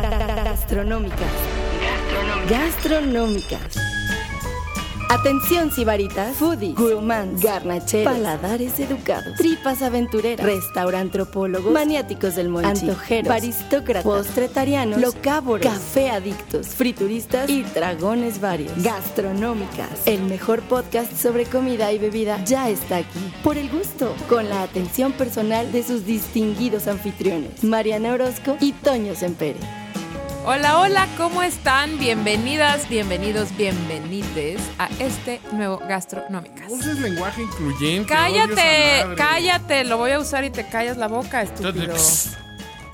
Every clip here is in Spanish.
gastronómicas. Gastronómicas. Atención sibaritas, foodies, gourmands, garnacheros, paladares educados, tripas aventureras, restaurantropólogos, maniáticos del monchi, antojeros, aristócratas, postretarianos, locávoros, café adictos, frituristas y dragones varios. Gastronómicas, el mejor podcast sobre comida y bebida ya está aquí. Por el gusto, con la atención personal de sus distinguidos anfitriones, Mariana Orozco y Toño Sempere. Hola, hola, ¿cómo están? Bienvenidas, bienvenidos, bienvenides a este nuevo Gastronómicas. Uses lenguaje incluyente. odio Cállate, esa madre. cállate, lo voy a usar y te callas la boca, estúpido. Entonces,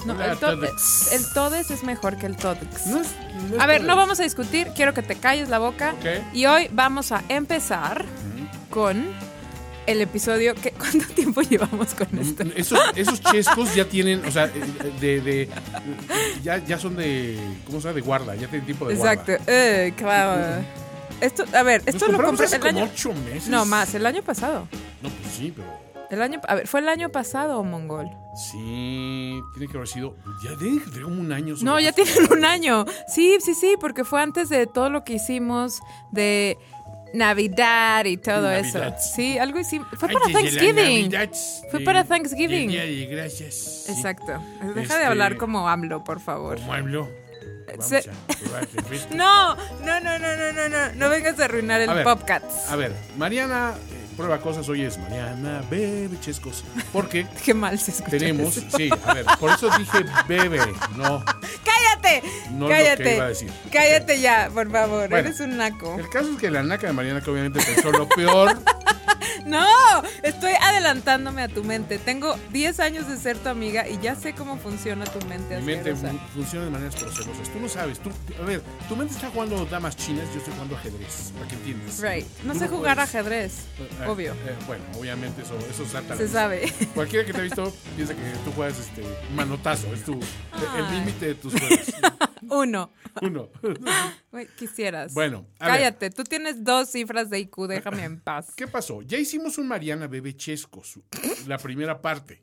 No, la el, to- todex. el todes es mejor que el todex. Ah, No es- no es A ver, todex. no vamos a discutir, quiero que te calles la boca. Ok. Y hoy vamos a empezar con el episodio que ¿cuánto tiempo llevamos con esto? Mm, Esos, esos chescos ya tienen, o sea, de, de- ya, ya son de, ¿cómo se llama? De guarda, ya tienen tipo de Exacto. guarda. Eh, qué va- Esto, a ver, Nos esto lo compramos compré hace el como año ocho meses. No, más, el año pasado. No, pues sí, pero El año, a ver, fue el año pasado, Mongol. sí, tiene que haber sido, pues ya tiene que tener como un año. No, ya tienen un año. Sí, sí, sí, porque fue antes de todo lo que hicimos de Navidad y todo Navidad. eso. Sí, algo hicimos. Fue Ay, para desde la Thanksgiving. Navidad, Fue eh, para Thanksgiving. el Día de gracias. sí. Exacto. Deja Este- de hablar como AMLO, por favor. Como habló. Vamos Se- a probar de frente. No, no, no, no, no, no, no. No vengas a arruinar A el ver, Popcats. A ver, Mariana eh, prueba cosas, hoy es Mariana, bebe chescos. Porque Qué mal se escucha. tenemos, eso. sí, a ver, por eso dije bebe, no. ¡Cállate! No es lo que ¡Cállate! iba a decir. ¡Cállate ya, por favor! Bueno. Eres un naco. El caso es que la naca de Mariana que obviamente pensó lo peor. No, estoy adelantándome a tu mente. Tengo 10 años de ser tu amiga y ya sé cómo funciona tu mente. Mi mente asquerosa. fun- funciona de maneras procelosas. Tú no sabes, tú, a ver, tu mente está jugando damas chinas, yo estoy jugando ajedrez, para que entiendas. Right. No Tú sé jugar puedes. ajedrez. Eh, Obvio. eh, bueno, obviamente eso, eso es Se sabe. Cualquiera que te ha visto piensa que tú juegas este manotazo, es tu el Ay. límite de tus juegos. Uno. Uno. Güey, quisieras. Bueno, a ver. Cállate. Tú tienes dos cifras de IQ. Déjame en paz. ¿Qué pasó? Ya hicimos un Mariana Bebe Chescos, la primera parte.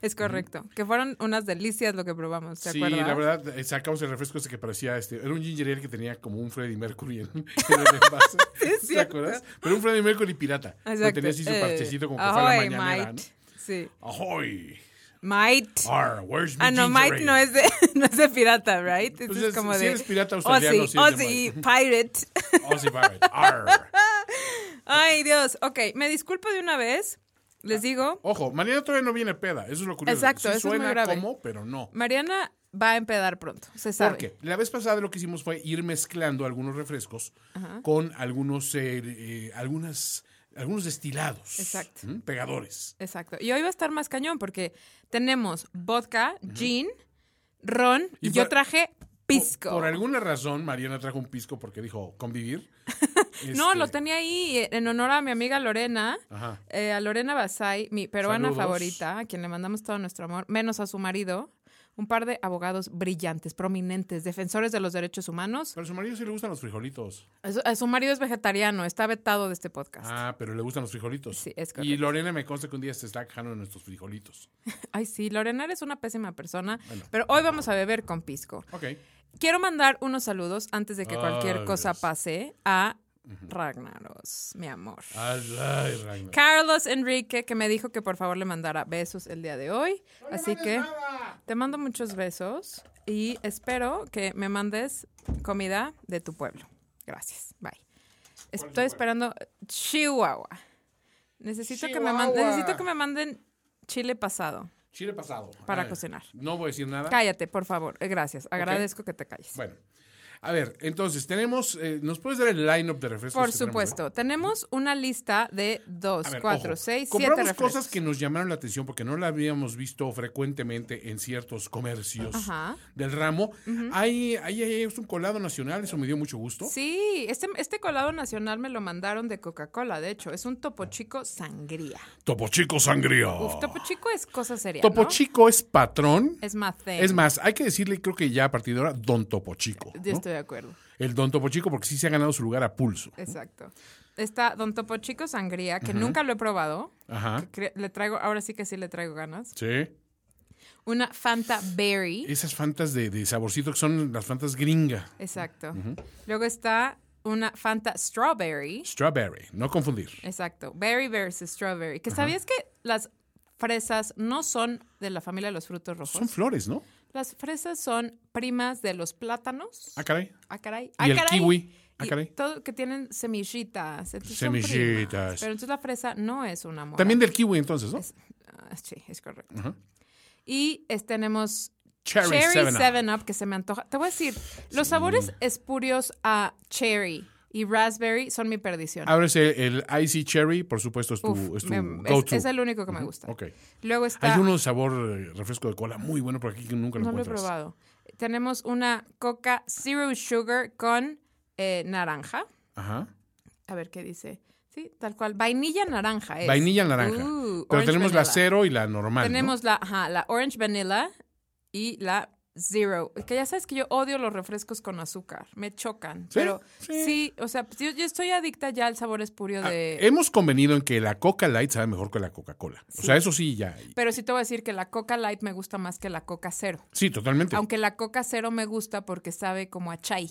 Es correcto. Que fueron unas delicias lo que probamos. ¿Te Sí, acuerdas? la verdad, eh, sacamos el refresco ese que parecía este. Era un ginger ale que tenía como un Freddie Mercury en, en el envase. ¿Te cierto. acuerdas? Pero un Freddie Mercury pirata. Lo Exacto. tenía así su Eh, parchecito como que fue a la ahoy, mañanera, might. Sí. ¿no? Ahoy. Might. Arr, where's my Ah, no, ginger Might ale? no es de, no es de pirata, ¿right? Eso Pues es es- como si de. eres pirata australiano, Ozzy, sí es de Ozzy, Might. pirate. Ozzy Barrett. Arr. Ay, Dios. Ok, me disculpo de una vez. Les digo, Ojo, Mariana todavía no viene peda. Eso es lo curioso. Exacto, Sí eso es muy suena grave. como, pero no. Mariana va a empedar pronto, se sabe. Porque la vez pasada lo que hicimos fue ir mezclando algunos refrescos con algunos, eh, eh, algunas, algunos destilados. Exacto. ¿m? Pegadores. Exacto. Y hoy va a estar más cañón porque tenemos vodka, gin, ron y, Y yo por- traje pisco. Por, por alguna razón, Mariana trajo un pisco porque dijo convivir. No, Este, lo tenía ahí en honor a mi amiga Lorena, Ajá. eh, a Lorena Basay, mi peruana Saludos. favorita, a quien le mandamos todo nuestro amor, menos a su marido, un par de abogados brillantes, prominentes, defensores de los derechos humanos. Pero a su marido sí le gustan los frijolitos. A su, a su marido es vegetariano, está vetado de este podcast. Ah, pero le gustan los frijolitos. Sí, es Y correcto. Lorena me consta que un día se está quejando de nuestros frijolitos. Ay, sí, Lorena, eres una pésima persona, pero hoy vamos a beber con pisco. Ok. Quiero mandar unos saludos antes de que cualquier Ay, cosa Dios. pase a Ragnaros, mi amor. Ay, ay, Ragnar. Carlos Enrique, que me dijo que por favor le mandara besos el día de hoy. Así que te mando muchos besos y espero que me mandes comida de tu pueblo. Gracias. Bye. Estoy esperando Chihuahua. Necesito que me man- Chihuahua. necesito que me manden chile pasado. Chile pasado. Para Ah, cocinar. No voy a decir nada. Cállate, por favor. Eh, Gracias. Agradezco que te calles. Bueno, a ver, entonces tenemos, eh, ¿nos puedes dar el lineup de refrescos? por que tenemos, supuesto. Tenemos una lista de dos, no? A ver, cuatro, ojo, seis, siete Compramos refrescos. cosas que nos llamaron la atención porque no la habíamos visto frecuentemente en ciertos comercios Ajá. del ramo. Ahí hay, hay- es un colado nacional, eso me dio mucho gusto. Sí, este, este colado nacional me lo mandaron de Coca-Cola, de hecho. Es un topo Ah. chico sangría. Topo Chico Sangría. Uf, topo chico es cosa seria. Oh. Topo ¿no? Chico es patrón. Es más thing. Es más, hay que decirle, creo que ya a partir de ahora, Don Topo Chico. Yo ¿no? estoy de acuerdo. El Don Topo Chico, porque sí se ha ganado su lugar a pulso. Exacto. Está Don Topo Chico Sangría, que nunca lo he probado. Ajá. que cre- le traigo, ahora sí que sí le traigo ganas. Sí. una Fanta Berry. Esas fantas de, de saborcito que son las fantas gringa. Exacto. Luego está una Fanta Strawberry. Strawberry, no confundir. Exacto. Berry versus strawberry. ¿Que sabías que las fresas no son de la familia de los frutos rojos? Son flores, ¿no? Las fresas son primas de los plátanos. Ah, caray. Ah, caray. el caray. kiwi. Ah, Y caray. todo que tienen semillitas. entonces son Semillitas. primas. Pero entonces la fresa no es una mora. También del kiwi, entonces, ¿no? Es- ah, sí, es correcto. Y es- tenemos Cherry Cherry 7 Up. 7 Up, que se me antoja. Te voy a decir, los sabores espurios a cherry y raspberry son mi perdición. Abres el, el Icy Cherry, por supuesto, es tu, Uf, Ah, es tu me- es- go-to. es el único que me gusta. Ok. Luego está. Hay uno de sabor eh, refresco de cola muy bueno por aquí que nunca lo no lo he encuentras. probado. Tenemos una coca zero sugar con eh, naranja. Ajá. A ver qué dice. Sí, tal cual. Vainilla naranja es. Vainilla naranja. Uh, Pero orange tenemos la vanilla. cero y la normal. ¿no? Tenemos la, ajá, la orange vanilla y la zero. Que ya sabes que yo odio los refrescos con azúcar. Me chocan. Sí, Pero sí. sí. o sea, pues yo, yo estoy adicta ya al sabor espurio Ah, de. hemos convenido en que la Coca Light sabe mejor que la Coca-Cola. O sea, eso sí, ya. pero sí te voy a decir que la coca light me gusta más que la coca cero. Sí, totalmente. Aunque la coca cero me gusta porque sabe como a chai.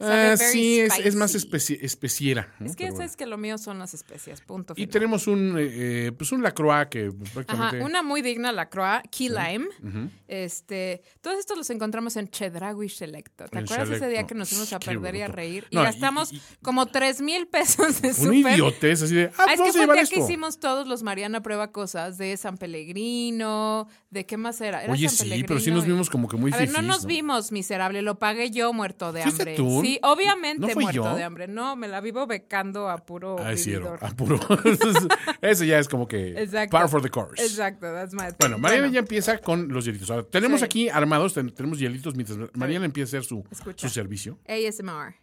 Ah, sabe very sí, es, es más spicy. especi- especiera. ¿no? Es que ya Ah, Pero bueno. sabes que lo mío son las especias, punto. Y final. tenemos un, eh, eh, pues un Lacroix que prácticamente... Ajá, una muy digna, la Croix, Key Lime. este, todos estos los encontramos en Chedragui Selecto. ¿Te En acuerdas ese día Selecto. que nos fuimos a Qué perder y a bruto. reír? No, y- y gastamos y- como 3 mil pesos de Un súper. idiotez así de... Ah, Ah, pues es que vamos a fue el llevar día esto. que hicimos todos los Mariana Prueba Cosas de San Pellegrino, de qué más era. Era Oye, San sí, pero sí nos Pellegrino y- vimos como que muy a ver, no fifís, nos vimos, miserable, lo pagué yo muerto de ¿Fuiste hambre. tú? Sí, obviamente ¿No fui muerto yo? de hambre. No, me la vivo becando a puro Ah, es cierto. vividor. Apuro. Eso ya es como que... Exacto. Par for the course. Exacto, that's my pues. Bueno, thing. Mariana ya empieza con los hielitos. Ahora, tenemos Sí. aquí armados, ten- tenemos hielitos mientras Mariana empieza a hacer su, Escucha. su servicio. ASMR.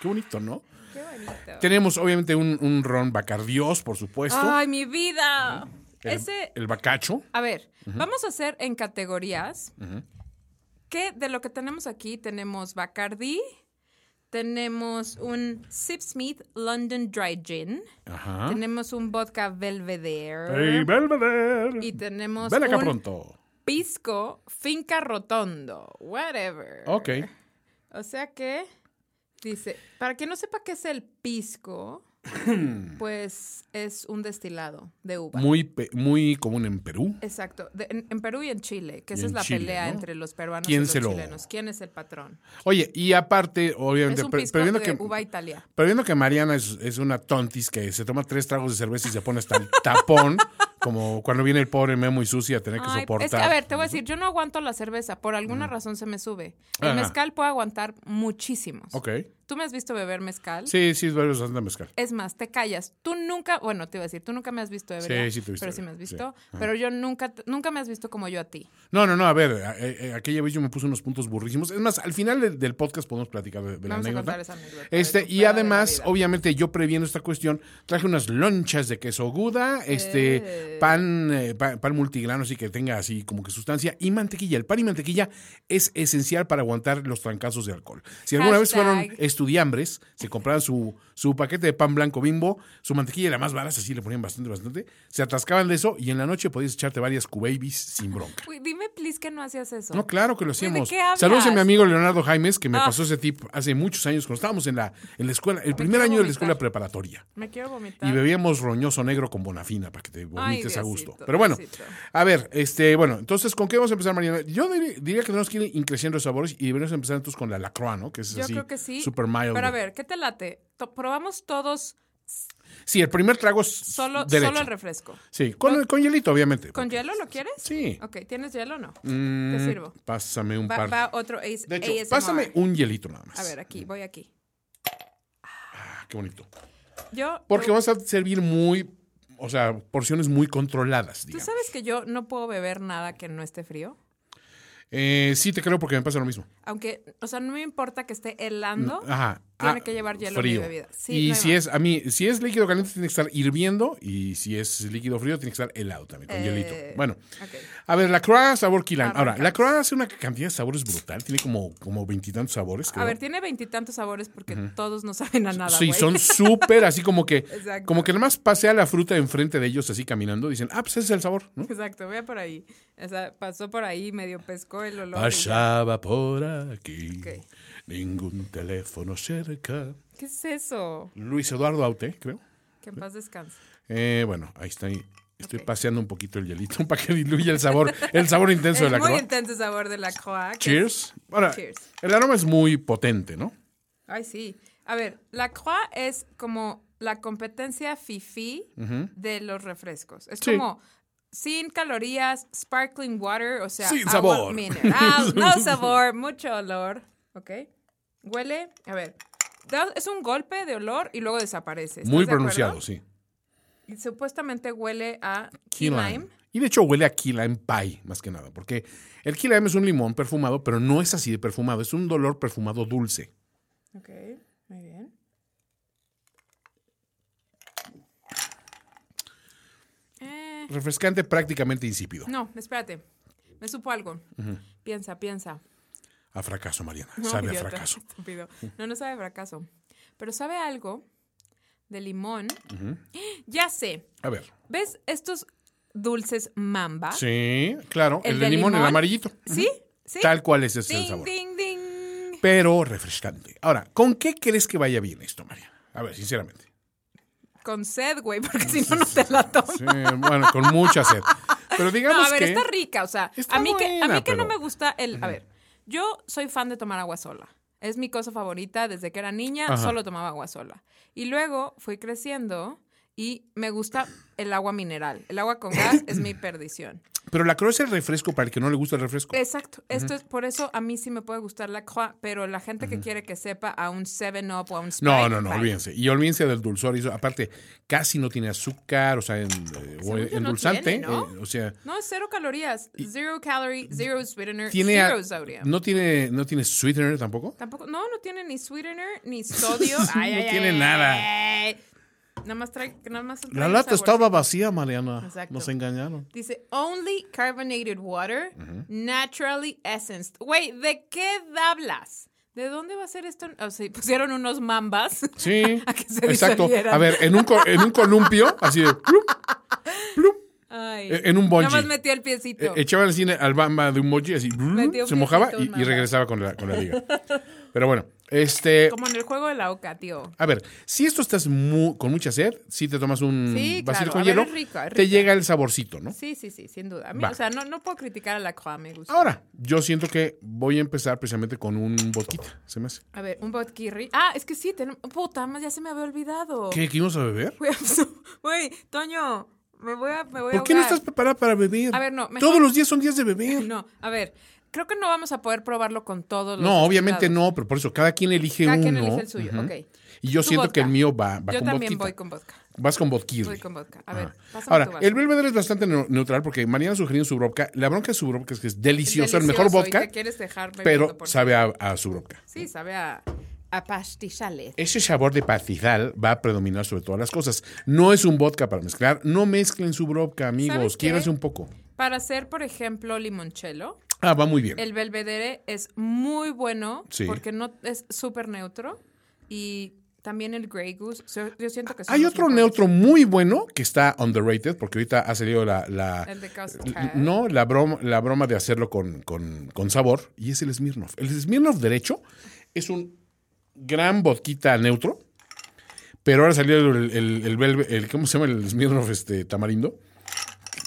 Qué bonito, ¿no? Qué bonito. Tenemos obviamente un, un ron Bacardiós, por supuesto. Ay, mi vida. el, Ese, el bacacho. a ver, vamos a hacer en categorías. Que de lo que tenemos aquí tenemos Bacardi, tenemos un Sipsmith London Dry Gin, Ajá. tenemos un vodka Belvedere Ah. Ey, Belvedere. y tenemos Ven acá un pronto. pisco Finca Rotondo, whatever. Ok. O sea que dice, para quien no sepa qué es el pisco, pues es un destilado de uva. Muy, pe- muy común en Perú. Exacto, de- en, en Perú y en Chile, que Y esa es en la Chile, pelea ¿no? entre los peruanos ¿Quién y los se lo- chilenos. ¿Quién es el patrón? Oye, y aparte, Es obviamente, un pre- pisco previendo de que, uva Italia. previendo que Mariana es, es una tontis que se toma tres tragos de cerveza y se pone hasta el tapón, como cuando viene el pobre Memo y Susi a tener que Ay, soportar. es que, a ver, te voy a decir, yo no aguanto la cerveza, por alguna razón se me sube. El Ajá. mezcal puede aguantar muchísimos. Ok. ¿Tú me has visto beber mezcal? Sí, sí, es bastante mezcal. Es más, te callas. Tú nunca, bueno, te iba a decir, tú nunca me has visto, de Sí, verdad. sí te he visto Pero beber, sí me has sí. visto. Pero yo nunca, nunca me has visto como yo a ti. No, no, no, a ver, eh, eh, aquella vez yo me puse unos puntos burrísimos. Es más, al final del, del podcast podemos platicar de, de la Vamos a anécdota. contar esa anécdota de Este, tu peda y de la además, vida. obviamente, yo previendo esta cuestión, traje unas lonchas de queso aguda, este, pan, eh, pan, pan multigrano, así que tenga así como que sustancia, y mantequilla. El pan y mantequilla es esencial para aguantar los trancazos de alcohol. Si alguna Hashtag. vez fueron estudiambres, se compraban su, su paquete de pan blanco bimbo, su mantequilla era más barata, así le ponían bastante, bastante, se atascaban de eso, y en la noche podías echarte varias cubabies sin bronca. Uy, dime, please, que no hacías eso. No, claro que lo Güey, ¿de hacíamos. qué hablas? Saludos a mi amigo Leonardo Jaimes, que me Ah. pasó ese tip hace muchos años, cuando estábamos en la, en la escuela, el primer quiero año de la vomitar. escuela preparatoria. Me quiero vomitar. Y bebíamos roñoso negro con bonafina para que te vomites a Diosito, gusto. Pero bueno, Diosito. a ver, este, bueno, entonces, ¿con qué vamos a empezar, Mariana? Yo dir- diría que tenemos que ir increciendo los sabores y deberíamos empezar entonces con la lacroix, ¿no? Que es Yo así, creo que sí. super mild. Pero a ver, ¿qué te late? To- probamos todos Sí, el primer trago es solo, derecho. solo el refresco. Sí, con, con hielito, obviamente. ¿Con hielo lo quieres? Sí. Ok, ¿tienes hielo o no? Mm, Te sirvo. Pásame un Va, par. va otro AS- de hecho, ASMR. pásame un hielito nada más. A ver, aquí, voy aquí. Ah, qué bonito. Yo. Porque tú, vas a servir muy, o sea, porciones muy controladas, ¿Tú digamos. sabes que yo no puedo beber nada que no esté frío? Eh, sí, te creo porque me pasa lo mismo. Aunque, o sea, no me importa que esté helando, Ajá. tiene Ah, que llevar hielo frío. en mi bebida. Sí, y no hay si más. es, a mí, si es líquido caliente, tiene que estar hirviendo. Y si es líquido frío, tiene que estar helado también, con Eh, hielito. Bueno. ok. A ver, la croix sabor Kilan. Ahora, Arrancamos. la croix hace una cantidad de sabores brutal. Tiene como como veintitantos sabores. A creo. ver, tiene veintitantos sabores porque todos no saben a nada, Sí, güey. son súper así como que Exacto. como que nomás pasea la fruta enfrente de ellos así caminando. Dicen, ah, pues ese es el sabor, ¿no? Exacto, vea por ahí. O sea, pasó por ahí, medio pescó el olor. y ya. Pasaba por aquí. Ok. Ningún teléfono cerca. ¿Qué es eso? Luis Eduardo Aute, creo. Que en paz descanse. Eh, bueno, ahí está. ahí. Estoy Ok. paseando un poquito el hielito para que diluya el sabor, el sabor intenso de es la muy croa. intenso el sabor de la croix. que es- Cheers. Ahora, Cheers. el aroma es muy potente, ¿no? Ay, sí. A ver, la croix es como la competencia fifi de los refrescos. Es Sí. como sin calorías, sparkling water, o sea, Sin agua sabor. mineral, no sabor, mucho olor. ¿Ok? Huele, a ver, da- es un golpe de olor y luego desaparece. ¿Estás Muy de acuerdo? pronunciado, sí. Y supuestamente huele a key Key lime. lime. Y de hecho huele a key lime pie, más que nada, porque el key lime es un limón perfumado, pero no es así de perfumado, es un dolor perfumado dulce. Ok, muy bien. Eh, Refrescante, prácticamente insípido. no, espérate. Me supo algo. Piensa, piensa. A fracaso, Mariana. No, Sabe a idiota, fracaso. estúpido. No, no sabe a fracaso. Pero sabe algo de limón. Ya sé. A ver. ¿Ves estos dulces mamba? Sí, claro, el, de limón, el amarillito. ¿Sí? ¿Sí? Tal cual es ese el ding, sabor. ding, ding. Pero refrescante. Ahora, ¿con qué crees que vaya bien esto, Mariana? A ver, sinceramente. Con sed, güey, porque si no, no te la tomas. Sí, bueno, con mucha sed. Pero digamos No, a ver, que... está rica, o sea, Está a mí que a buena, mí que no pero- me gusta el, a ver, yo soy fan de tomar agua sola. Es mi cosa favorita desde que era niña, Ajá. solo tomaba agua sola. Y luego fui creciendo y me gusta el agua mineral. El agua con gas es mi perdición. Pero la cruz es el refresco para el que no le gusta el refresco. Exacto, esto es por eso a mí sí me puede gustar la croix, pero la gente que quiere que sepa a un 7 up o a un Sprite, No, no, no, bye. olvídense. Y olvídense del dulzor. y eso. Aparte, casi no tiene azúcar, o sea, en, eh, Según o yo no endulzante. tiene, ¿no? eh, o sea, No, es cero calorías, zero calorie, zero sweetener, tiene. a- zero sodium. no tiene. No tiene sweetener tampoco. Tampoco, no, no tiene ni sweetener ni sodio. Ay, No ay, tiene ay, nada. ay. Nada más trae, nada más trae La un lata sabor. estaba vacía, Mariana. Exacto. Nos engañaron. Dice only carbonated water, naturally essenced. Güey, ¿de qué hablas? ¿De dónde va a ser esto? O sea, pusieron unos mambas. Sí. A que se exacto. disolvieran. A ver, en un, co- en un columpio, así de. plup, plup, Ay. Eh, en un bungee. Nada más metió el eh, piecito. echaban así al bamba de un mochi, así. blup, Metió un se mojaba piecito, y, nada. y regresaba con la, con la liga. Pero bueno, este. Como en el juego de la oca, tío. A ver, si esto estás mu- con mucha sed, si te tomas un Sí, claro. vasito con A ver, hielo, es rico, es te rico. llega el saborcito, ¿no? Sí, sí, sí, sin duda. A mí, Va. o sea, no, no puedo criticar a la croix, me gusta. Ahora, yo siento que voy a empezar precisamente con un boquita, se me hace. A ver, un vodkirri. Ah, es que sí, tenemos... Puta, más ya se me había olvidado. ¿Qué, qué íbamos a beber? Güey, absu- Güey, Toño, me voy a, me voy a ¿Por qué no ahogar. estás preparada para beber? A ver, no, mejor- Todos los días son días de beber. No, a ver, creo que no vamos a poder probarlo con todos los No, obviamente invitados. no, pero por eso, cada quien elige Cada uno. quien elige el suyo, Ujú. ok. Y yo Tú siento vodka. que el mío va, va Yo con también vodquita. voy con vodka. Vas con vodquita. Voy con vodka. A ver, Ajá. pásame Ah. Ahora, tu vaso. el Belvedere es bastante neu- neutral porque Mariana sugirió su vodka. La bronca de su vodka es que es delicioso, el mejor Delicioso, y vodka, te quieres dejar bebiendo pero por- sabe a, a su vodka. Sí, sabe a, a pastizales. Ese sabor de pastizal va a predominar sobre todas las cosas. No es un vodka para mezclar. No mezclen su vodka, ¿Sabes amigos. qué? Quírense un poco. Para hacer, por ejemplo, limonchelo, Ah, va muy bien. el belvedere es muy bueno Sí. porque no es súper neutro y también el Grey Goose. Yo, yo siento que son Hay los otro mejores. neutro muy bueno que está underrated, porque ahorita ha salido la... la- El de Cask l- Cat. no, la broma, la broma de hacerlo con, con- con sabor, y es el Smirnoff. El Smirnoff derecho es un gran vodquita neutro, pero ahora salió el, el, el velve- el- ¿cómo se llama el Smirnoff este, tamarindo?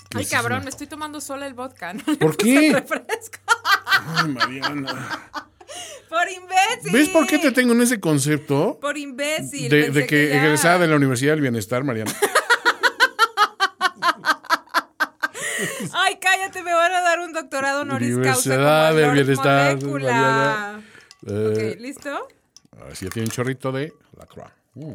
Que Ay, es- cabrón, me estoy tomando sola el vodka. ¿no? Le ¿Por puse qué? refresco. Ay, Mariana. Por imbécil. ¿Ves por qué te tengo en ese concepto? Por imbécil. De, pensé de que ya. egresada de la Universidad del Bienestar, Mariana. Ay, cállate, me van a dar un doctorado honoris causa. como Universidad del Lord Bienestar, Molécula. Mariana. Ok, Eh, ¿listo? a ver si ya tiene un chorrito de la croix.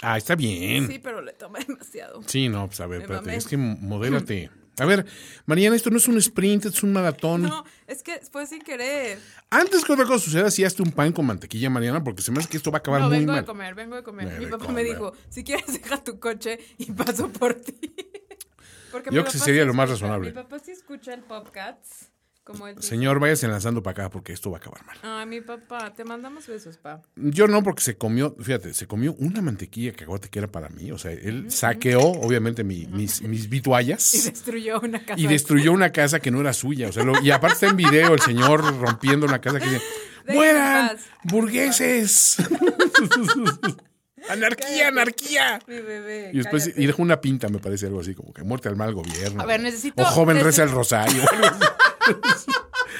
Mm. Ah, está bien. Sí, Sí, pero le tomé demasiado. Ah, no, pues a ver, Me pues, espérate. mamé. Es que modérate. A ver, Mariana, esto no es un sprint, es un maratón. No, es que fue sin querer. Antes que otra cosa suceda, sí hazte un pan con mantequilla, Mariana, porque se me hace que esto va a acabar No, muy vengo de mal. comer, vengo de comer. Vengo Mi de papá me comer. dijo, si quieres deja tu coche y paso por ti. Porque Yo mi creo que papá sería sí lo más escucha- razonable. Mi papá sí escucha el podcast, como él dice. Señor, váyase enlazando para acá porque esto va a acabar mal. Ay, mi papá, te mandamos besos, pa. Yo no, porque se comió, fíjate, se comió una mantequilla que aguante que era para mí. O sea, él saqueó, obviamente, mi- mis, mis Y vituallas destruyó una casa. y destruyó una casa que no era suya. O sea, lo- y aparte está en video el señor rompiendo una casa que dice: en ¡Mueran! paz. ¡Burgueses! ¡Anarquía, anarquía! Mi bebé. Y después cállate. y dejó una pinta, me parece algo así, como que muerte al mal gobierno. A ver, necesito- O joven reza necesito- el rosario. algo así.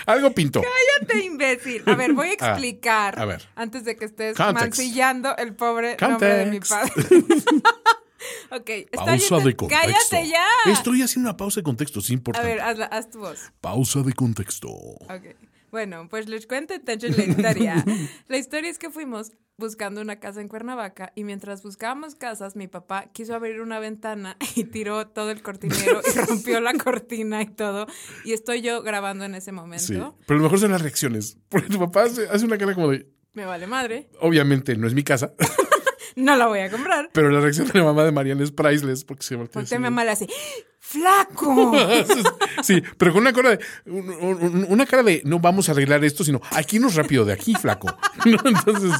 algo pintó. Cállate, imbécil. A ver, voy a Ah, explicar. a ver. Antes de que estés Context. mancillando el pobre nombre de mi padre. Context. ok, está Pausa bien, de contexto. Cállate ya. Estoy haciendo una pausa de contexto, es A importante. ver, hazla- haz tu voz. Pausa de contexto. Ok. Bueno, pues les cuento entonces la historia. la historia es que fuimos buscando una casa en Cuernavaca y mientras buscábamos casas, mi papá quiso abrir una ventana y tiró todo el cortinero y rompió la cortina y todo. Y estoy yo grabando en ese momento. Sí. Pero lo mejor son las reacciones. Porque tu papá hace, hace una cara como de, Me vale madre. obviamente no es mi casa, No la voy a comprar. pero la reacción de la mamá de Mariana es priceless porque se voltea Porque así. Ah, mi mamá le hace, ¡flaco! Sí, pero con una cara de, un- un- una cara de no vamos a arreglar esto, sino aquí nos rápido, de aquí, flaco. ¿No? Entonces,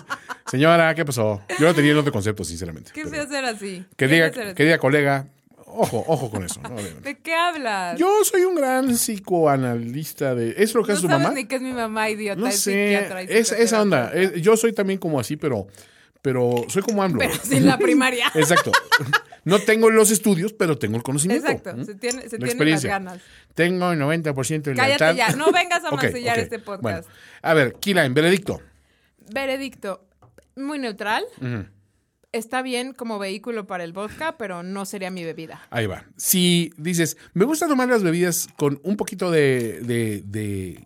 señora, ¿qué pasó? Yo no tenía el otro concepto, sinceramente. ¿Qué pero- fui a hacer así? que ¿Qué fui a diga, hacer así? que diga colega, ojo, ojo con eso. ¿no? Obviamente. ¿De qué hablas? Yo soy un gran psicoanalista de. ¿Es lo que no hace su sabes mamá? ni que es mi mamá, idiota. No es sé. psiquiatra y Es, esa psicoterapeuta. onda. Es- yo soy también como así, pero, pero soy como AMLO. Pero sin la primaria. Exacto. No tengo los estudios, pero tengo el conocimiento. Exacto, ¿Mm? se tiene- se La tienen experiencia. las ganas. Tengo el 90% de Cállate lealtad. ya, no vengas a Ok, mancillar ok. este podcast. Bueno, a ver, Kila, en veredicto. Veredicto, muy neutral. Está bien como vehículo para el vodka, pero no sería mi bebida. Ahí va. Si dices, me gusta tomar las bebidas con un poquito de, de- de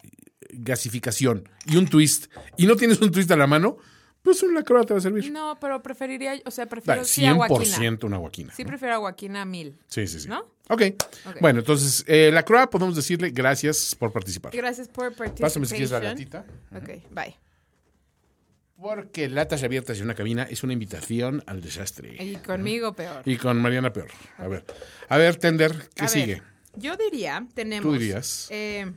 gasificación y un twist, y no tienes un twist a la mano, pues un lacroa te va a servir. No, pero preferiría, o sea, prefiero Dale, sí aguaquina. 100% una guaquina. Sí ¿no? prefiero aguaquina a mil. Sí, sí, sí. ¿No? ok. Bueno, entonces, eh, la croa podemos decirle gracias por participar. Gracias por participar. Pásame si quieres la latita. Ok, bye. Porque latas abiertas en una cabina es una invitación al desastre. Y conmigo peor. Y con Mariana Peor. A ver. A ver, Tender, ¿qué A ver, sigue? yo diría, tenemos... Tú dirías. eh,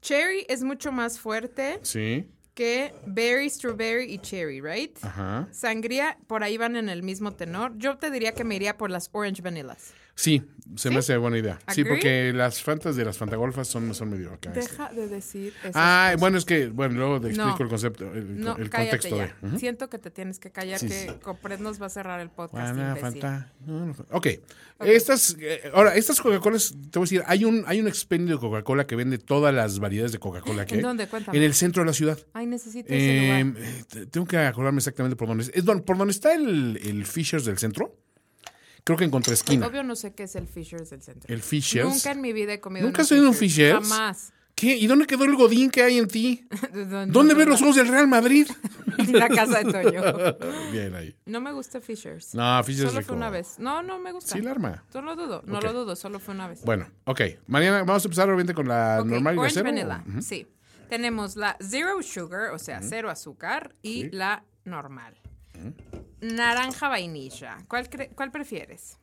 cherry es mucho más fuerte Sí. que berry, strawberry y cherry, ¿right? Ajá. Sangría, por ahí van en el mismo tenor. Yo te diría que me iría por las orange vanillas. Sí, se me hace buena idea. Sí, ¿Agree? porque las fantas de las fantagolfas son, son medio acá. este. Deja de decir eso. Ah, bueno, es que, bueno, luego te explico No. el concepto, el, no, el cállate contexto ya. de. Ujú. Siento que te tienes que callar, Sí, que sí. Copred nos va a cerrar el podcast. Guana, imbécil. fanta- no, no, ok. Estas, eh, ahora, estas Coca-Colas, te voy a decir, hay un, hay un expendio de Coca-Cola que vende todas las variedades de Coca-Cola que hay. dónde? Cuéntame. En el centro de la ciudad. Ay, necesito ese Eh, lugar. eh, tengo que acordarme exactamente por dónde es. Es don- por dónde está el, el Fishers del centro. Creo que en contraesquina. Obvio no sé qué es el Fishers del centro. El Fishers. Nunca en mi vida he comido ¿Nunca una has oído un Fishers. Fishers? Jamás. ¿Qué? ¿Y dónde quedó el godín que hay en ti? ¿Dónde, ¿Dónde ves los ojos del Real Madrid? La casa de Toño. Bien ahí. No me gusta Fishers. No, Fishers Solo rico. fue una vez. No, no me gusta. Sí, la arma. No lo dudo, no Ok. lo dudo, solo fue una vez. Bueno, ok. Mariana, vamos a empezar obviamente con la Ok, normal y la Orange cero. vanilla, sí. Tenemos la zero sugar, o sea, cero azúcar, y Sí. la normal. Naranja vainilla. ¿Cuál, cre- ¿Cuál prefieres?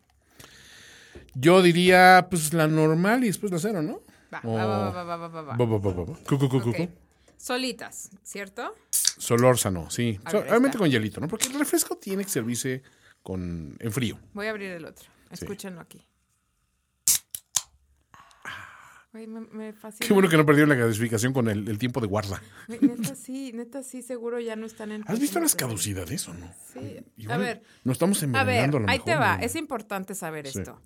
Yo diría, pues la normal y después la cero, ¿no? Va, O- va, va, va, va, va, va, va. Va, va, va, va, va. Cu, cu, cu, cu, Ok. cu. Solitas, ¿cierto? Solórzano, sí. A So- ver, ahí obviamente está. con hielito, ¿no? Porque el refresco tiene que servirse con, en frío. Voy a abrir el otro. Escúchenlo aquí. Güey, me, me fascina. Ah. Qué bueno que no perdieron la clasificación con el, el tiempo de guarda. Güey, Neta sí, neta sí, seguro ya no están en... ¿Has visto las caducidades o no? Sí. A Igual ver, Nos estamos A ver, envenenando a lo ahí te mejor, va. ¿no? Es importante saber Sí. esto.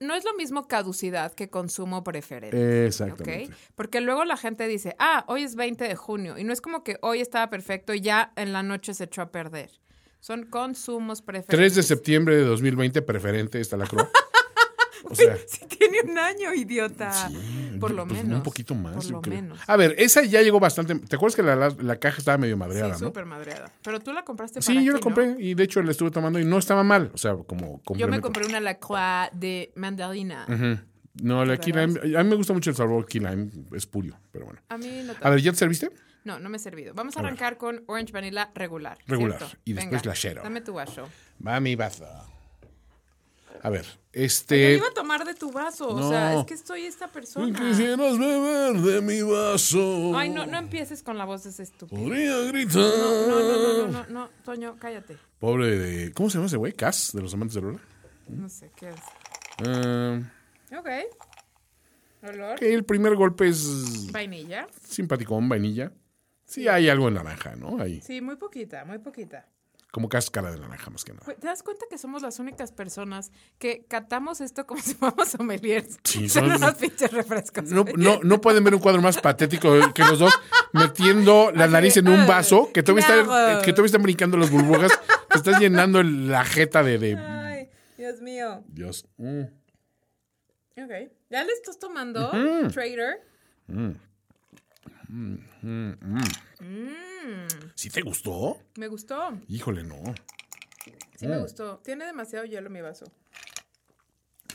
No es lo mismo caducidad que consumo preferente. Exactamente. ¿ok? Porque luego la gente dice, ah, hoy es 20 de junio. Y no es como que hoy estaba perfecto y ya en la noche se echó a perder. Son consumos preferentes. 3 de septiembre de 2020, preferente está la croa. O sea, Sí, tiene un año, idiota. Ah, Por lo pues, menos. Un poquito más. Por yo lo creo. Ah, menos. A ver, esa ya llegó bastante. ¿Te acuerdas que la, la- la caja estaba medio sí, madreada, no? súper madreada. Pero tú la compraste Sí, para yo aquí, la ¿no? compré y de hecho la estuve tomando y no estaba mal. O sea, como Yo me complemento. compré una Lacroix de mandarina. Ujú. No, la key lime, a mí me gusta mucho el sabor key lime, es purio, pero bueno. A mí no tanto. A ver, ¿ya te serviste? No, no me he servido. Vamos a A ver. arrancar con Orange Vanilla regular. Regular. ¿cierto? Y después Venga, la Shero. Dame tu vaso. Va mi vaso. A ver, Yo este... iba a tomar de tu vaso. O sea, no. es que soy esta ¿Tú persona. quisieras beber de mi vaso? Ay, no, no empieces con la voz de ese estúpido. Podría gritar. No, no, no, no, no, no, Toño, cállate. Pobre de... ¿Cómo se llama ese güey? ¿Cas? ¿De los amantes de Lola? No sé, ¿qué haces? Ah, Ok. Olor. que Eh, el primer golpe es Vainilla. simpaticón, vainilla. Sí hay algo de naranja, ¿no? Ahí, Sí, muy poquita, muy poquita. como cáscara de naranja más que nada. Güey, ¿Te das cuenta que somos las únicas personas que catamos esto como si fuéramos sommeliers? Sí, Son somos- unos pinches refrescos. No, eh, no, no pueden ver un cuadro más patético que los dos metiendo la nariz en "Ah, un vaso que todavía, Claro. están, que todavía están brincando las burbujas. Te estás llenando el- la jeta de... de- Ay, Dios mío. Dios. Mm. Ok. ¿Ya le estás tomando, Trader? ¿Sí te gustó? Me gustó. Híjole, no. Sí, Mm. me gustó. Tiene demasiado hielo mi vaso.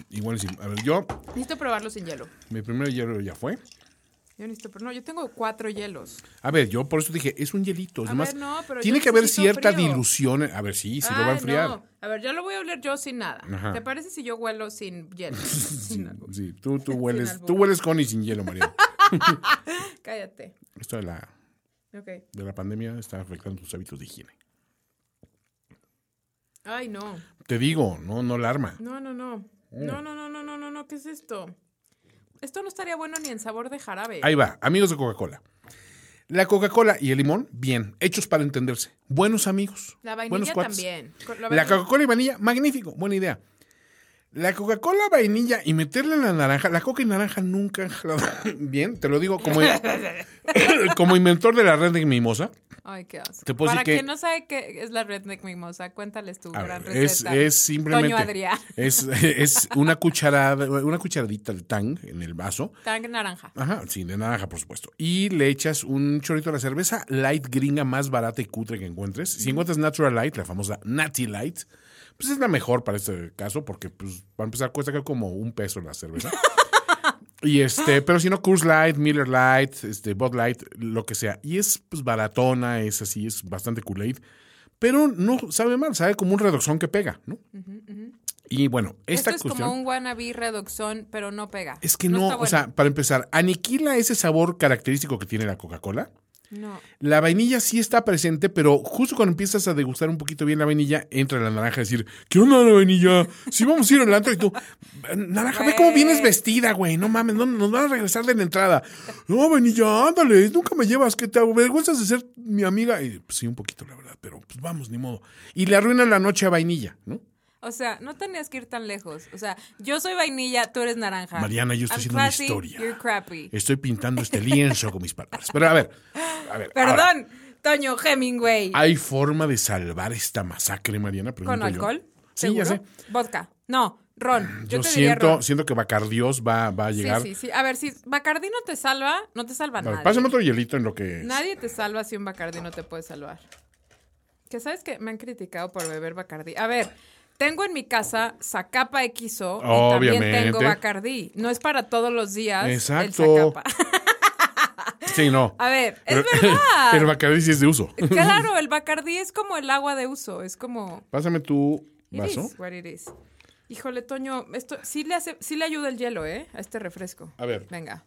Igual sí. A ver, yo, Necesito probarlo sin hielo. mi primer hielo ya fue. Yo necesito, pero no, yo tengo cuatro hielos. A ver, yo por eso dije, es un hielito. Es A más, ver, no, pero tiene yo que haber necesito cierta frío. dilución. A ver, sí, sí lo Ay, va a enfriar. no. A ver, ya lo voy a oler yo sin nada. Ajá. ¿Te parece si yo huelo sin hielo? Sí, Sin algo. sí, tú, tú hueles, albur. tú hueles con y sin hielo, María. Cállate. Esto de la, Ok. de la pandemia está afectando tus hábitos de higiene. Ay, no. Te digo, no, no alarma. No, no, no. Mm. No, no, no, no, no, no, no. ¿Qué es esto? Esto no estaría bueno ni en sabor de jarabe. Ahí va, amigos de Coca-Cola. La Coca-Cola y el limón, bien, hechos para entenderse. Buenos amigos. La buenos vainilla cuates. también. Con La, La vainilla- Coca-Cola y vainilla, magnífico, buena idea. La Coca-Cola vainilla y meterle la naranja, la coca y naranja nunca han jalado bien, te lo digo como, como inventor de la red de mimosa. Ay, qué asco. Te puedo Para decir que- quien no sabe qué es la redneck mimosa, cuéntales tu A gran ver, Ah, es, receta. es simplemente Toño Adrián. es, es una cucharada, una cucharadita de tang en el vaso. Tan naranja. Ajá, sí, de naranja, por supuesto. Y le echas un chorrito de la cerveza light gringa más barata y cutre que encuentres. Si encuentras Natural Light, la famosa Natty Light, pues es la mejor para este caso, porque pues, para empezar cuesta creo, como un peso la cerveza. y este, pero si no, Coors Light, Miller Light, este, Bud Light, lo que sea. Y es pues, baratona, es así, es bastante Kool-Aid. Pero no sabe mal, sabe como un redoxón que pega, ¿no? Y bueno, Esto esta es cuestión. como un wannabe redoxón, pero no pega. Es que no, está o bueno. sea, para empezar, aniquila ese sabor característico que tiene la Coca-Cola. No. La vainilla sí está presente, pero justo cuando empiezas a degustar un poquito bien la vainilla, entra la naranja a decir, ¿qué onda la vainilla? Si vamos a ir al antro y tú, naranja, ve cómo vienes vestida, güey, no mames, no, nos van a regresar de la entrada. No, vainilla, ándale, nunca me llevas, que te avergüenzas de ser mi amiga. Y, pues, sí, un poquito, la verdad, pero pues vamos, ni modo. Y le arruina la noche a vainilla, ¿no? O sea, no tenías que ir tan lejos. O sea, yo soy vainilla, tú eres naranja. Mariana, yo estoy I'm haciendo una classy, historia. You're crappy. Estoy pintando este lienzo con mis palabras. Pero a ver, a ver. ahora. Perdón, Toño Hemingway. ¿Hay forma de salvar esta masacre, Mariana? Pregunto ¿Con yo. alcohol? Sí, ¿Seguro? ya sé. Mm, Vodka. No, ron. Yo, Yo, te diría siento, ron. siento que Bacardios va, va a Sí, llegar. sí, sí. A ver, si Bacardi no te salva, no te salva Vale, nadie. pásame otro hielito en lo que. Nadie te salva si un Bacardi no te puede salvar. Que sabes que me han criticado por beber Bacardi. A ver, tengo en mi casa Zacapa XO y también tengo Obviamente. Bacardi. No es para todos los días el Exacto. Zacapa. Sí, no. A ver, es Pero- verdad. El Bacardi sí es de uso. Claro, el Bacardí es como el agua de uso, es como Pásame tu it vaso. is what it is. Híjole, Toño, esto sí le hace sí le ayuda el hielo, ¿eh? A este refresco. A ver. Venga.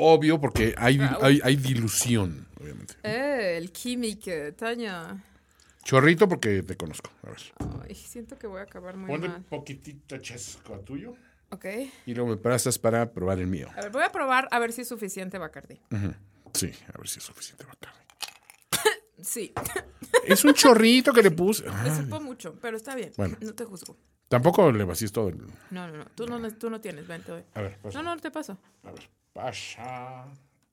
Obvio, porque hay, Ah, hay, hay dilución, obviamente. Eh, el químico, Toño. Chorrito, porque te conozco. A ver. Ay, siento que voy a acabar muy Ponle mal. poquitito chesco a tuyo. Ok. Y luego me pasas para probar el mío. A ver, voy a probar a ver si es suficiente Bacardi. Ujú. Sí, a ver si es suficiente Bacardi. Sí, Es un chorrito que le puse. me Ah, supo mucho, pero está bien. Bueno. No te juzgo. tampoco le vacíes todo. el- No, no, no. Tú no, tú no tienes, ven, te doy. A ver, pasa. No, no, te paso. A ver, pasa.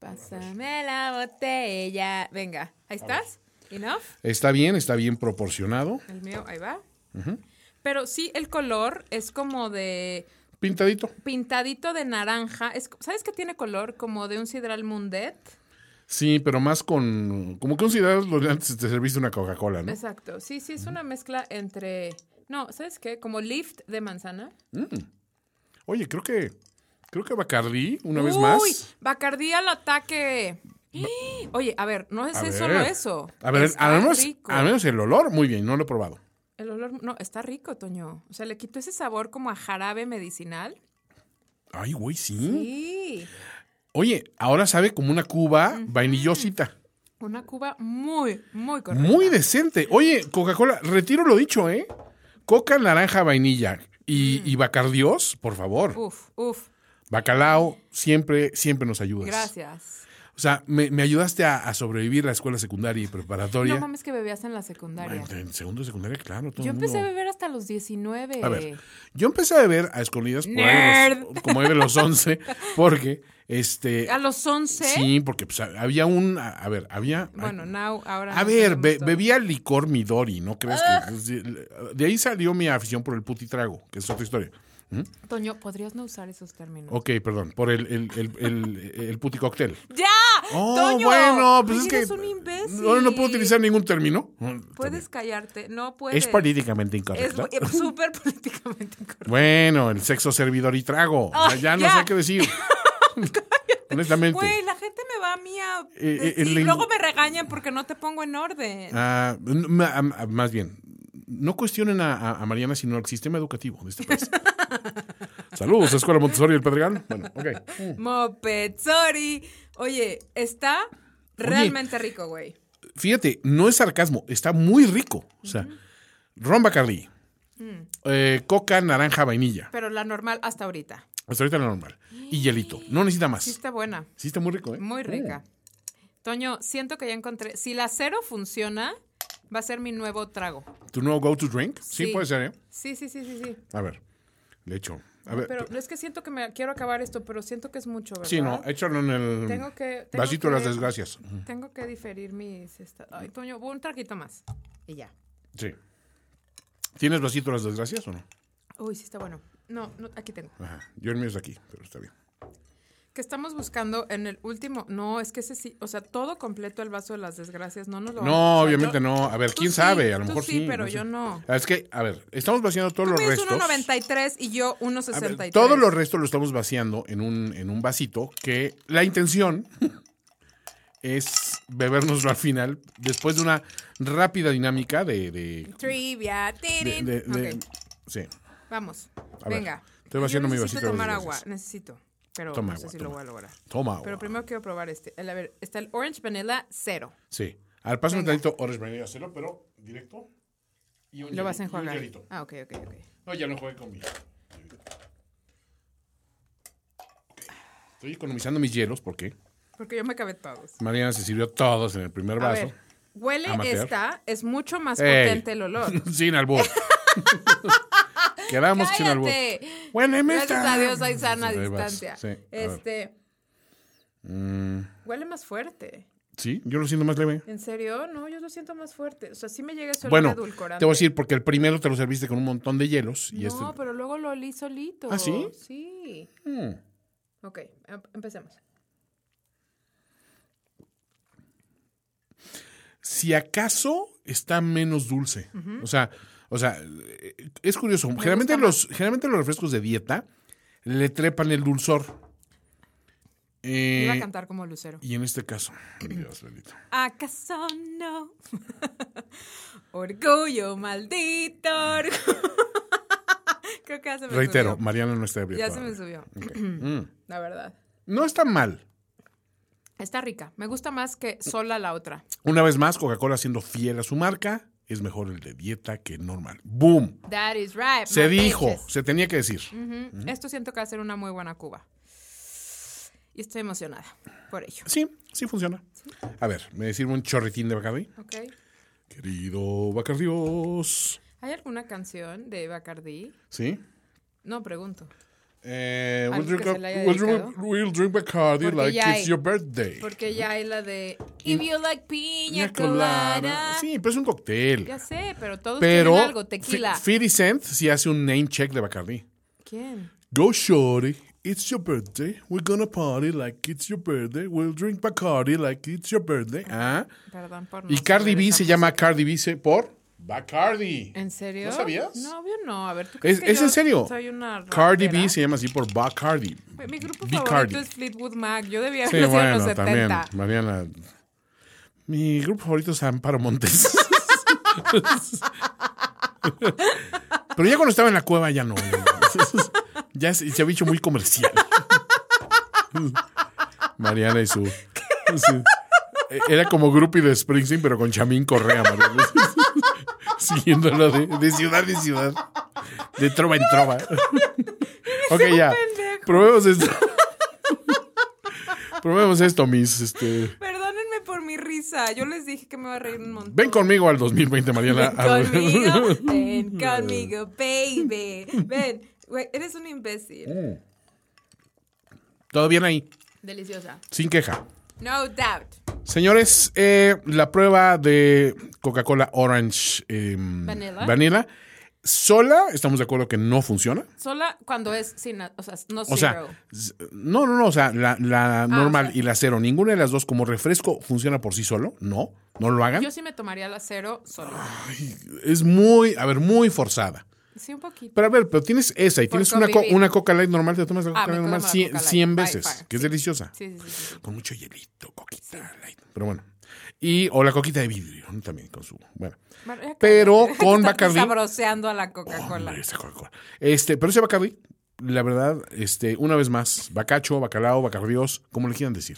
Pásame la botella. Venga, ahí estás. Enough. Está bien, está bien proporcionado. El mío, ahí va. Pero sí, el color es como de Pintadito. pintadito de naranja. Es, ¿Sabes qué tiene color? Como de un sidral mundet. Sí, pero más con. Como que un ciudadano lo de antes te serviste una Coca-Cola, ¿no? Exacto. Sí, sí, es una mezcla entre... No, ¿sabes qué? Como lift de manzana. Oye, creo que Creo que Bacardí, una vez Uy, más. Bacardí al ataque. ¡Eh! Oye, a ver, no es A eso, ver. solo eso. A ver, Está al menos, rico. al menos el olor, muy bien, no lo he probado. El olor, no, está rico, Toño. O sea, le quitó ese sabor como a jarabe medicinal. Ay, güey, sí. Sí. Oye, ahora sabe como una cuba vainillosita. Una cuba muy, muy correcta. Muy decente. Oye, Coca-Cola, retiro lo dicho, ¿eh? Coca, naranja, vainilla y, y Bacardiós, por favor. Mm. Uf, uf. Bacalao, siempre, siempre nos ayudas. Gracias. O sea, me, me ayudaste a, a sobrevivir la escuela secundaria y preparatoria. No mames que bebías en la secundaria. Bueno, en segundo de secundaria, claro. Todo Yo el mundo. empecé a beber hasta los 19. A ver, yo empecé a beber a escondidas por ahí de los- Nerd. como ahí de los 11, porque este ¿A los 11? sí, porque pues, había un a, a ver, había Bueno, now, ahora. a nos ver, hacemos be- todo. Ah. bebía licor Midori, ¿no crees que pues, de- de ahí salió mi afición por el putitrago, que es otra historia. Toño, podrías no usar esos términos. Ok, perdón, por el el el el, el puticóctel. ¡Ya! Oh, ¡Toño! bueno, pues Oye, es que eres un imbécil. no no puedo utilizar ningún término. Puedes callarte. No puedes. Es políticamente Es incorrecto. es súper políticamente incorrecto. Bueno, el sexo servidor y trago. O sea, Ay, ya no ya. sé qué decir. Honestamente. Güey, la gente me va a mí a eh, decir, el lengu- luego me regañan porque no te pongo en orden. Ah, n- ma- am- am- más bien, no cuestionen a, a- a Mariana sino al sistema educativo de este país. Saludos, Escuela Montessori del Pedregal. Bueno, ok. Mm. Moped, sorry. Oye, está realmente rico, güey. Fíjate, no es sarcasmo, está muy rico. O sea, ron Bacardi, Mm. eh, coca, naranja, vainilla. Pero la normal hasta ahorita. Hasta ahorita lo normal. Y hielito. No necesita más. Sí está buena, Sí está muy rico, ¿eh? muy rica. Toño, siento que ya encontré. Si la cero funciona, va a ser mi nuevo trago. Mm. ¿Tu nuevo go-to drink? Sí, puede ser, ¿eh? Sí, sí, sí, sí, sí. A ver, le echo. A ver, Pero es que siento que me quiero acabar esto, pero siento que es mucho, ¿verdad? Sí, no, échalo en el Tengo que- tengo vasito de que- las desgracias. Tengo que diferir mis... esta- Ay, Toño, un traguito más. Y ya. Sí. ¿Tienes vasito de las desgracias o no? Uy, sí está bueno. No, no, aquí tengo. Ajá. Yo el mío es aquí, pero está bien. Que estamos buscando en el último. No, es que ese sí. O sea, todo completo el vaso de las desgracias. No nos lo vamos- o No, sea, obviamente yo- no. A ver, tú quién sí, sabe, a lo tú mejor sí. sí, pero sé. Ah, yo no. Es que, a ver, estamos vaciando todos Tú los mides restos. 1.93 y yo A ver, 1.63. todos los restos lo estamos vaciando en un, en un vasito que la intención es bebernoslo al final después de una rápida dinámica de... de, Trivia. de- tirin. de- de- Ok, Sí. vamos. A ver, Venga. estoy vaciando Yo mi necesito vasito de tomar las agua. desgracias. Necesito. Pero Toma no sé agua, si lo toma. voy a lograr. Toma agua. Pero primero quiero probar este. El- A ver, está el Orange Vanilla Cero. Sí. Al paso un Venga. tantito orange vanilla hacerlo, pero directo. Y un Lo vas hielito, a y un enjuagar. hielito. Ah, ok, ok, ok. No, ya no jugué con mi. Estoy economizando mis hielos porque Porque yo me acabé todos. Mariana se sirvió todos en el primer A vaso. ver, huele Amateur. esta, es mucho más Ey. potente el olor. sin albur. Quedamos sin albur. ¡Cállate! Bueno, en Gracias esta- a Dios hay sana Ahí vas, distancia. Sí, a ver. Mm. este. Huele más fuerte. Sí, yo lo siento más leve. ¿En serio? No, yo lo siento más fuerte. O sea, sí me llega ese olor Bueno, edulcorante. te voy a decir porque el primero te lo serviste con un montón de hielos y no, este pero luego lo olí solito. ¿Ah, sí? Sí. Mm. Ok, em- empecemos. si acaso está menos dulce. O sea, o sea, eh, es curioso. Generalmente gusta los, generalmente los refrescos de dieta le trepan el dulzor. Eh, Iba a cantar como lucero. y en este caso, Dios bendito. ¿Acaso no? orgullo, maldito. orgu- Creo que ya se me Reitero, subió. Mariana no está ebria Ya se todavía. me subió. La verdad. No está mal. Está rica. Me gusta más que sola la otra. Una vez más, Coca-Cola siendo fiel a su marca, es mejor el de dieta que el normal. ¡Boom! That is right. Se my dijo, Mm. bitches. se tenía que decir. Ujú. Esto siento que va a ser una muy buena cuba. Y estoy emocionada por ello. Sí, sí funciona. A ver, me sirve un chorritín de Bacardi. ¿Ok? Querido Bacardios. ¿Hay alguna canción de Bacardi? ¿Sí? No, pregunto. Eh, we'll, Algo drink que a- se le haya we'll drink- dedicado. we'll drink Bacardi Porque like ya it's hay- your birthday. Porque ya hay la de If you like piña Piña colada. colada. Sí, pero es un cóctel. Ya sé, pero todos Pero tienen algo. Tequila. Fi- 50 Cent sí hace un name check de Bacardi. ¿Quién? Go shorty, it's your birthday. We're gonna party like it's your birthday. We'll drink Bacardi like it's your birthday. Ah. Perdón por no Y Cardi saber B esa se música. llama Cardi B se- por Bacardi. ¿En serio? ¿No sabías? No, obvio no. A ver, ¿tú crees Es, que es yo en serio. Soy una Cardi rapera? B se llama así por Bacardi. Yo mi grupo Vicardi. favorito es Fleetwood Mac. Yo debía Sí, haberlo sido en los bueno, 70. también. Mariana. Mi grupo favorito es Amparo Montes. Pero ya cuando estaba en la cueva ya no. Ya se, se había hecho muy comercial. Mariana y su. sí. E, Era como grupi de Springsteen, pero con Chamín Correa, Mariana. Siguiéndolo de, de ciudad en ciudad. De trova en trova. Ok, ya. pendejo. Probemos esto. Probemos esto, mis. Este. Perdónenme por mi risa. Yo les dije que me iba a reír un montón. Ven conmigo al 2020, Mariana. Ven conmigo, ven conmigo, baby. Ven, güey, eres un imbécil. Todo bien ahí, Deliciosa. sin queja. No doubt. Señores, eh, la prueba de Coca-Cola Orange eh, Vanilla. Vanilla, sola, estamos de acuerdo que no funciona. Sola cuando es sin, o sea, no O sea, zero. s- no, no, no, o sea, la, la normal Ah, o sea. y la cero, ninguna de las dos como refresco funciona por sí solo, no, no lo hagan. Yo sí me tomaría la cero sola. Es muy, a ver, muy forzada. Sí, un poquito. Pero a ver, pero tienes esa y Por tienes una, co- convivir. una Coca Light normal, te tomas la Ah, Coca me Light tomo normal la 100, Coca Light, by veces, far, que es deliciosa. Sí, sí, sí, sí. con mucho hielito, coquita light. Pero bueno. Y, o la coquita de vidrio, ¿no? también con su. Bueno. Bueno, ya Pero cállate. con Estás Bacardi. Sabroseando a la Coca-Cola. Hombre, esa Coca-Cola. Este, pero ese Bacardi, la verdad, este, una vez más, bacacho, bacalao, bacardios, como le quieran decir.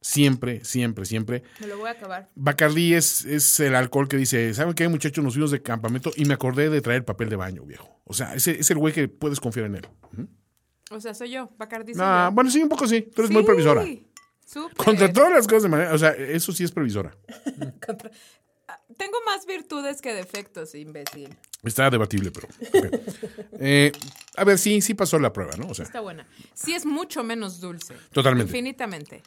Siempre, siempre, siempre. me lo voy a acabar. Bacardí es, es el alcohol que dice, ¿saben qué, muchachos? Nos fuimos de campamento y me acordé de traer papel de baño, viejo. O sea, ese es el güey que puedes confiar en él. O sea, soy yo, Bacardi. soy Ah, yo. bueno, sí, un poco sí. Tú eres muy Sí, previsora. súper. Contra todas las cosas de manera, o sea, eso sí es previsora. Tengo más virtudes que defectos, imbécil. Está debatible, pero. ok. Eh, a ver, sí, sí pasó la prueba, ¿no? O sea, Está buena. Sí es mucho menos dulce. Totalmente. Infinitamente.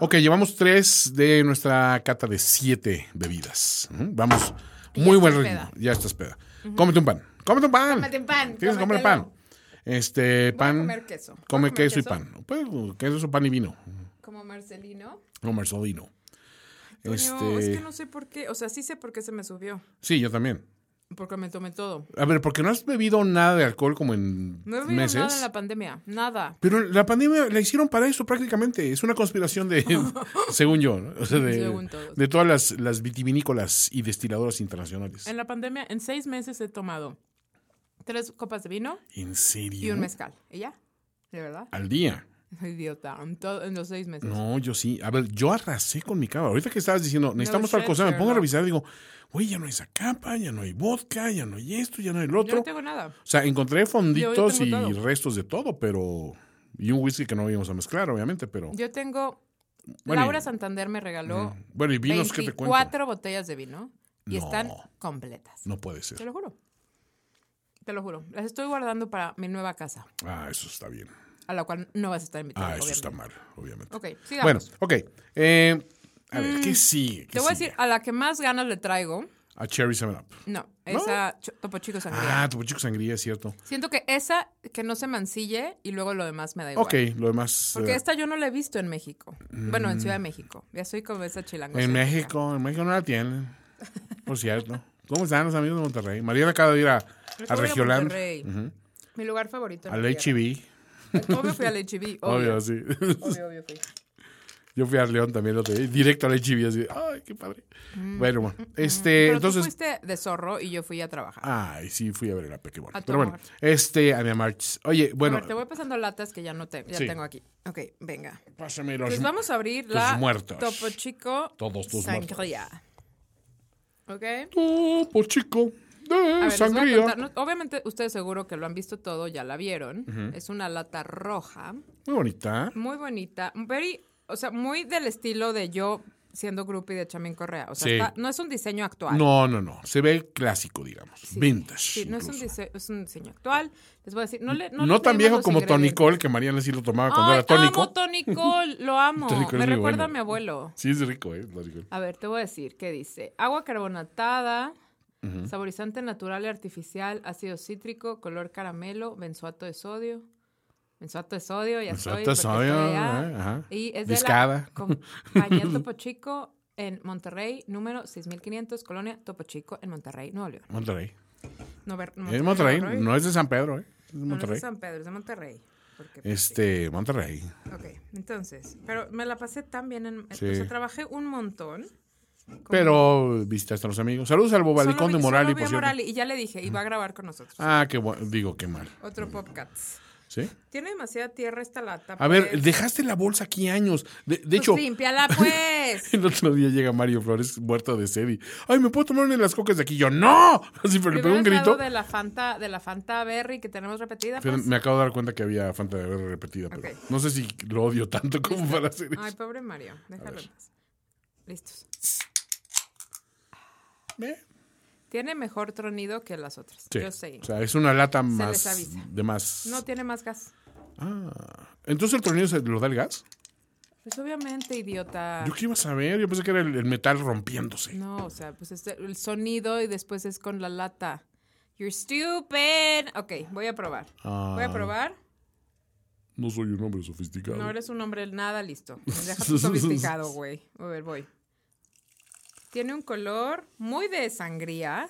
ok, llevamos tres de nuestra cata de siete bebidas. Ujú, Vamos, muy buen estás ritmo. peda. Ya estás peda. Cómete un pan. Cómete un pan. Cómete un pan, Tienes que comer cómetelo. pan. Este, pan. comer queso. Voy a Come comer queso y queso. pan. Pues, queso, pan y vino. Como Marcelino. No, Marcelino. Toño, Este, es que no sé por qué. O sea, sí sé por qué se me subió. Sí, yo también. Porque me tomé todo. A ver, porque no has bebido nada de alcohol como en No he bebido meses. nada en la pandemia. Nada. Pero la pandemia la hicieron para eso prácticamente. Es una conspiración de, según yo, ¿no? O sea, de, Según todos. de todas las, las vitivinícolas y destiladoras internacionales. En la pandemia, en seis meses he tomado tres copas de vino ¿En serio? y un mezcal. ¿Y ya? ¿De verdad? Al día. Idiota. En, todo- en los seis meses. No, yo sí. A ver, yo arrasé con mi cava. Ahorita que estabas diciendo, necesitamos tal shit, cosa, me sir, pongo a no. revisar y digo, güey, ya no hay esa capa, ya no hay vodka, ya no hay esto, ya no hay el Yo otro. no tengo nada. O sea, encontré fonditos y tengo todo. restos de todo, pero... Y un whisky que no íbamos a mezclar, obviamente, pero... Yo tengo. Bueno, Laura y- Santander me regaló Bueno, y vinos que te cuento. 24 botellas de vino y No. están completas. No puede Te ser. lo juro. Te lo juro. Las estoy guardando para mi nueva casa, Ah, eso está bien. a la cual no vas a estar invitado. Ah, eso obviamente. está mal, obviamente. Ok, sigamos. Mm, Bueno, ok. Eh, a ver, ¿qué sigue? ¿Qué Te voy a sigue? decir, a la que más ganas le traigo, A Cherry 7 Up. no, esa Ch- Topo Chico Sangría. Ah, tu chico sangría, es cierto. Siento que esa que no se mancille y luego lo demás me da igual. Ok, lo demás. Porque eh, esta yo no la he visto en México. Bueno, en Ciudad de México. Ya soy como esa chilanga. Mm. en México, en México no la tienen. Por cierto. ¿Cómo están los amigos de Monterrey? Mariana acaba de ir a, a Regioland, Mi lugar favorito. en al la tierra. HB. Obvio fui al HB. Obvio, Obvio, sí. Eh, obvio, obvio fui. Yo fui a León también el otro día, directo al HB, así. Ay, qué padre. Bueno, bueno. Mm. Este, Pero entonces. tú fuiste de zorro y yo fui a trabajar. Ay, sí, fui a ver el ape, qué bueno. A tu Pero bueno, amor. este, a mi amor. Oye, bueno, a ver, te voy pasando latas que ya no te- ya Sí. tengo aquí. Ok, venga. pásame los. Pues vamos a abrir la muertos. Topo Chico Todos tus Sangría. Ok. Topo pues, chico de A ver, les voy a sangría. contar. No, obviamente, ustedes seguro que lo han visto todo, ya la vieron. Es una lata roja, Muy bonita. muy bonita, very, o sea, muy del estilo de yo siendo groupie de Chamín Correa. O sea, Sí. está- no es un diseño actual. No, no, no. Se ve clásico, digamos. Sí, Vintage. Sí, no es un, incluso. dise- es un diseño actual. Les voy a decir, no le. No, les leemos tan viejo los como Tony ingredientes. Cole, que Mariana sí lo tomaba cuando Ay, era tónico. Amo Tony Cole, lo amo. Tony Cole Me es muy recuerda a bueno. mi abuelo. Sí, es rico, ¿eh? Tony Cole. A ver, te voy a decir qué dice. Agua carbonatada, saborizante natural y artificial, ácido cítrico, color caramelo, benzoato de sodio. Benzoato de sodio, ya estoy, Benzoato de porque sodio, estoy allá. eh, ajá. Y es de Discada. la compañía Topo Chico en Monterrey, número 6500, colonia Topo Chico en Monterrey, Nuevo León. Monterrey. No, ver- Es Monterrey, no es de San Pedro, ¿eh? Es No, de no es de Monterrey. San Pedro, es de Monterrey. Porque, pues, Este, Monterrey. ok, entonces, pero me la pasé tan bien. En, eh, Sí. O sea, trabajé un montón. Como- Pero visitaste a los amigos. Saludos al Solo bobalicón vi- de solo Morali, vi por a cierto. Morali y ya le dije, y va a grabar con nosotros. Ah, qué bueno. Digo, qué mal. Otro Popcats. ¿Sí? Tiene demasiada tierra esta lata. A ver, pues. dejaste la bolsa aquí años. De, de Pues hecho, Límpiala, pues. el otro día llega Mario Flores muerto de sed y, Ay, ¿me puedo tomar una de las cocas de aquí? Yo, ¡no! Así, pero le Te pegó un hubieras dado grito. de la Fanta, de la Fanta Berry que tenemos repetida. Fíjate, pues. Me acabo de dar cuenta que había Fanta de Verde repetida, pero Ok. no sé si lo odio tanto como para hacer eso. Ay, pobre Mario. Déjalo en paz. Listos. ¿Eh? Tiene mejor tronido que las otras. Sí. pues, Yo sé. O sea, es una lata les más avisa. de más. No tiene más gas. Ah. Entonces el tornillo se lo da el gas. Pues obviamente, idiota. Yo qué iba a saber, yo pensé que era el, el metal rompiéndose. Ah. No, o sea, pues este, el sonido y después es con la lata. You're stupid. Ok, voy a probar. Ah. Voy a probar. No soy un hombre sofisticado. No eres un hombre nada listo. Deja tu sofisticado, güey. A ver, voy. Tiene un color muy de sangría.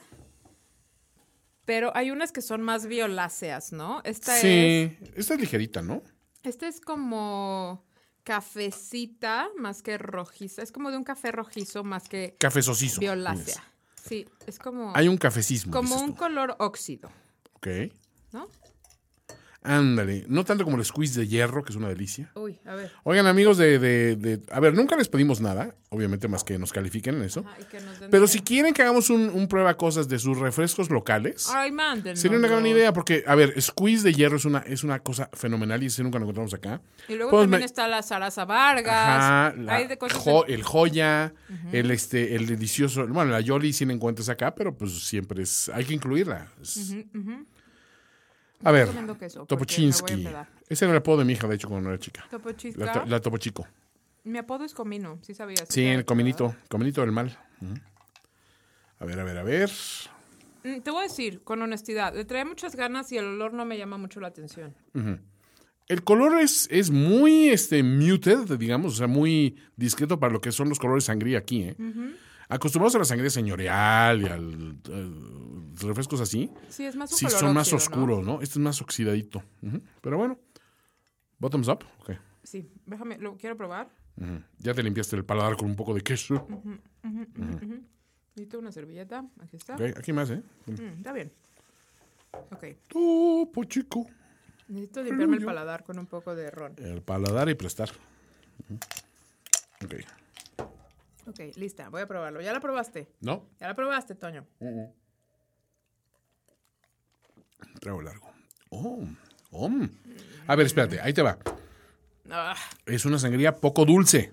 Pero hay unas que son más violáceas, ¿no? Esta es. sí, esta es ligerita, ¿no? Esta es como cafecita más que rojiza. Es como de un café rojizo más que Café sosizo. violácea. Sí, es como, Hay un cafecismo. como dices un tú. color óxido, Ok. ¿no? Ándale. No tanto como el squeeze de hierro, que es una delicia. Uy, a ver. Oigan, amigos de, de- de- A ver, nunca les pedimos nada, obviamente, más que nos califiquen en eso. Ajá, y que nos den Pero de- si quieren que hagamos un, un prueba cosas de sus refrescos locales. Ay, mándenos. Sería una gran idea porque, a ver, squeeze de hierro es una, es una cosa fenomenal y ese nunca lo encontramos acá. Y luego Podemos también Pues me- está la Sarasa Vargas. Ajá, la hay de cosas. jo- el joya, el este, el delicioso, bueno, la Yoli sí la encuentras acá, pero pues siempre es, hay que incluirla. Es- A ver, comiendo queso, porque me voy Topochinski. a empedar. Ese era el apodo de mi hija, de hecho, cuando era chica. Topo Chica. La, to- la Topo Chico. Mi apodo es Comino, sí sabías. Sí, ¿verdad? el cominito, cominito del mal. Ujú. A ver, a ver, a ver. Mm, Te voy a decir, con honestidad, le trae muchas ganas y el olor no me llama mucho la atención. El color es, es muy este, muted, digamos, o sea, muy discreto para lo que son los colores sangría aquí. ¿eh? Acostumbrados a la sangría señorial y al, al- refrescos así, Sí, es más un sí color son más óxido, ¿no? oscuros, ¿no? Este es más oxidadito. Ujú. Pero bueno, bottoms up, ok. Sí, déjame, lo quiero probar. Ujú. Ya te limpiaste el paladar con un poco de queso. Necesito una servilleta, aquí está. Ok, aquí más, ¿eh? Mm, está bien. Ok, Topo chico. necesito limpiarme el yo. paladar con un poco de ron. El paladar y prestar. Ujú. Ok. Ok, lista, voy a probarlo. ¿Ya la probaste? ¿No? ¿Ya la probaste, Toño? Trago largo. Oh, oh. A ver, espérate, ahí te va. Ah, Es una sangría poco dulce.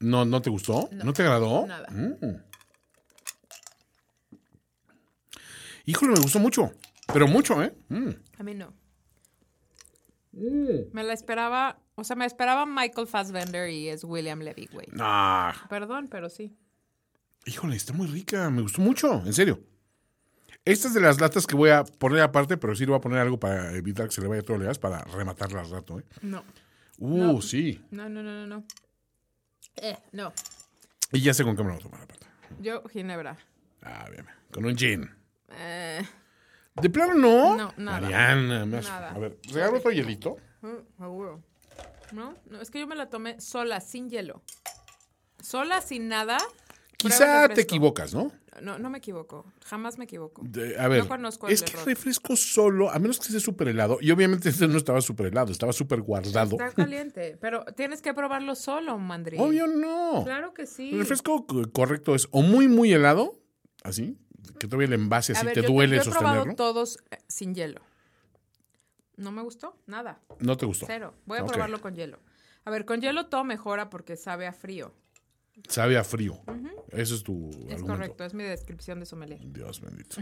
No, ¿no te gustó? ¿No, te agradó? nada. Mm. Híjole, me gustó mucho. Pero mucho, ¿eh? Mm. a mí no. Eh. Me la esperaba, o sea, me esperaba Michael Fassbender y es William Levy, güey. Ah, Perdón, pero sí. híjole, está muy rica. Me gustó mucho, en serio. Esta es de las latas que voy a poner aparte, pero sí le voy a poner algo para evitar que se le vaya todo el gas para rematarla al rato, ¿eh? No. Uh, No. sí. No, no, no, no, no. Eh, no. Y ya sé con qué me lo voy a tomar aparte. Yo, Ginebra. Ah, bien. Con un gin. Eh, ¿De plano no? No, nada. Mariana, me has- Nada. A ver, regalo otro hielito. mm, seguro. ¿No? No, es que yo me la tomé sola, sin hielo. Sola, sin nada. Prueba Quizá refresco. te equivocas, ¿no? No, no me equivoco. Jamás me equivoco. De- a ver, Yo conozco el es que error. refresco solo, a menos que esté súper helado, y obviamente este no estaba súper helado, estaba súper guardado. Está caliente. Pero tienes que probarlo solo, Mandri. Obvio no. Claro que sí. El refresco co- correcto es o muy, muy helado, así, que todavía el envase A así ver, te yo duele yo he sostenerlo. probado todos eh, sin hielo. No me gustó nada. No te gustó. Cero. Voy a Ok. probarlo con hielo. A ver, con hielo todo mejora porque sabe a frío. Sabe a frío. Eso es tu Es argumento. correcto, es mi descripción de sommelier. Dios bendito.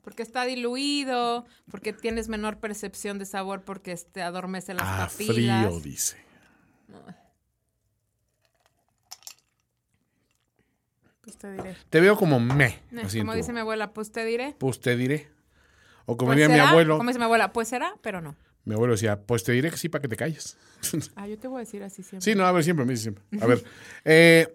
Porque está diluido, porque tienes menor percepción de sabor, porque te adormece las Ah, papilas. frío, dice. Pues te diré. Te veo como me. Eh, así en como tu- dice mi abuela, pues te diré. Pues te diré. O como Pues diría mi será, abuelo. Como dice mi abuela, pues será, pero no. Mi abuelo decía, pues te diré que sí para que te calles. Ah, yo te voy a decir así siempre. sí, no, a ver, siempre me dice siempre. A ver, eh,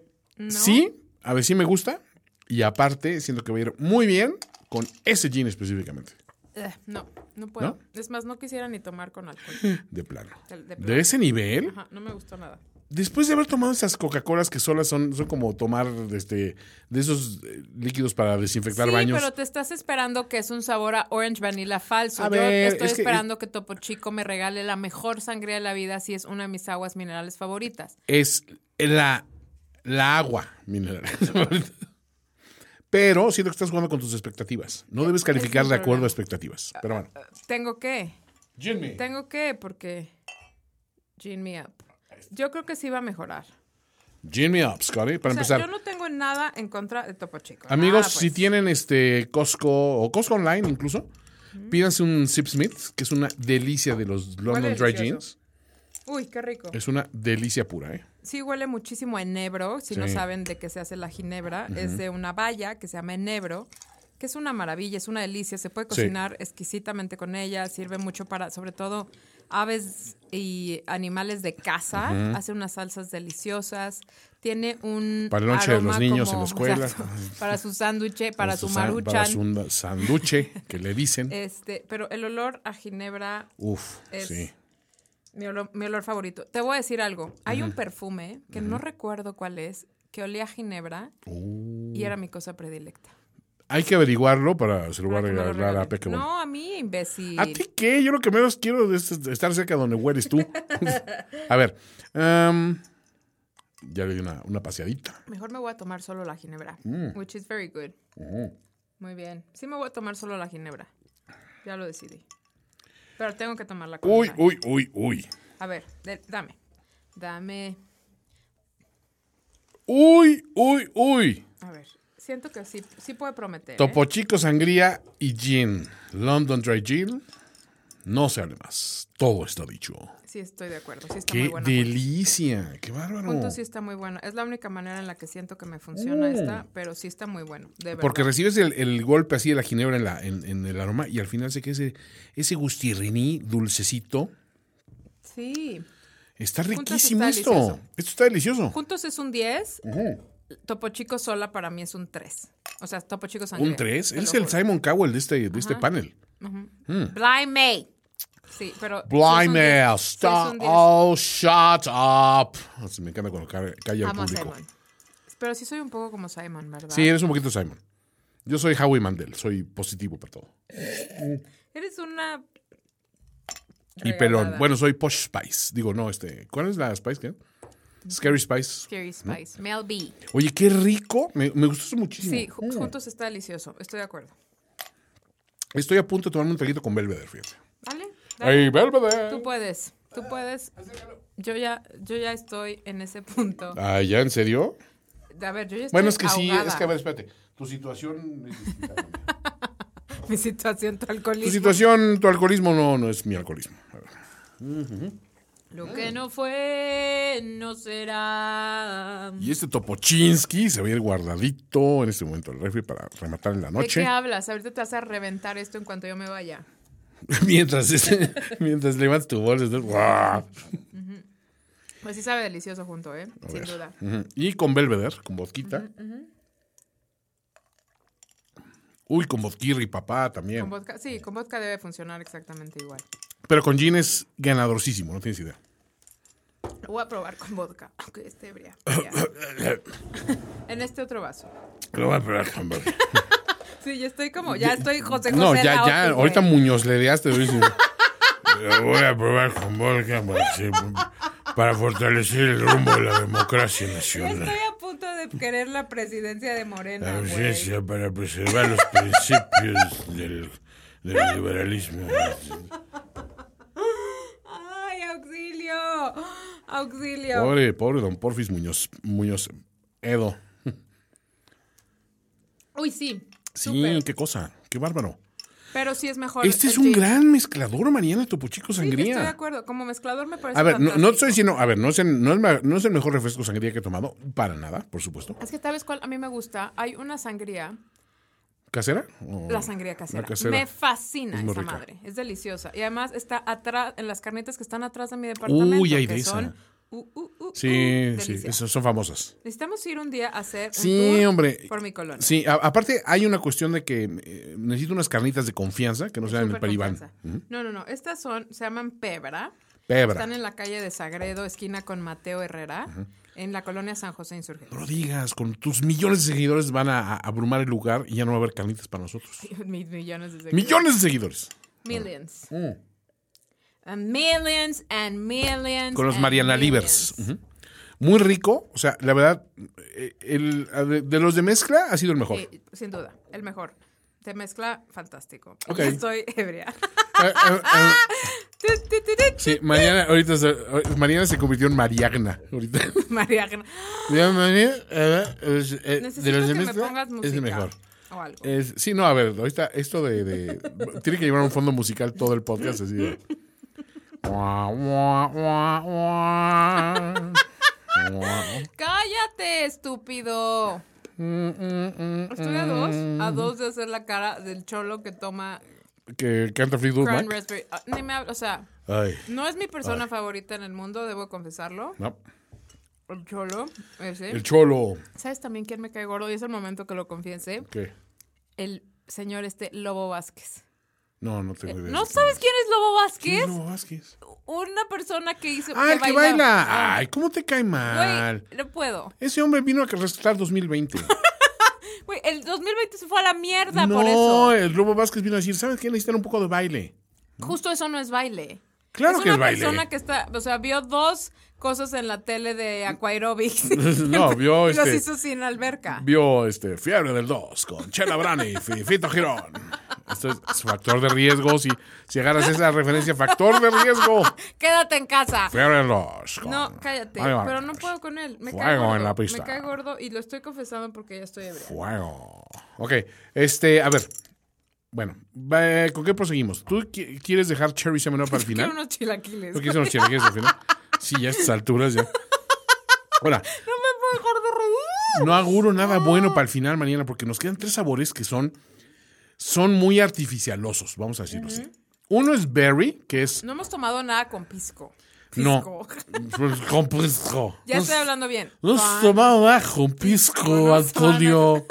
sí, a ver, sí me gusta. Y aparte, siento que va a ir muy bien con ese jean específicamente. Eh, no, no puedo. Es más, no quisiera ni tomar con alcohol. De plano. De- de De, plano. ese nivel, Ajá, no me gustó nada. después de haber tomado esas Coca-Colas que solas son, son como tomar este, de esos eh, líquidos para desinfectar sí, baños. pero te estás esperando que es un sabor a orange vanilla falso. A Yo ver, estoy es que- esperando que Topo Chico me regale la mejor sangría de la vida si es una de mis aguas minerales favoritas. es la, la agua mineral. Pero siento que estás jugando con tus expectativas. No debes calificar mi de acuerdo problema. a expectativas. Pero bueno. Tengo que, Jimmy. tengo que, porque gin me up. Yo creo que sí va a mejorar. Jimmy up, Scotty, para O sea, empezar. yo no tengo nada en contra de Topo Chico. Amigos, Nada, si pues. tienen este Costco o Costco Online incluso, pídanse un Sip Smith, que es una delicia de los London Dry delicioso. Jeans. Uy, qué rico. Es una delicia pura, ¿eh? Sí, huele muchísimo a enebro. Si no Sí. saben de qué se hace la ginebra, es de una valla que se llama enebro, que es una maravilla, es una delicia. Se puede Sí. cocinar exquisitamente con ella, sirve mucho para, sobre todo, aves y animales de caza. Hace unas salsas deliciosas. Tiene un. Para el lonche de aroma los niños en la escuela. exacto, para su sándwich, para su san- Para maruchan. su nda- sanduche, que le dicen. Este, pero el olor a ginebra Uf, es- sí. mi olor, mi olor favorito. Te voy a decir algo. Hay un perfume que no recuerdo cuál es, que olía a ginebra Oh. y era mi cosa predilecta. Hay que averiguarlo para se lo voy a Para que me lo regalar a regalen. Peque. No, a mí, imbécil. ¿A ti qué? Yo lo que menos quiero es estar cerca de donde hueles tú. a ver. am, ya le di una, una paseadita. Mejor me voy a tomar solo la ginebra, Mm. which is very good. Oh. Muy bien. Sí me voy a tomar solo la ginebra. Ya lo decidí. Pero tengo que tomar la Uy, coca. uy, uy, uy. A ver, de- dame. Dame. Uy, uy, uy. A ver. Siento que sí, sí puede prometer. ¿eh? Topo Chico, Sangría y Gin. London Dry Gin. No se hable más. Todo está dicho. ¿eh? Sí, estoy de acuerdo. Sí está muy ¡Qué buena. delicia! ¡Qué bárbaro! punto sí está muy bueno. Es la única manera en la que siento que me funciona esta, pero sí está muy bueno. De verdad. Mm. Porque recibes el, el golpe así de la ginebra en, la, en, en el aroma y al final se queda ese, ese gustirriní dulcecito. sí. Está Juntos riquísimo está esto. delicioso. Esto está delicioso. Juntos es un 10. Ujú. Topo Chico sola para mí es un 3. O sea, Topo Chico sangre. Un 3. te Él es lo el juro. Simon Hmm. Cowell de este, de este panel. Blind May. Sí, pero. sí es un Blind 10. Mail, Sí es stop. un 10. oh, shut up. Así me encanta cuando ca- calla el Amo a público. Simon. Pero sí soy un poco como Simon, ¿verdad? Sí, eres un poquito Simon. Yo soy Howie Mandel, soy positivo para todo. Eres una. Y Regalada. pelón. Bueno, soy Posh Spice. Digo, no, este. ¿Cuál es la Spice? que? Scary Spice. Scary Spice. Mel B. Oye, qué rico. Me, me gustó eso muchísimo. Mm. Sí, ju- juntos está delicioso. Estoy de acuerdo. Estoy a punto de tomarme un traguito con Belvedere, fíjate. Dale. dale. ¡Ay, Tú Belvedere! puedes, tú puedes. Yo ya, yo ya estoy en ese punto. Ah, ¿ya? ¿En serio? A ver, yo ya estoy Ah. Bueno, es que sí. ahogada. Es que, a ver, espérate. Tu situación. es distinta a la mía. Mi situación tu Tu alcoholismo. situación, tu alcoholismo no, no es mi alcoholismo. A ver. Lo que no fue, no será. Y este Topochinsky se va a ir guardadito en este momento al refri para rematar en la ¿De noche. qué hablas? Ahorita te vas a reventar esto en cuanto yo me vaya. mientras, este- mientras levantas tu bolsa. estás- ¡guau! Pues sí sabe delicioso junto, ¿eh? Sin ver. duda. Ujú. Y con Belvedere, con vodquita. Uy, con vodquirri, papá, también. Con vodka, sí, con vodka debe funcionar exactamente igual. Pero con gin es ganadorcísimo, no tienes idea. Lo voy a probar con vodka, aunque esté ebria. Ya. en este otro vaso. Lo voy a probar con Belvedere. Sí, ya estoy como, ya estoy José pues, eh. José. No, ya, Laote, ya. güey. Ahorita Muñoz le deaste. Lo voy a probar con vodka para, sí, para fortalecer el rumbo de la democracia nacional. Estoy a punto de querer la presidencia de Morena. La güey. ausencia para preservar los principios del, del liberalismo. ¡Ay, auxilio! ¡Auxilio! Pobre, pobre don Porfis Muñoz, Muñoz Edo. Uy, sí. Sí, súper. qué cosa, qué bárbaro. Pero sí es mejor. Este es el un gin. gran mezclador, Mariana Topo Chico Sí, Sangría. estoy de acuerdo. Como mezclador me parece. A ver, no, no te fantástico. estoy diciendo, a ver, no es, el, no, es, ma- no es el mejor refresco sangría que he tomado, para nada, por supuesto. Es que tal vez cual a mí me gusta. Hay una sangría, ¿Casera? ¿O la sangría casera. Oh, La casera. Me fascina Es muy esa rica. madre. Es deliciosa. Y además está atrás, en las carnitas que están atrás de mi departamento. Uy, hay que de esa. son Uh, uh, uh, Sí, uh, sí, delicia. esas son famosas. Necesitamos ir un día a hacer un Sí, tour hombre. por mi colonia. Sí, a- aparte hay una cuestión de que eh, necesito unas carnitas de confianza que no sean el Súper peribán. confianza. No, no, no. Estas son, se llaman Pebra. Pebra. Están en la calle de Sagredo, esquina con Mateo Herrera, en la colonia San José Insurgente. No lo digas, con tus millones de seguidores van a, a abrumar el lugar y ya no va a haber carnitas para nosotros. Mis millones de seguidores. Millones de seguidores. Millions. Mm. And millions and millions. Con los and Mariana millions. Livers. Ujú. Muy rico, o sea, la verdad, eh, el, a ver, de los de mezcla ha sido el mejor. Sí, Eh, sin duda, el mejor. Te mezcla fantástico. Ok. Estoy ebria. Ah, ah, ah, Tu, tu, tu, tu. sí, Mariana, ahorita se, ah, Mariana se convirtió en Mariagna. Ahorita. María, Ya, Mariana, eh, es, eh, necesito de los de que me mezcla pongas música. es el mejor. Eh. O algo. Es- sí, no, a ver, ahorita esto de, de- Tiene que llevar un fondo musical todo el podcast así de. Guau, guau, guau, guau. Guau. ¡Cállate, estúpido! Mm, mm, mm, Estoy a dos, a dos de hacer la cara del cholo que toma Que canta Fleetwood Crown Mac. Raspberry. Ah, ni me hab- o sea, Ay. no es mi persona favorita en el mundo, debo confesarlo. No, El cholo, ese. El cholo. ¿Sabes también quién me cae gordo? Y es el momento que lo confiese. ¿Qué? El señor este, Lobo Vázquez. No, no tengo idea. Eh, ¿No sabes quién es Lobo ¿Quién es Vázquez? Lobo Vázquez? Una persona que hizo. Ah, el que baila. Ah. Ay, ¿cómo te cae mal? Güey, no puedo. Ese hombre vino a rescatar 2020. Güey, el 2020 se fue a la mierda por eso. No, el Lobo Vázquez vino a decir, ¿sabes qué? Necesitan un poco de baile. Justo eso no es baile. Claro es que una es baile. persona que está, o sea, vio dos cosas en la tele de Aquaerobics. No, vio, Y Los este- hizo sin alberca. vio este Fiebre del 2 con Chela Brani y Fito Girón. Esto es su factor de riesgo. Si, si agarras esa referencia, factor de riesgo. Quédate en casa. Fiebre del 2. con- No, cállate. Ay, Pero no vamos. puedo con él. Me cae Fuego gordo. en la pista. Me cae gordo y lo estoy confesando porque ya estoy ebria. Fuego. Ok, este, a ver. Bueno, va, eh, ¿con qué proseguimos? ¿Tú qui- quieres dejar Cherry Seminole para el Quiero final? unos chilaquiles. ¿Tú quieres unos chilaquiles al final? Sí, ya a estas alturas ya. Ahora, No me puedo dejar de reír. no auguro nada bueno para el final, Mariana, porque nos quedan tres sabores que son, son muy artificialosos, vamos a decirlo así. Uno es berry, que es No hemos tomado nada con pisco. No. Pisco. pues, Con pisco. Ya No estoy s- hablando bien. No has tomado nada con pisco, Unos Antonio.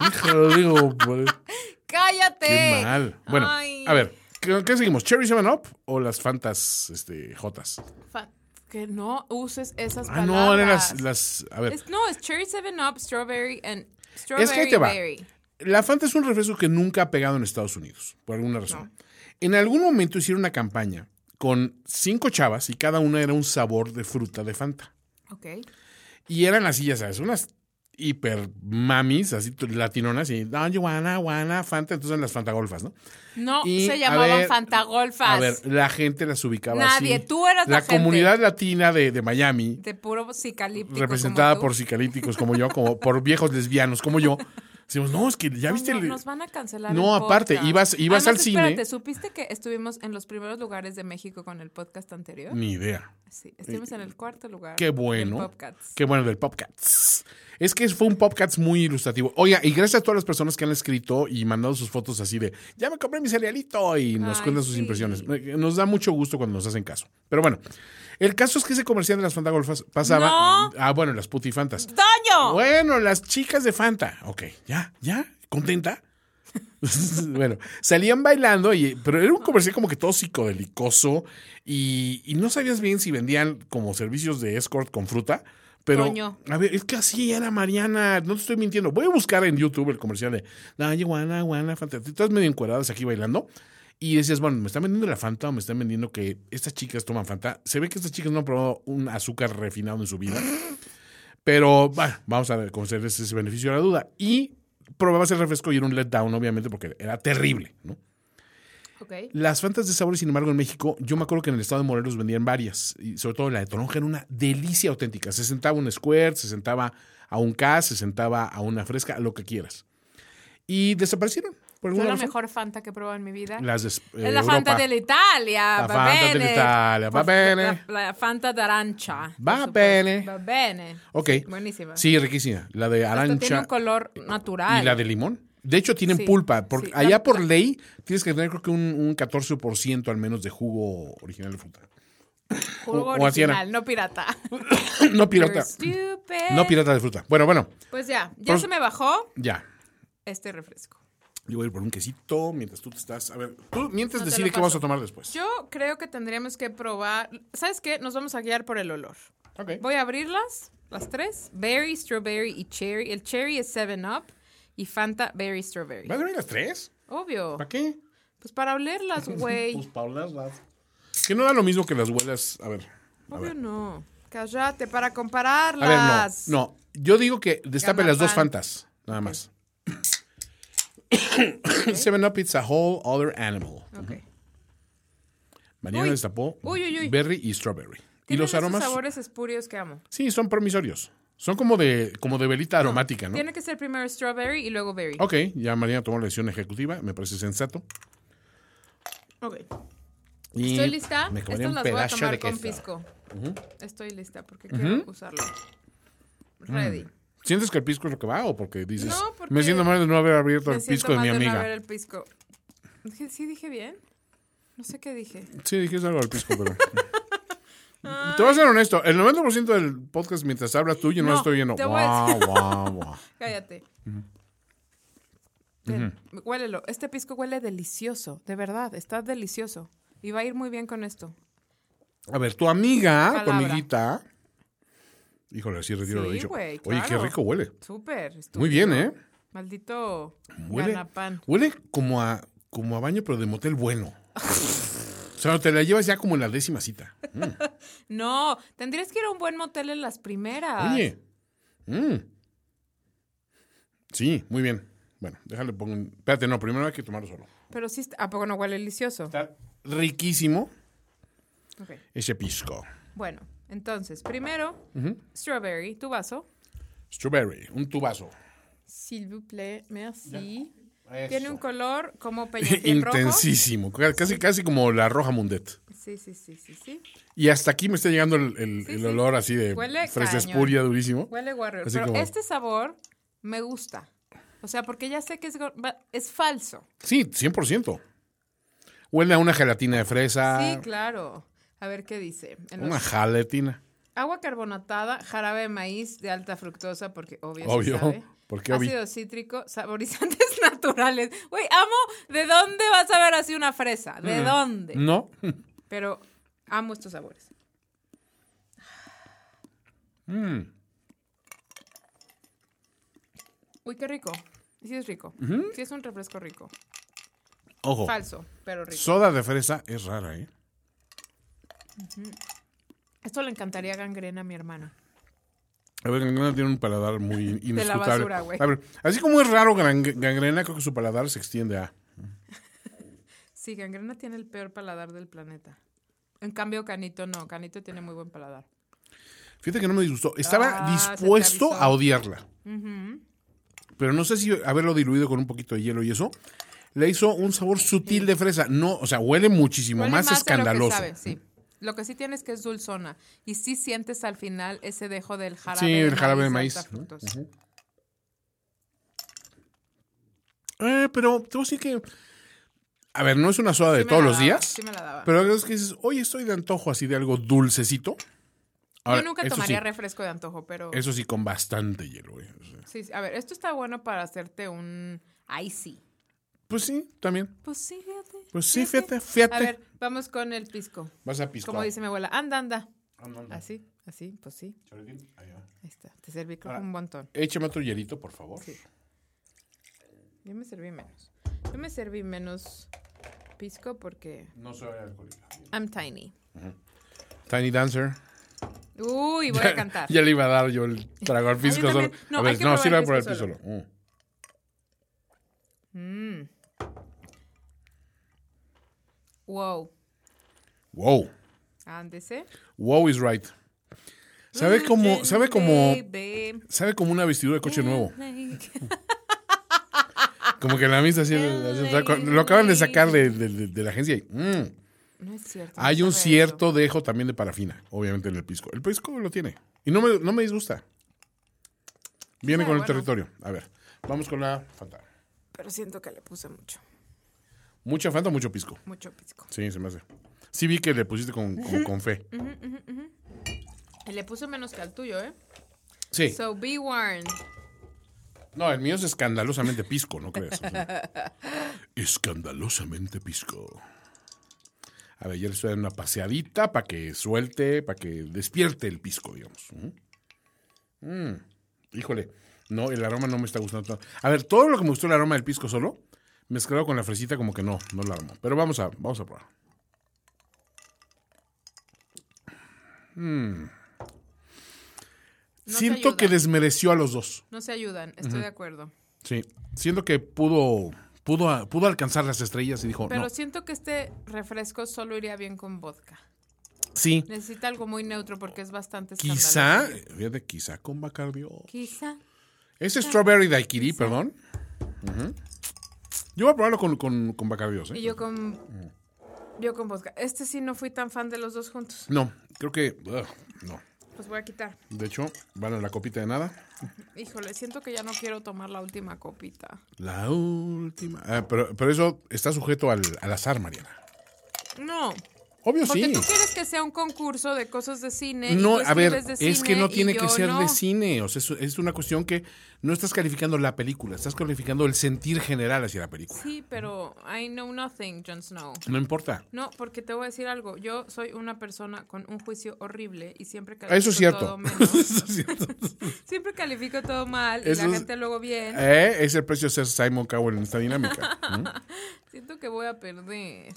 Híjole, digo, por- ¡Cállate! qué mal. Bueno, Eh, Ay. a ver, ¿qué, qué seguimos? ¿Cherry 7 Up o las Fantas este, Jotas? Fa- Que no uses esas Ah, palabras. no, eran las, las. A ver, Es- no, es Cherry 7 Up, Strawberry and Strawberry Es que ahí te va. Berry. la Fanta es un refresco que nunca ha pegado en Estados Unidos, por alguna razón. En algún momento hicieron una campaña con cinco chavas y cada una era un sabor de fruta de Fanta. Ok. Y eran así, ya sabes, unas hiper mamis, así tu- latinonas, y no, yo guana, guana, Fanta, entonces eran las Fantagolfas, ¿no? No, Y, a se llamaban ver, Fantagolfas. A ver, la gente las ubicaba así. Nadie, tú eras la gente. comunidad latina de, de Miami, De puro psicalíptico. representada como tú. por psicalíticos como yo, como por viejos lesbianos como yo, decimos, no, es que ya viste No, el- nos van a cancelar. No, el aparte, podcast. ibas- ibas Además, al cine. Espérate, ¿supiste que estuvimos en los primeros lugares de México con el podcast anterior? Ni idea. Sí, estuvimos en el cuarto lugar. Mm, eh, Qué bueno. del podcast. Qué bueno del Popcats. Es que fue un Popcats muy ilustrativo. Oiga, y gracias a todas las personas que han escrito y mandado sus fotos así de, ya me compré mi cerealito y nos Ay, cuentan sus sí. impresiones. Eh, Nos da mucho gusto cuando nos hacen caso. Pero bueno, el caso es que ese comercial de las Fantagolfas pasaba... No. Ah, bueno, las putifantas. ¡Toño! Bueno, las chicas de Fanta. Ok, ya, ya, contenta. bueno, salían bailando, y, pero era un comercial como que todo psicodelicoso y, y no sabías bien si vendían como servicios de escort con fruta. Pero, Coño. a ver, es que así era Mariana, no te estoy mintiendo. Voy a buscar en YouTube el comercial de Ay, guana, guana, Fanta. Estás medio encueradas aquí bailando. Y decías, bueno, me están vendiendo la Fanta o me están vendiendo que estas chicas toman Fanta. Se ve que estas chicas no han probado un azúcar refinado en su vida. Pero bueno, vamos a concederles ese beneficio de la duda. Y probabas el refresco y era un letdown, obviamente, porque era terrible, ¿no? Ok. Las fantas de sabores, sin embargo, en México, yo me acuerdo que en el estado de Morelos vendían varias, y sobre todo la de toronja era una delicia auténtica. Se sentaba un square, se sentaba a un K, se sentaba a una fresca, lo que quieras. Y desaparecieron. Fue Por alguna la razón. mejor Fanta que he probado en mi vida. Las de eh, es la Fanta Europa. de la Italia. La va Fanta bene. dell'Italia, va bene. La, la Fanta de arancia. Va bene. Va bene. Ok. Buenísima. Sí, riquísima. La de Hasta tiene un arancha. color natural. Y la de limón. De hecho, tienen Sí, pulpa. Porque sí. allá La- por ley tienes que tener, creo que un, un 14% al menos de jugo original de fruta. Jugo o así era. original, no pirata. no pirata. Stupid. No pirata de fruta. Bueno, bueno, Pues ya, ya Pues- se me bajó ya. este refresco. Yo voy a ir por un quesito mientras tú te estás. A ver, tú mientras No te decide lo qué vas paso. a tomar después. Yo creo que tendríamos que probar. ¿Sabes qué? Nos vamos a guiar por el olor. Ok. Voy a abrirlas, las tres: berry, strawberry y cherry. El cherry es 7-Up y Fanta, berry, strawberry. ¿Vas a venir las tres? Obvio. ¿Para qué? Pues para olerlas, güey. Paulas, las. Que no da lo mismo que las huelas. A ver. a Obvio ver. no. Cállate, para A ver, compararlas. no. No, yo digo que destape las dos Gamapán. fantas, nada más. Seven Up, it's a whole other animal. Ok. Mañana Uy. destapó Uy, uy, uy. berry y strawberry. Y Tienen los esos aromas, sabores espurios que amo. sí, son promisorios. Son como de, como de velita aromática, ¿no? Ah, Tiene que ser primero strawberry y luego berry. Ok, ya Mariana tomó la decisión ejecutiva, me parece sensato. Ok. Y Estoy lista. Me comería Estas un las voy a pedacho tomar de con queso. pisco. Estoy lista porque quiero usarlo. Mm. Ready. ¿Sientes que el pisco es lo que va o porque dices, No, porque me siento mal de no haber abierto Me el siento pisco de mal mi no amiga? haber el pisco. Dije- ¿Sí dije bien? No sé qué dije. Sí, dijiste algo al pisco, pero... Te voy a ser honesto, el 90% del podcast mientras hablas tú, yo no, No, estoy viendo. te voy a Guau, guau, guau. Cállate. Ven, Huélelo. Este pisco huele delicioso. De verdad, está delicioso. Y va a ir muy bien con esto. A ver, tu amiga, tu Palabra. amiguita... Híjole, sí retiro lo Sí, dicho. güey, Oye, qué claro. rico huele. Súper. Muy bien, ¿eh? Maldito Huele, ganapán. huele como a como a baño, pero de motel bueno. o sea, te la llevas ya como en la décima cita. No, tendrías que ir a un buen motel en las primeras. Oye. Mm. Sí, muy bien. Bueno, déjale, pongo un... Espérate, no, primero hay que tomarlo solo. Pero sí, está- ¿a poco no huele delicioso? Está riquísimo Ok. ese pisco. Bueno, entonces, primero, strawberry, tu vaso. Strawberry, un tubazo. S'il vous plaît, merci. Eso. Tiene un color como peñafiel rojo. Sí, Intensísimo, ca- casi, casi como la roja mundet. sí, sí, sí, sí. Y hasta aquí me está llegando el, el- Sí, el sí. olor así de Huele fresa cañón. espuria durísimo. Huele warrior. Así Pero como- este sabor me gusta. O sea, porque ya sé que es, go- va- es falso. Sí, 100%. Huele a una gelatina de fresa. Sí, claro. A ver qué dice. En los- Una jaletina. agua carbonatada, jarabe de maíz de alta fructosa, porque obvio. se Obvio. sabe. Porque obvio. Ácido cítrico, saborizantes naturales. Güey, amo. ¿De dónde vas a ver así una fresa? ¿De Mm. dónde? No. Pero amo estos sabores. Mm. Uy, qué rico. Sí es rico. Sí es un refresco rico. Ojo. Falso, pero rico. Soda de fresa es rara, ¿eh? Esto le encantaría a gangrena a mi hermana. A ver, Gangrena tiene un paladar muy inescrutable. la basura, güey. A ver, así como es raro Gran- Gangrena, creo que su paladar se extiende a... Sí, gangrena tiene el peor paladar del planeta. En cambio, Canito no. Canito tiene muy buen paladar. Fíjate que no me disgustó. Estaba Ah, dispuesto se te avisó. a odiarla. Pero no sé si haberlo diluido con un poquito de hielo y eso le hizo un sabor sutil de fresa. No, o sea, huele muchísimo Huele más, de lo que escandaloso. sabe, sí. Lo que sí tienes que es dulzona. Y sí sientes al final ese dejo del jarabe Sí, de el jarabe de maíz, alta ¿no? fructosa. Eh, pero te voy a decir que... A ver, no es una soda de Sí me todos la los daba, días. Sí me la daba. Pero la verdad es que dices, oye, estoy de antojo así de algo dulcecito. Ahora, Yo nunca eso tomaría sí, refresco de antojo, pero... Eso sí, con bastante hielo. eh. O sea, Sí, sí. A ver, esto está bueno para hacerte un icy. Pues sí, también. Pues sí, fíjate. Pues sí, fíjate, A fíjate. ver, vamos con el pisco. Vas a pisco. Como dice mi abuela, anda, anda. Así, así, pues sí. Ahí está. Te serví creo que Ahora. un montón. Échame otro hielito, por favor. Sí. Yo me serví menos. Yo me serví menos pisco porque No soy alcohólica. I'm tiny. Tiny Dancer. Uy, voy a cantar. ya le iba a dar yo el trago al pisco solo. Ah. también. No, a hay ver, que no, probar sí el le voy a probar el pisco pisco solo. Mm. Wow. Wow. Ándese. Wow is right. Sabe Mm, como, sabe como, Baby. sabe como una vestidura de coche Mm. nuevo. Como que la misa así, lo acaban de sacar de, de- de- de la agencia. y, mm. No es cierto. Hay no un sabe eso. cierto dejo también de parafina, obviamente, en el pisco. El pisco lo tiene. Y no me, no me disgusta. Viene Claro, con el Ah, bueno. territorio. A ver, vamos con la Fanta. Pero siento que le puse mucho. Mucha Fanta, mucho pisco. Mucho pisco. Sí, se me hace. sí vi que le pusiste con, con, con fe. Y Le puso menos que al tuyo, ¿eh? Sí. So be warned. No, el mío es escandalosamente pisco, ¿no crees? O sea, escandalosamente pisco. A ver, yo le estoy dando una paseadita para que suelte, para que despierte el pisco, digamos. ¿Mm? Mm. Híjole, no, el aroma no me está gustando tanto. A ver, todo lo que me gustó el aroma del pisco solo, mezclado con la fresita, como que no, no la armo. Pero vamos a, vamos a probar. Mm. No te Siento que ayuda. desmereció a los dos. No se ayudan, estoy de acuerdo. Sí, siento que pudo, pudo, pudo alcanzar las estrellas y dijo, Pero no, siento que este refresco solo iría bien con vodka. sí, Necesita algo muy neutro porque es bastante quizá, escandaloso. fíjate, quizá con Bacardio. Quizá. Es Strawberry Daiquiri, perdón. Ujú. Yo voy a probarlo con, con, con Bacardios, ¿eh? Y yo con. Yo con vodka. Este sí no fui tan fan de los dos juntos. No, creo que, ugh, no. Los voy a quitar. De hecho, van a la copita de nada. Híjole, siento que ya no quiero tomar la última copita. La última. Ah, pero, pero eso está sujeto al, al azar, Mariana. No. Obvio Porque sí. tú quieres que sea un concurso de cosas de cine. No, Eh, y tú a ver, escribes de es que cine no y tiene que yo ser de no. cine. O sea, es, es una cuestión que no estás calificando la película, estás calificando el sentir general hacia la película. Sí, pero I know nothing, Jon Snow. No importa. No, porque te voy a decir algo. Yo soy una persona con un juicio horrible y siempre califico Ah, Eso es todo cierto. menos. Eso es cierto. siempre califico todo mal y Eso la es- gente luego bien. Eh, Es el precio de ser Simon Cowell en esta dinámica. ¿Mm? Siento que voy a perder.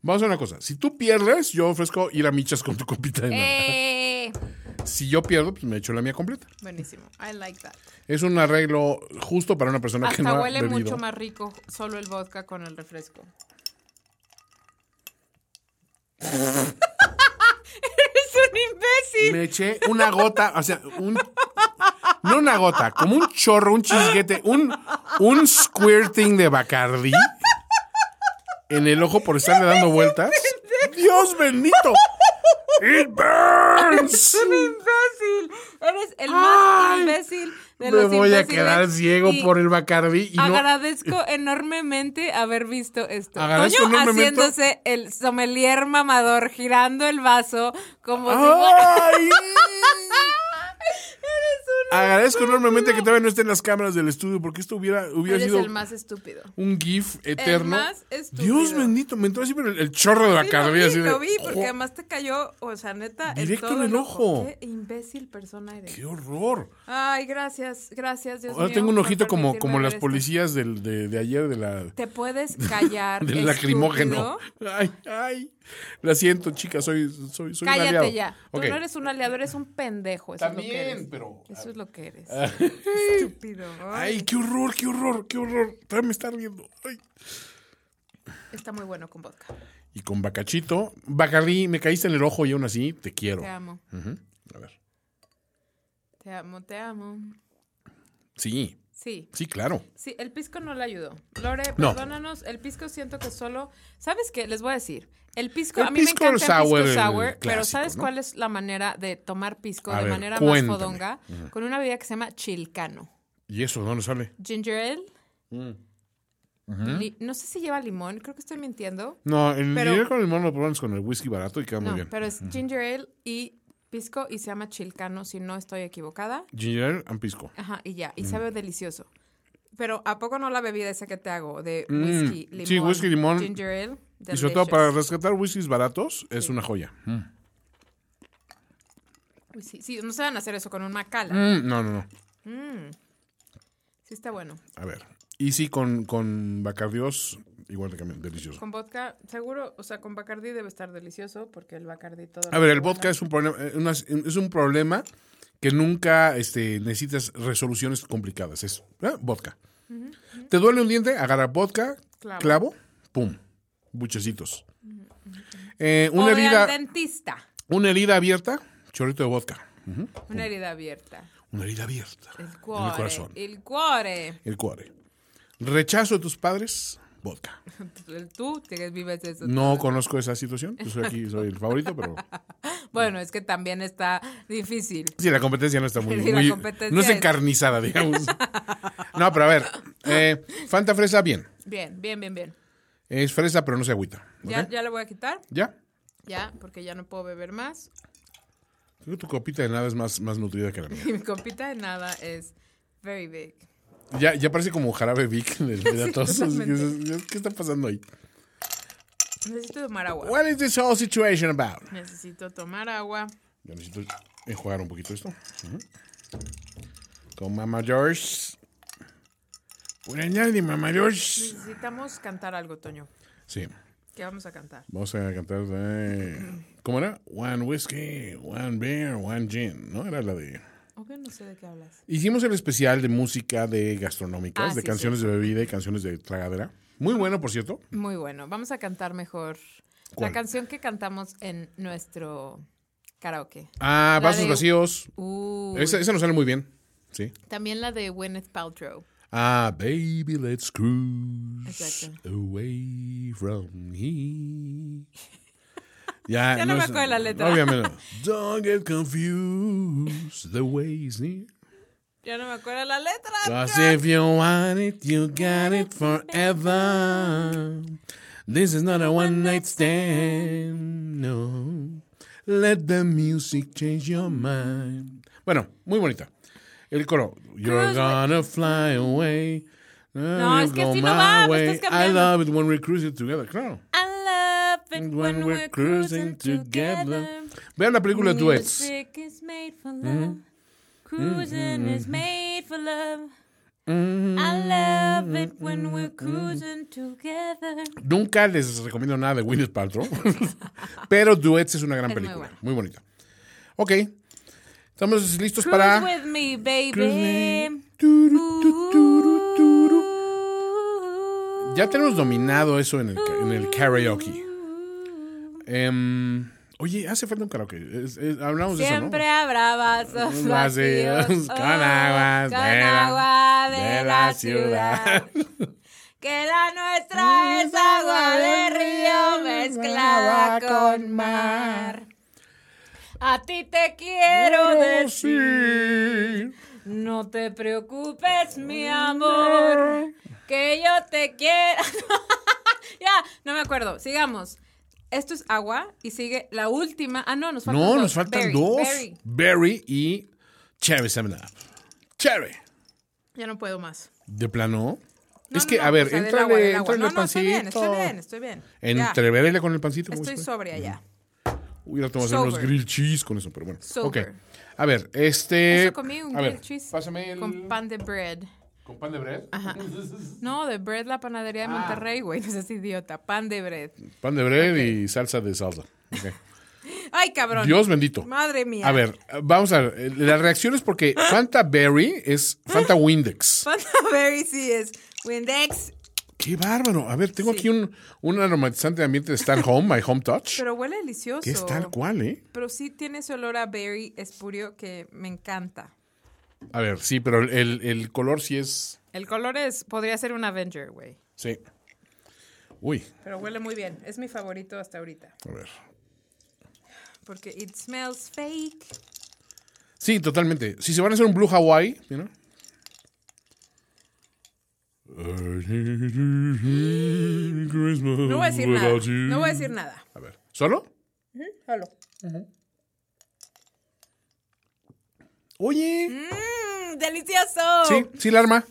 Vamos a hacer una cosa. Si tú pierdes, yo ofrezco ir a michas con tu copita de nada. ¡Eh! Si yo pierdo, pues me echo la mía completa. Buenísimo. I like that. Es un arreglo justo para una persona que Hasta no ha huele bebido. mucho más rico solo el vodka con el refresco. ¡Eres un imbécil! Me eché una gota, o sea, un. No una gota, como un chorro, un chisguete, un, un squirting de Bacardi en el ojo por estarle dando vueltas. ¡Dios bendito! ¡It burns! ¡Eres un imbécil! ¡Eres el más Ay, imbécil de Me los voy a imbéciles! quedar ciego Y por el Bacardi y no. eh, Agradezco enormemente haber visto esto. Agradezco Toño enormemente- haciéndose el sommelier mamador, girando el vaso como Ah. ¡Ay! si... ¡Eres un... Agradezco enormemente que todavía no estén las cámaras del estudio porque esto hubiera, hubiera Eres sido el más estúpido. un GIF eterno. más estúpido. Dios bendito, me entró así pero el, el chorro de Sí, lo Bacardi. vi, así de- "Oh, lo vi, porque además te cayó, o sea, neta, Directo todo en el ojo. Qué imbécil persona eres. ¡Qué horror! Ay, gracias, gracias, Dios Ahora mío, tengo un por ojito como, permitirme como ver las esto. policías del- de, de ayer de la, este Te puedes callar. del lacrimógeno. Ay, ay. Lo siento, chica, soy, soy, soy un Cállate aliado. ya. Ok. Tú no eres un aliado, eres un pendejo. Eso es lo que También, eres. pero- ah. Eso es lo que eres. Estúpido. Ay, qué horror, qué horror, qué horror. Todavía me está riendo. Ay. Está muy bueno con vodka. Y con Bacachito. Bacardí, me caíste en el ojo y aún así te quiero. Te amo, Ujú. A ver. te amo, te amo. Sí, Sí. sí, claro. Sí, el pisco no le ayudó. Lore, No. perdónanos, el pisco siento que solo... ¿Sabes qué? Les voy a decir. El pisco, El a mí pisco me encanta sour, el el pisco sour, pero clásico, ¿sabes ¿no? cuál es la manera de tomar pisco A de ver, manera cuéntame. más fodonga? Con una bebida que se llama chilcano. ¿Y eso dónde sale? Ginger ale. Li- No sé si lleva limón, creo que estoy mintiendo. No, el Pero- dinero con el mono lo probamos con el whisky barato y queda muy No, bien. pero es ginger ale y pisco y se llama chilcano, si no estoy equivocada. Ginger ale and pisco. Ajá, y Mm. ya, y sabe delicioso. Pero ¿a poco no la bebida esa que te hago de whisky, Mm, limón, sí, whisky, limón. ginger ale? Y sobre todo para delicious. rescatar whiskies baratos, es una joya. Mm. Uy, Sí, sí, no se van a hacer eso con un macala. Mm, no, no, no. Sí está bueno. A ver. Y sí, con, con Bacardios, igual de que delicioso. Con vodka, seguro, o sea, con Bacardi debe estar delicioso porque el Bacardi todo... A ver, el vodka es un problema, eh, una- es un problema que nunca este, necesitas resoluciones complicadas. Es ¿eh? vodka. ¿Te duele un diente? Agarra vodka, Clavo. clavo, pum, buchecitos. Eh, una una herida, dentista. una herida abierta, chorrito de vodka. Ujú. Una herida abierta. Una herida abierta. El En cuore. el corazón. El cuore. El cuore. Rechazo de tus padres, vodka. El tú, que vives eso. No conozco esa situación. Yo soy aquí, soy el favorito, pero. Bueno, es que también está difícil. Sí, la competencia no está muy. Sí, la muy- competencia no es es- encarnizada, digamos. No, pero a ver. eh, Fanta fresa, bien. Bien, bien, bien, bien. Es fresa, pero no se agüita. ¿ok? ¿Ya, ¿Ya lo voy a quitar? ¿Ya? Ya, porque ya no puedo beber más. Creo que tu copita de nada es más, más nutrida que la mía. Y mi copita de nada es very big. Ya, ya parece como jarabe Vic del de la tos. Así que totalmente. dices, ¿Qué está pasando ahí? Necesito tomar agua. What is this whole situation about? Necesito tomar agua. Yo necesito enjuagar un poquito esto. Ujú. Con Mama George. Por añadir, Mama George. Necesitamos cantar algo, Toño. Sí. ¿Qué vamos a cantar? Vamos a cantar de... ¿Cómo era? One whiskey, one beer, one gin. ¿No? Era la de... Obvio no sé de qué hablas. Hicimos el especial de música de gastronómicas, Ah, de sí, canciones de bebida y canciones de tragadera. Muy bueno, por cierto. Muy bueno, vamos a cantar mejor ¿Cuál? la canción que cantamos en nuestro karaoke. Ah, La vasos de- vacíos. Uy, Esa, esa nos sale muy bien. Sí. También la de Gwyneth Paltrow. Ah, baby, let's cruise Exacto. away from here. Ya, Ya no me es- acuerdo la letra. Obviamente. no. Don't get confused. The way is near. Ya no me acuerdo la letra. Cause if you want it, you got it forever. This is not a one night stand. No. Let the music change your mind. Bueno, muy bonita. El coro. You're Cruz, güey. gonna fly away. No, es que así no va, me estás I cambiando. love it when we're cruising together. Claro. I love it When we're cruising together. Vean la película Mm, Duets. Music is made for love. Cruising is made for love. Mm-hmm. I love it when we're cruising together. Nunca les recomiendo nada de Gwyneth Paltrow, pero Duets es una gran Es muy película, muy, buena. bonita. Ok, estamos listos Cruise para... with me, Cruise baby. me. Turu, tu, turu, turu. Ya tenemos dominado eso en el, ca- en el karaoke. Em, oye, hace falta un karaoke. Es- es- hablamos Siempre de habrá vasos vacíos Vacíos, con oh, aguas con de la- agua de, la de la ciudad. ciudad. Que la nuestra es agua de río mezclada con mar. A ti te quiero eso, ¿no? decir, Oh, Sí. no te preocupes, mi amor, que yo te quiero. ya, no me acuerdo. Sigamos. Esto es agua y sigue la última. Ah, no, nos faltan No, dos. nos faltan Berry, dos. Berry. berry. y Cherry Seven Up. Cherry. Ya no puedo más. De plano. No, es no, que, no, a ver, o sea, del entra agua, del entrale, agua. entrale No, no, estoy bien, pancito. estoy bien, estoy bien. Ya. Entreverele con el pancito. ¿cómo Estoy se fue? sobria ya. Hubiera tomado hacer unos Sober. grill cheese con eso, pero bueno. Sober. Ok. A ver, este. Eso comí un a ver, grilled cheese Pásame el. con pan de bread. con pan de bread. No, de bread la panadería Ah. de Monterrey, güey. No seas idiota. Pan de bread. Pan de bread y salsa de salsa. Ok. Ay, cabrón. Dios bendito. Madre mía. A ver, vamos a ver. eh, Las reacciones porque Fanta Berry es Fanta Windex. Pan de berry sí es. Windex. ¡Qué bárbaro! A ver, tengo Sí. aquí un, un aromatizante de ambiente de Star Home, My Home Touch. Pero huele delicioso. que es tal cual, ¿eh? Pero sí tiene ese olor a berry espurio que me encanta. A ver, sí, pero el, el color sí es. El color es. Podría ser un Avenger, güey. Sí. Uy, Pero huele muy bien. Es mi favorito hasta ahorita. a ver. Porque it smells fake. Sí, totalmente. Si se van a hacer un Blue Hawaii, you know. No voy a decir nada. No voy a decir nada. A ver, ¿solo? Solo. Oye. Mmm, delicioso. Sí, sí, la arma.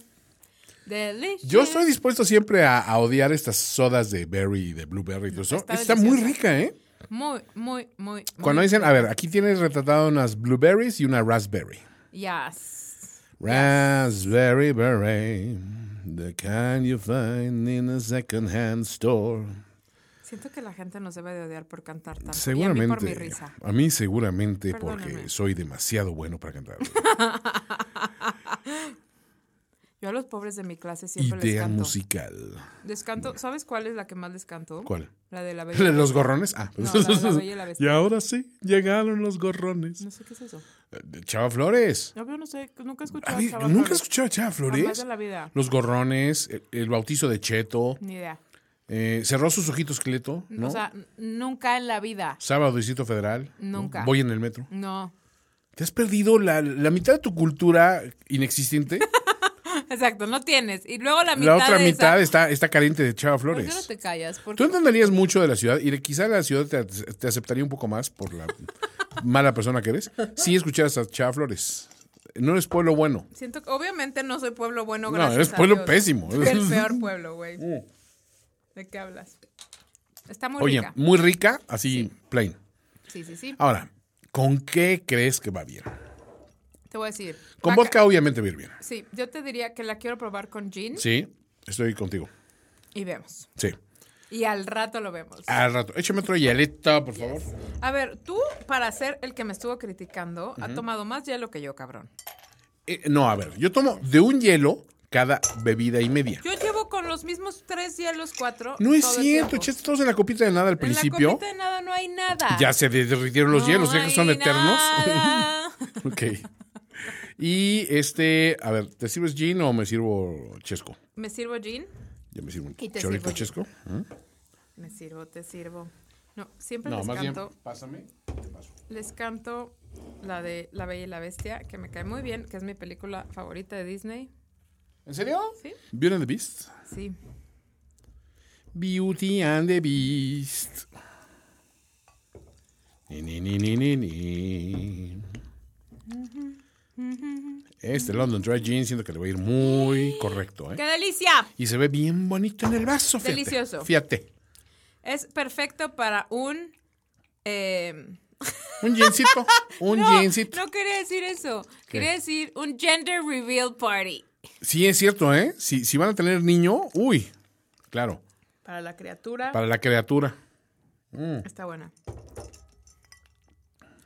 Delicious. Yo estoy dispuesto siempre a, a odiar estas sodas de berry y de blueberry y todo eso. Está Está, muy deliciosa. rica, ¿eh? Muy, muy, muy. Cuando muy dicen, ah, a ver, aquí tienes retratado unas blueberries y una raspberry. Yes. Raspberry beret, the kind you find in a second-hand store. Siento que la gente nos debe de odiar por cantar tanto. Seguramente. Y a mí por mi risa. a mí seguramente porque Perdóname. soy demasiado bueno para cantar. Yo a los pobres de mi clase siempre les Idea canto. musical. Les canto. ¿Sabes cuál es la que más les canto? ¿Cuál? La de la ¿La de bella. ¿Los gorrones? Ah. No, la de la Bella y la Bestia. ahora sí, llegaron los gorrones. Eh, No sé qué es eso. Chava Flores. No, pero no sé. Nunca he A escuchado. ver, Chava nunca he Flores. escuchado a Chava Jamás Flores. de la vida. Los gorrones, el, el bautizo de Cheto. Ni idea. eh, cerró sus ojitos, Cleto, ¿no? O sea, n- nunca en la vida. Sábado, Distrito Federal. ¿no? Nunca. Voy en el metro. No. ¿Te has perdido la, la mitad de tu cultura inexistente? Exacto, no tienes. Y luego la mitad. La otra de mitad esa- está, está caliente de Chava ¿Por qué no Flores. te callas? ¿Por Tú qué? entenderías mucho de la ciudad y quizá la ciudad te, te aceptaría un poco más por la mala persona que eres si escucharas a Chava Flores. No eres pueblo bueno. Siento que obviamente no soy pueblo bueno, No, gracias eres a pueblo Dios. pésimo. Soy el peor pueblo, güey. ¿De qué hablas? Está muy Oye, mm. Ah. rica. muy rica, así plain. Sí, sí, sí. Ahora, ¿con qué crees que va bien? Te voy a decir. Con vaca- vodka obviamente va a ir bien. Sí, yo te diría que la quiero probar con gin Sí, estoy contigo. y vemos. Sí. Y al rato lo vemos. Al rato. Échame otro hielito, por favor. A ver, tú, para ser el que me estuvo criticando, ha tomado más hielo que yo, cabrón. Eh, no, a ver, yo tomo de un hielo cada bebida y media. Yo llevo con los mismos tres hielos, cuatro. No es todo el cierto, tiempo. echaste todos en la copita de nada al En la principio. copita de nada no hay nada. Ya se derritieron los No hielos, ya que son hay eternos. nada. ok. Y este, a ver, ¿te sirves gin o me sirvo chesco? me sirvo gin, Ya me sirvo un Y te chorrito sirvo chesco. me sirvo, te sirvo. No, siempre No, les más bien, canto, pásame. te paso. les canto la de La Bella y la Bestia, que me cae muy bien, que es mi película favorita de Disney. ¿En serio? Sí. Beauty and the Beast. Sí. Beauty and the Beast. Ni, ni, ni, ni, ni, ni. Este London Dry Gin siento que le va a ir muy correcto, ¡Qué ¿eh? delicia! Y se ve bien bonito en el vaso, fíjate. Delicioso. Fíjate. Es perfecto para un... eh, Un gincito, un no, gincito. no quería decir eso. ¿Qué? Quería decir un gender reveal party. Sí, es cierto, ¿eh? Si, si van a tener niño, uy, claro, Para la criatura. para la criatura. Mm, Está buena.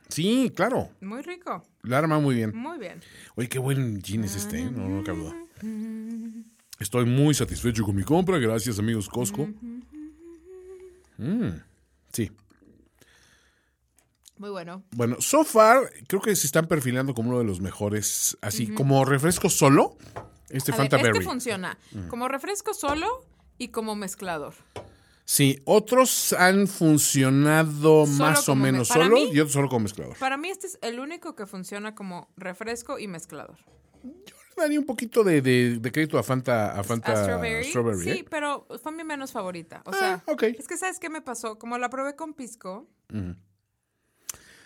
Sí, claro, Muy rico. la arma muy bien. Muy bien. Oye, qué buen jean es este, ¿eh? no, no cabe duda. Estoy muy satisfecho con mi compra, gracias amigos Costco. Mm, sí. Muy bueno. Bueno, so far creo que se están perfilando como uno de los mejores, así como refresco solo, este A ver, Fanta este Berry. Mm. funciona como refresco solo y como mezclador. sí, otros han funcionado Solo más o como me- menos para solo mí- y otros solo como mezclador. Para mí este es el único que funciona como refresco y mezclador. Daría un poquito de, de- de crédito a Fanta, a Fanta A strawberry, Strawberry, sí, ¿eh? pero fue mi menos favorita. O Ah, sea, ok. es que ¿sabes qué me pasó? Como la probé con pisco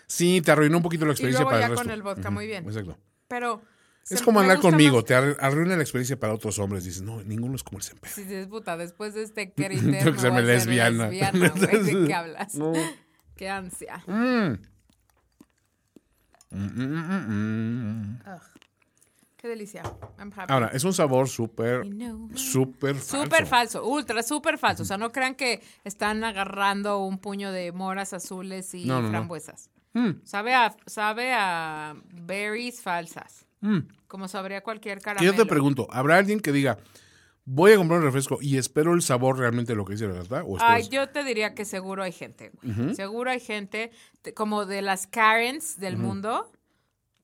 Sí, te arruinó un poquito la y experiencia luego para ya el resto. con el vodka, muy bien. Exacto. Pero... Es se- como me andar gusta conmigo, más- te ar- arruina la experiencia para otros hombres. Dices, no, ninguno es como el Semper. Sí, sí, puta, después de este querido Tengo que serme lesbiana. ¿De qué hablas? Qué ansia. Mm, Qué delicia. I'm happy. Ahora, es un sabor súper, You know. súper falso. mm, Súper falso, ultra, súper falso. O sea, no crean que están agarrando un puño de moras azules y No, no, no. frambuesas. Mm, Sabe, a, sabe a berries falsas. Como sabría cualquier Y caramelo. mm. yo te pregunto, ¿habrá alguien que diga, voy a comprar un refresco y espero el sabor realmente de lo que dice la carta? ¿O espero- Ay, yo te diría que seguro hay gente, güey. Seguro hay gente te- como de las Karens del mundo.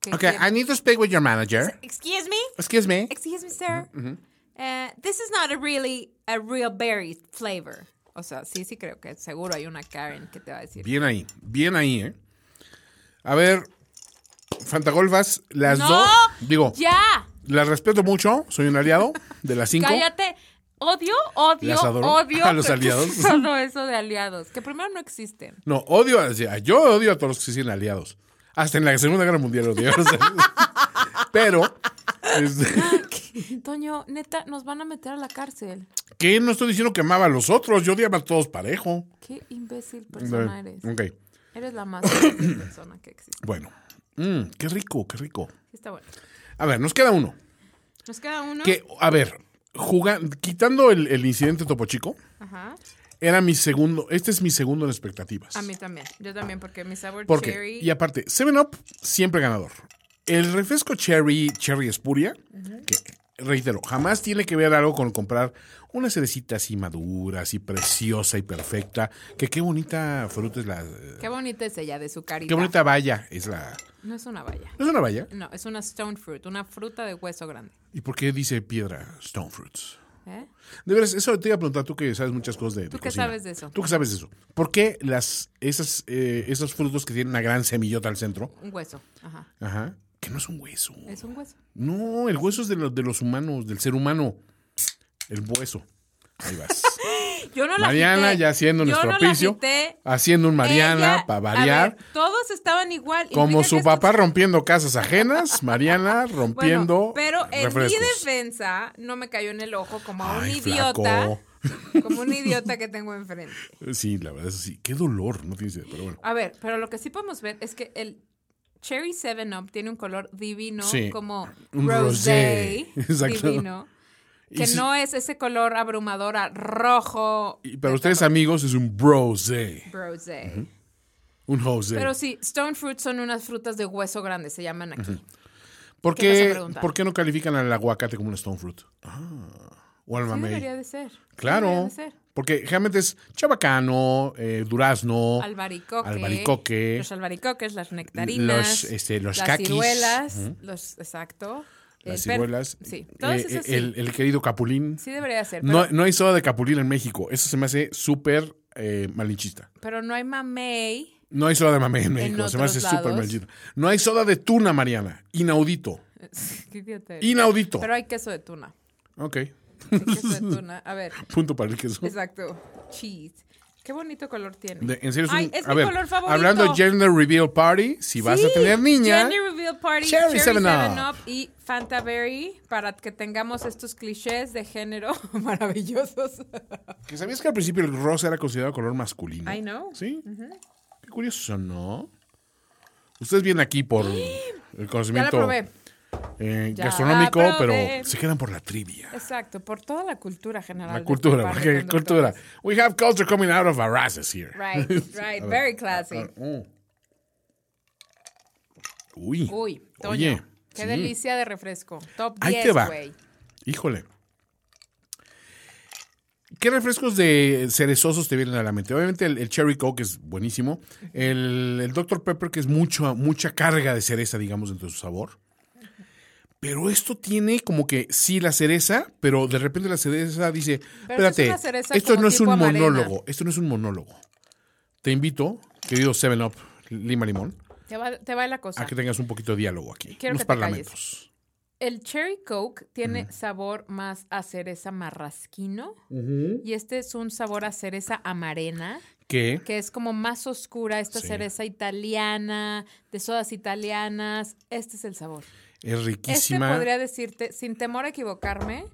que Ok, quiere- I need to speak with your manager. Excuse me, Excuse me. excuse me, sir. Eh, this is not a really a real berry flavor. O sea, sí, sí creo que seguro hay una Karen que te va a decir. Bien ahí, bien ahí, ¿eh? A ver, Fantagolfas, las No, dos, digo, ya, las respeto mucho, soy un aliado de las cinco. cállate. Odio, odio, Las adoro odio a los que- aliados. Todo eso de aliados, que primero no existen. No, odio, a- sí, yo odio a todos los que se dicen aliados. Hasta en la Segunda Guerra Mundial odio. o sea, Pero, este, Toño, neta, nos van a meter a la cárcel. ¿qué? No estoy diciendo que amaba a los otros, yo odiaba a todos parejo. Qué imbécil persona eres. Ok, Eres la más imbécil persona que existe. bueno. Mm, qué rico, qué rico. Sí, está bueno. A ver, nos queda uno. Nos queda uno. Que, a ver, juga- quitando el, el incidente Topo Chico, Ajá. era mi segundo, este es mi segundo en expectativas. A mí también. Yo también, porque mi sabor ¿Por qué? cherry. Y aparte, Seven Up, siempre ganador. El refresco cherry, cherry espuria, que reitero, jamás tiene que ver algo con comprar una cerecita así madura, así preciosa y perfecta. Que qué bonita fruta es la. eh, Qué bonita es ella, de su carita. Qué bonita valla es la. No es una valla. ¿No es una valla? No, es una stone fruit, una fruta de hueso grande. ¿Y por qué dice piedra Stone Fruits? ¿Eh? De veras, eso te iba a preguntar tú que sabes muchas cosas de. de ¿Tú qué cocina. sabes de eso? ¿Tú qué sabes de eso? ¿Por qué las, esas, eh, esos frutos que tienen una gran semillota al centro Un hueso. Ajá. Ajá. Que no es un hueso. Es un hueso. No, el hueso es de, los de los humanos, del ser humano. El hueso. Ahí vas. Yo no la Mariana agité. ya haciendo Yo nuestro no la oficio. agité. Haciendo un Mariana Ella- para a variar. ver, todos estaban igual. Como Implica que su esto- papá rompiendo casas ajenas, Mariana Bueno, rompiendo. pero en refrescos. mi defensa no me cayó en el ojo como a un Ay, idiota. Como un idiota que tengo enfrente. Sí, la verdad es así. Qué dolor, no tienes idea, pero bueno. A ver, pero lo que sí podemos ver es que el Cherry 7 Up tiene un color divino, Sí, como un rosé. rosé, exacto. Divino. Y Que sí- no es ese color abrumador a rojo. y para ustedes, amigos, es un brose. Rosé. Un Jose. Pero sí, stone fruit son unas frutas de hueso grande, se llaman aquí. ¿Por, ¿qué vas a qué, preguntar? por qué no califican al aguacate como un stone fruit? Ah, o al Sí mamey. debería de ser. sí debería claro. de ser. Porque realmente es chabacano, eh, durazno, Albaricoque. albaricoque, Los albaricoques, las nectarinas. Los, este, los las caquis. ¿eh? ciruelas. Los, exacto. las Eh, pero- ciruelas, Sí, eh, todas eh, esas sí. el, el querido capulín. Sí debería ser. no, pero, no hay soda de capulín en México. Eso se me hace súper eh, malinchista. pero no hay mamey. No hay soda de mamey en México. se me hace otros súper lados. malinchista. No hay soda de tuna, Mariana. Inaudito. Qué idiota eres. Inaudito. Eh, Pero hay queso de tuna. Ok. Hay queso de tuna. A ver, Punto para el queso. exacto. Cheese. Qué bonito color tiene. De- en serio, es, Ay, un- es a mi ver, color favorito. Hablando de Gender Reveal Party, si vas a Sí, tener niña, Gender Reveal Party, Cherry Cherry 7 7 Up. Up y Fanta Berry para que tengamos estos clichés de género maravillosos. que sabías que al principio el rosa era considerado color masculino. I know. Sí. Qué curioso, ¿no? Ustedes vienen aquí por el ya la conocimiento probé. eh, Ya gastronómico, la probé. pero se quedan por la trivia. Exacto, por toda la cultura general. La de cultura, este par de porque cultura. conductores. We have culture coming out of our asses here. Right, right, very classy. Mm. Uy. Uy, Toño, Oye, qué sí. delicia de refresco. Top Ahí 10, te va. güey. Híjole. ¿Qué refrescos de cerezosos te vienen a la mente? Obviamente el, el Cherry Coke es buenísimo. El, el Dr. Pepper, que es mucho, mucha carga de cereza, digamos, dentro de su sabor. Pero esto tiene como que sí la cereza, pero de repente la cereza dice, Pero es espérate, una cereza esto como no es tipo un amarena". monólogo, esto no es un monólogo. Te invito, querido Seven Up, Lima Limón, Te va, te va la cosa. a Ah, que tengas un poquito de diálogo aquí. Quiero los que te parlamentos. El Cherry Coke tiene sabor más a cereza marrasquino y este es un sabor a cereza amarena. Que que es como más oscura, esta Sí. cereza italiana, de sodas italianas. Este es el sabor. es Este riquísima. podría decirte, sin temor a equivocarme,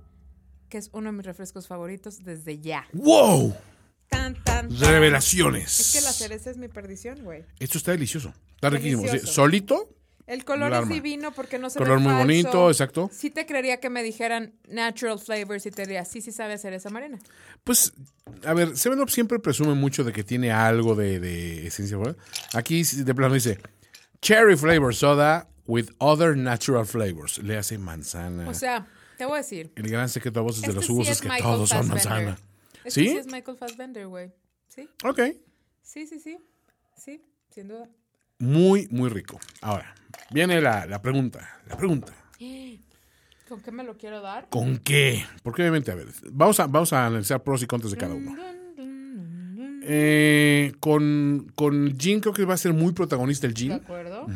que es uno de mis refrescos favoritos desde ya. ¡Wow! Tan, tan, tan. Revelaciones. Es que la cereza es mi perdición, güey. Esto está delicioso. Está riquísimo. Delicioso. Sí, solito, El color Lo es arma. divino porque no se color ve muy falso. bonito, exacto. Sí te creería que me dijeran natural flavors y te diría, sí, sí sabe a cereza amarena. Pues, a ver, Seven Up siempre presume mucho de que tiene algo de, de esencia. ¿verdad? Aquí sí, de plano dice: Cherry flavor soda with other natural flavors. Le hace manzana. O sea, te voy a decir. El gran secreto a voces de este los sí jugos es es que Michael todos son Fassbender. manzana. Este ¿Sí? sí es Michael Fassbender, güey. Sí. Ok. Sí, sí, sí. Sí, sin duda. Muy, muy rico. Ahora, viene la, la pregunta. La pregunta. ¿Con qué me lo quiero dar? ¿Con qué? Porque obviamente, a ver, vamos a, vamos a analizar pros y contras de cada uno. Eh, con, con Gin creo que va a ser muy protagonista el ¿De Gin acuerdo?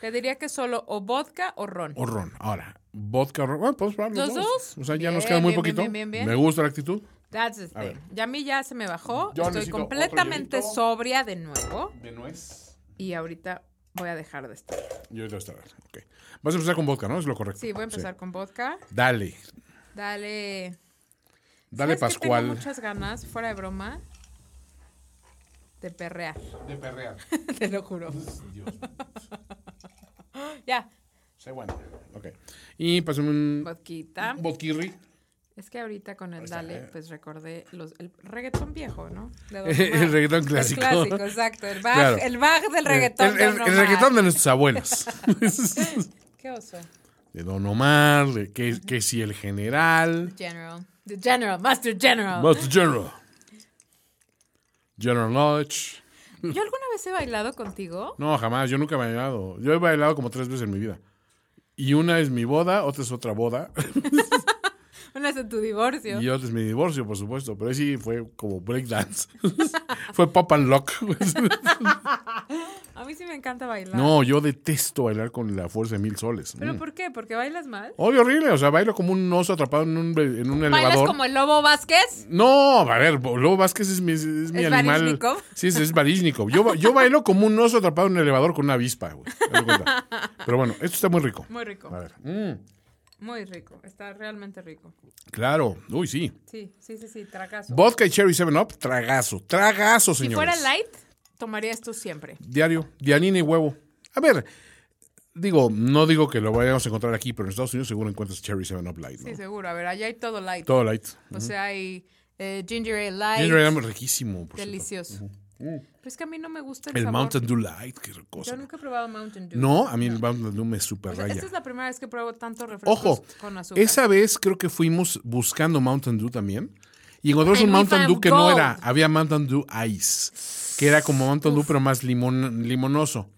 Te diría que solo o vodka o ron. o Ron. Ahora, vodka o Ron. Bueno, podemos probar los, ¿Los dos. dos? O sea, ya Bien, nos queda muy bien, poquito. bien, bien, bien. Me gusta la actitud. That's the thing. ver. Ya a mí ya se me bajó. Yo Estoy necesito completamente otro hielito. sobria de nuevo. De nuez. Y ahorita voy a dejar de estar. Yo ahorita voy a estar. Ok. Vas a empezar con vodka, ¿no? Es lo correcto. Sí, voy a empezar con vodka. Dale. Dale. Dale, ¿Sabes qué Tengo Pascual. muchas ganas, fuera de broma, de perrear. De perrear. Te lo juro. Dios. ya. Sé bueno. Ok. Y pasame un Vodquita. vodkirri. Es que ahorita con el está, Dale, eh. pues recordé los, el reggaetón viejo, ¿no? De Don El Omar. reggaetón clásico. El clásico, exacto. El bag, Claro. el bag del reggaetón. El, de el- Don el Omar. reggaetón de nuestros abuelos. ¿Qué oso? de Don Omar, de que, que si el general. General. The General, Master General. Master General. General Knowledge. Yo alguna vez he bailado contigo. No, jamás, yo nunca he bailado. Yo he bailado como tres veces en mi vida. Y una es mi boda, otra es otra boda. Una es en tu divorcio. Y otro es mi divorcio, por supuesto. Pero ahí sí fue como breakdance. fue pop and lock. A mí sí me encanta bailar. no, yo detesto bailar con la fuerza de mil soles. ¿Pero Mm. por qué? ¿Porque bailas mal? Obvio, horrible. O sea, bailo como un oso atrapado en un, en un ¿Bailas elevador. como el Lobo Vázquez? No, a ver, Lobo Vázquez es mi, es mi ¿Es animal. Baryshnikov? Sí, es, es Baryshnikov. Yo, ba- yo bailo como un oso atrapado en un elevador con una avispa, güey. Haz de cuenta. Pero bueno, esto está muy rico. Muy rico, A ver. mm, muy rico. Está realmente rico. claro. Uy, sí. Sí, sí, sí, sí, tracaso. Vodka y Cherry 7-Up, tragazo. Tragazo, Si señores. fuera light, tomaría esto siempre. Diario, Dianina y huevo. A ver, digo, no digo que lo vayamos a encontrar aquí, pero en Estados Unidos seguro encuentras Cherry 7-Up Light, ¿no? Sí, seguro. A ver, allá hay todo light. Todo light. O sea, hay eh, ginger ale light. Ginger ale riquísimo, por cierto. Delicioso. Pero es que a mí no me gusta el, El sabor. Mountain Dew Light, qué cosa. Yo nunca he probado Mountain Dew. No, a mí el Mountain Dew me super O sea, raya. esta es la primera vez que pruebo tanto refresco Ojo, con azúcar. esa vez creo que fuimos buscando Mountain Dew también. Y encontramos un And we Mountain Dew found que no gold. era, había Mountain Dew Ice, que era como Mountain Dew pero más limón, limonoso.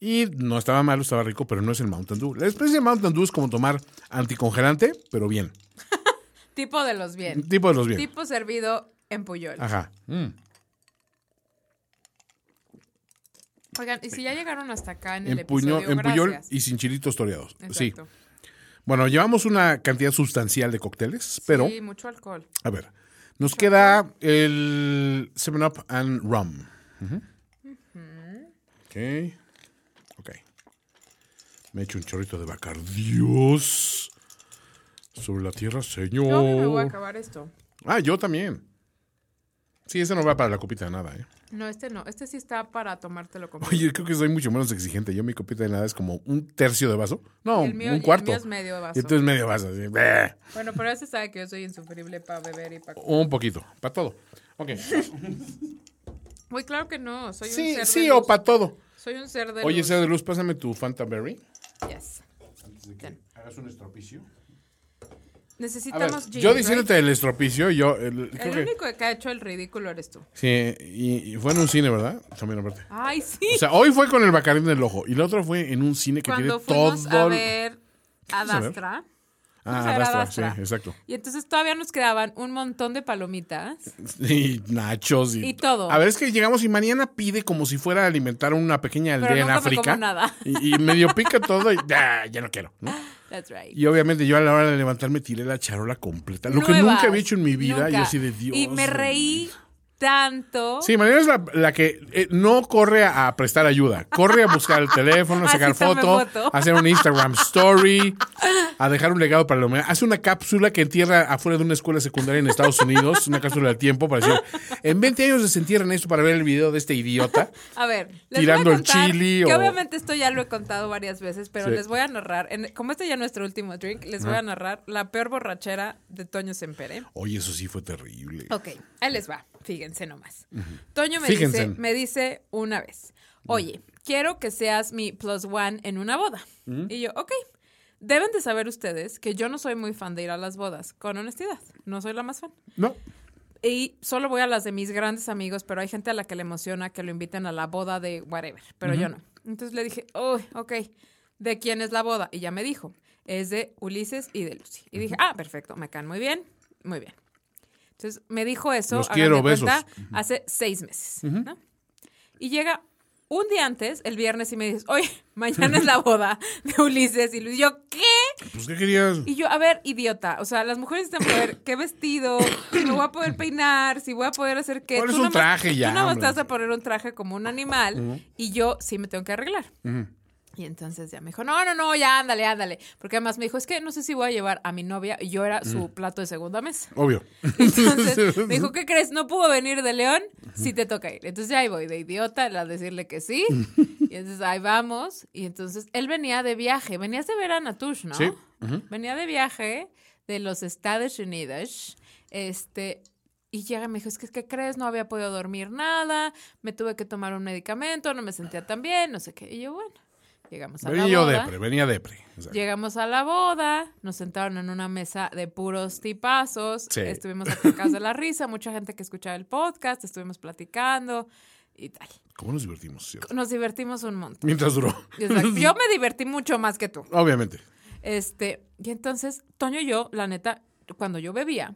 Y no estaba malo, estaba rico, pero no es el Mountain Dew. La especie de Mountain Dew es como tomar anticongelante, pero bien. Tipo de los bien. Tipo de los bien. Tipo servido en Puyol. Ajá. Mm. Oigan, y si ya llegaron hasta acá en, el En, puño, episodio, en puyol gracias. y sin chilitos toreados. Sí. Exacto. Bueno, llevamos una cantidad sustancial de cócteles, pero, Sí, mucho alcohol. a ver, nos queda el 7-Up and Rum. Ujú. Ok. Ok. Me echo un chorrito de Bacardios sobre la tierra, señor. Yo me voy a acabar esto. ah, yo también. Sí, ese no va para la copita de nada, ¿eh? No, este no. Este sí está para tomártelo como. Oye, creo que soy mucho menos exigente. Yo mi copita de nada es como un tercio de vaso. No, El mío- un el cuarto. mío es medio vaso. Y tú es medio vaso. así, bleh. Bueno, pero ese sabe que yo soy insufrible para beber y para. Un poquito. Para todo. Ok. Muy claro que no. Soy un Sí, ser de sí, luz. o para todo. Soy un ser de Oye, luz. sea de luz, pásame tu Fanta Berry. Yes. Ten. Hagas un estropicio. A ver, Necesitamos gin, yo right? diciéndote el estropicio, yo el- creo El que- único que ha hecho el ridículo eres tú. Sí, y, y fue en un cine, ¿verdad? También aparte. Ay, sí. O sea, hoy fue con el Bacarín del ojo y el otro fue en un cine que Cuando tiene fuimos todo. a el- ver a a ver? Dastra. fuimos ah, a ver a Rastra, Dastra. sí, exacto. Y entonces todavía nos quedaban un montón de palomitas. Y nachos y, Y todo. A ver, es que llegamos y Mariana pide como si fuera a alimentar una pequeña aldea en nunca me África. como nada. Y, y medio pica todo y ah, ya no quiero, ¿no? That's right. Y obviamente yo a la hora de levantarme tiré la charola completa, lo que Nuevas. nunca había hecho en mi vida, y Nunca. yo así de Dios. Y me reí tanto. Sí, Mariana es la, la que eh, no corre a, a prestar ayuda, corre a buscar el teléfono, a Así sacar tome foto, foto. a hacer un Instagram story, a dejar un legado para la humanidad. Hace una cápsula que entierra afuera de una escuela secundaria en Estados Unidos, una cápsula del tiempo para decir, en 20 años desentierran esto para ver el video de este idiota. A ver, les Tirando voy el a contar, chili que o- obviamente esto ya lo he contado varias veces, pero Sí. les voy a narrar, en- como este ya es nuestro último drink, les voy a narrar la peor borrachera de Toño Sempere. Oye, eso sí fue terrible. Ok, ahí les va, fíjense nomás. Toño me Fíjense. dice, me dice una vez, oye, quiero que seas mi plus one en una boda. Y yo, ok, deben de saber ustedes que yo no soy muy fan de ir a las bodas, con honestidad, no soy la más fan. No, Y solo voy a las de mis grandes amigos, pero hay gente a la que le emociona que lo inviten a la boda de whatever, pero yo no. Entonces le dije, oh, ok, ¿de quién es la boda? Y ya me dijo, es de Ulises y de Lucy. Y dije, ah, perfecto, me caen muy bien, muy bien. Entonces me dijo eso, Los hagan quiero, de cuenta, besos. hace seis meses. ¿no? Y llega un día antes, el viernes, y me dices, oye, mañana es la boda de Ulises y Lucy. Yo, ¿qué? pues ¿qué querías? Y yo, a ver, idiota, o sea, las mujeres necesitan saber qué vestido, si me voy a poder peinar, si voy a poder hacer qué. Pones Tú un nomás- traje ya, Tú no hombre. vas a poner un traje como un animal y yo sí me tengo que arreglar. Y entonces ya me dijo, no, no, no, ya ándale, ándale. Porque además me dijo, es que no sé si voy a llevar a mi novia. Y yo era su plato de segunda mesa. Obvio. Entonces me dijo, ¿qué crees? No pudo venir de León, sí te toca ir. Entonces ya ahí voy de idiota a decirle que sí. Y entonces ahí vamos. Y entonces él venía de viaje, venías de ver a Natush, ¿no? Sí. Venía de viaje de los Estados Unidos. Este. Y llega y me dijo, es que, ¿qué crees? No había podido dormir nada, me tuve que tomar un medicamento, no me sentía tan bien, no sé qué. Y yo, bueno, llegamos a la venía yo boda. depre, venía depre. Exacto. Llegamos a la boda, nos sentaron en una mesa de puros tipazos, Sí. estuvimos atacados de la risa, mucha gente que escuchaba el podcast, estuvimos platicando y tal. ¿Cómo nos divertimos, cierto? Nos divertimos un montón. Mientras duró. Exacto. Yo me divertí mucho más que tú. Obviamente. Este, y entonces Toño y yo, la neta, cuando yo bebía,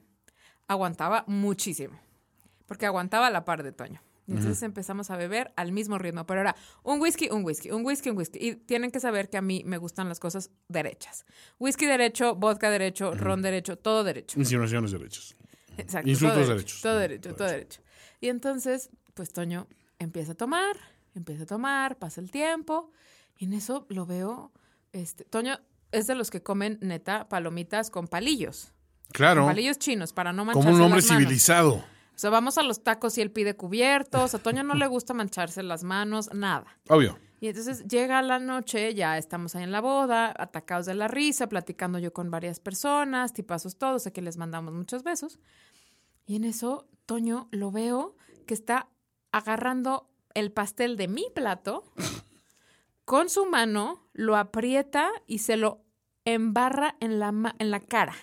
aguantaba muchísimo, porque aguantaba a la par de Toño. Y Entonces empezamos a beber al mismo ritmo, pero era un whisky, un whisky, un whisky, un whisky. Y tienen que saber que a mí me gustan las cosas derechas. Whisky derecho, vodka derecho, ron derecho, todo derecho. Insinuaciones de derechos. Exacto, Insultos todo derechos. Todo derecho, todo derecho. Y entonces, pues Toño empieza a tomar, empieza a tomar, pasa el tiempo, y en eso lo veo. Este, Toño es de los que comen neta palomitas con palillos, con Claro. palillos chinos, para no mancharse Como un hombre las manos. civilizado. O sea, vamos a los tacos y él pide cubiertos. A Toño no le gusta mancharse las manos, nada. Obvio. Y entonces llega la noche, ya estamos ahí en la boda, atacados de la risa, platicando yo con varias personas, tipazos todos, a que les mandamos muchos besos. Y en eso, Toño lo veo que está agarrando el pastel de mi plato, con su mano lo aprieta y se lo embarra en la, ma- en la cara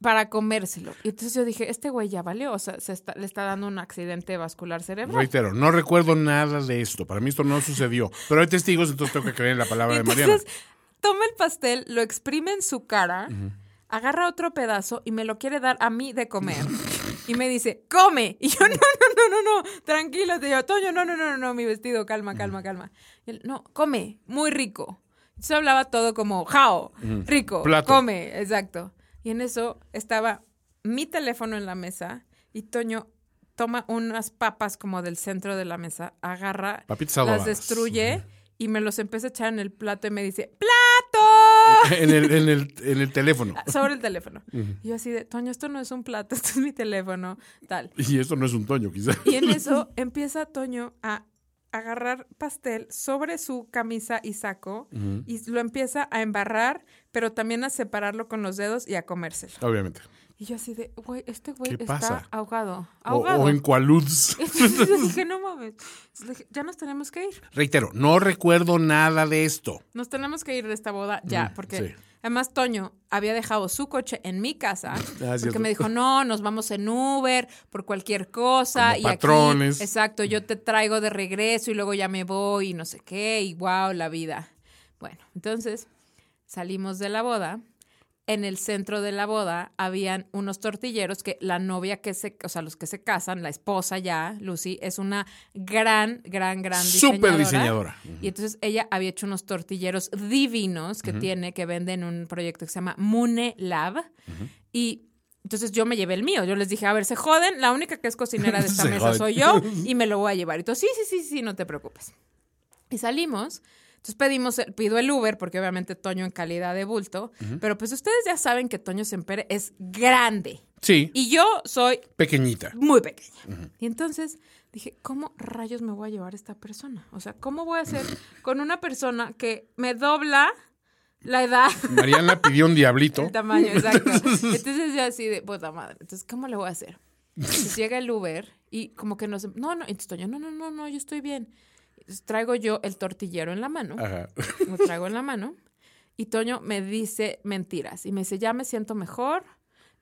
para comérselo. Y entonces yo dije, este güey ya valió, o sea, se está- le está dando un accidente vascular cerebral. Reitero, no recuerdo nada de esto. Para mí esto no sucedió. Pero hay testigos, entonces tengo que creer en la palabra de Mariana. Entonces, toma el pastel, lo exprime en su cara, agarra otro pedazo y me lo quiere dar a mí de comer. Y me dice, come. Y yo, no, no, no, no, no, tranquilo. Te digo, Toño, no, no, no, no, no, mi vestido, calma, calma, calma. Y él, no, come, muy rico. Entonces hablaba todo como, jao, rico, Plato. come, exacto. Y en eso estaba mi teléfono en la mesa y Toño toma unas papas como del centro de la mesa, agarra, Papitas las adobadas. destruye y me los empieza a echar en el plato y me dice, ¡plato! En el, en, el, en el teléfono. Sobre el teléfono. Y yo así de, Toño, esto no es un plato, esto es mi teléfono, tal. Y esto no es un toño, quizás. Y en eso empieza Toño a agarrar pastel sobre su camisa y saco y lo empieza a embarrar, pero también a separarlo con los dedos y a comérselo. Obviamente. Y yo así de, güey, este güey ¿Qué está pasa? ahogado, O, ahogado. o en Qualuds. Entonces yo dije, no mames, Entonces dije, ya nos tenemos que ir. Reitero, no recuerdo nada de esto. Nos tenemos que ir de esta boda ya, porque Mm, sí. además Toño había dejado su coche en mi casa, porque Ah, cierto. me dijo, no, nos vamos en Uber por cualquier cosa. Como y patrones. Aquí, exacto, yo te traigo de regreso y luego ya me voy y no sé qué, y wow, la vida. Bueno, entonces salimos de la boda. En el centro de la boda habían unos tortilleros que la novia que se, o sea, los que se casan, la esposa ya, Lucy, es una gran, gran, gran Súper diseñadora. diseñadora. Y entonces ella había hecho unos tortilleros divinos que tiene, que vende en un proyecto que se llama Mune Lab. Y entonces yo me llevé el mío. Yo les dije, a ver, se joden, la única que es cocinera de esta Se mesa joden. soy yo y me lo voy a llevar. Y tú, sí, sí, sí, sí, no te preocupes. Y salimos. Entonces pedimos, eh, pido el Uber, porque obviamente Toño en calidad de bulto. Pero pues ustedes ya saben que Toño Sempere es grande. Sí, Y yo soy pequeñita. muy pequeña. Y entonces dije, ¿cómo rayos me voy a llevar a esta persona? O sea, ¿cómo voy a hacer con una persona que me dobla la edad? Mariana pidió un diablito. El tamaño, exacto. Entonces yo así de puta madre. Entonces, ¿cómo le voy a hacer? Entonces llega el Uber y como que nos... em-, No, no, entonces Toño, no, no, no, no, yo estoy bien. Entonces, traigo yo el tortillero en la mano Ajá. lo traigo en la mano. Y Toño me dice mentiras. Y me dice, ya me siento mejor.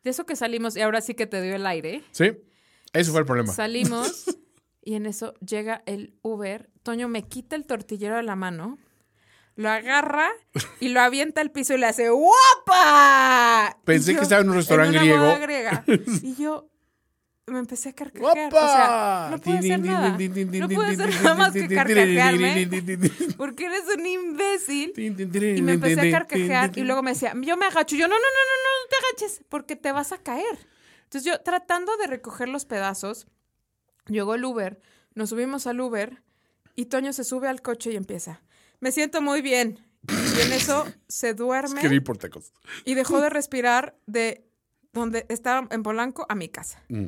De eso que salimos, y ahora sí que te dio el aire. Sí, ese fue el problema. Salimos y en eso llega el Uber. Toño me quita el tortillero de la mano, lo agarra y lo avienta al piso y le hace ¡Guapa! Pensé que estaba en un restaurante griego. griega. Y yo me empecé a carcajear. O sea, no pude hacer nada. No pude hacer nada más que carcajearme porque eres un imbécil. Y me empecé a carcajear y luego me decía, yo me agacho. Y Yo, no, no, no, no, no, no te agaches porque te vas a caer. Entonces yo tratando de recoger los pedazos, llegó el Uber, nos subimos al Uber y Toño se sube al coche y empieza, me siento muy bien. Y en eso se duerme Escribí por tacos. y dejó de respirar de donde estaba en Polanco a mi casa. Mm.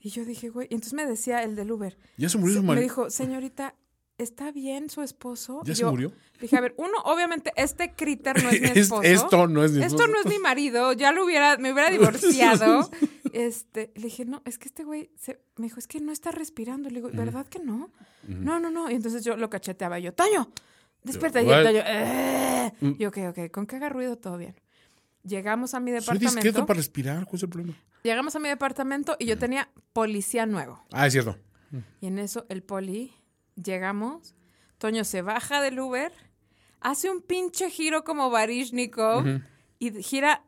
Y yo dije, güey, y entonces me decía el del Uber, Ya se murió se- su me marido. dijo, señorita, ¿está bien su esposo? ¿Ya Y se yo murió? Dije, a ver, uno, obviamente, este críter no es mi Es- esposo. esto no es mi Esto esposo. no es mi marido, ya lo hubiera, me hubiera divorciado. Este, le dije, no, es que este güey, se- me dijo, es que no está respirando. Le digo, ¿verdad que no? No, no, no. Y entonces yo lo cacheteaba, y yo, Toño, despierta. Y What? Mm. el Toño, "Eh". Y yo, ok, ok, con que haga ruido todo bien. Llegamos a mi Soy departamento. discreto para respirar. ¿Cuál es el problema? Llegamos a mi departamento y yo tenía policía nuevo. Ah, es cierto. Y en eso el poli, llegamos, Toño se baja del Uber, hace un pinche giro como Varishnikov y gira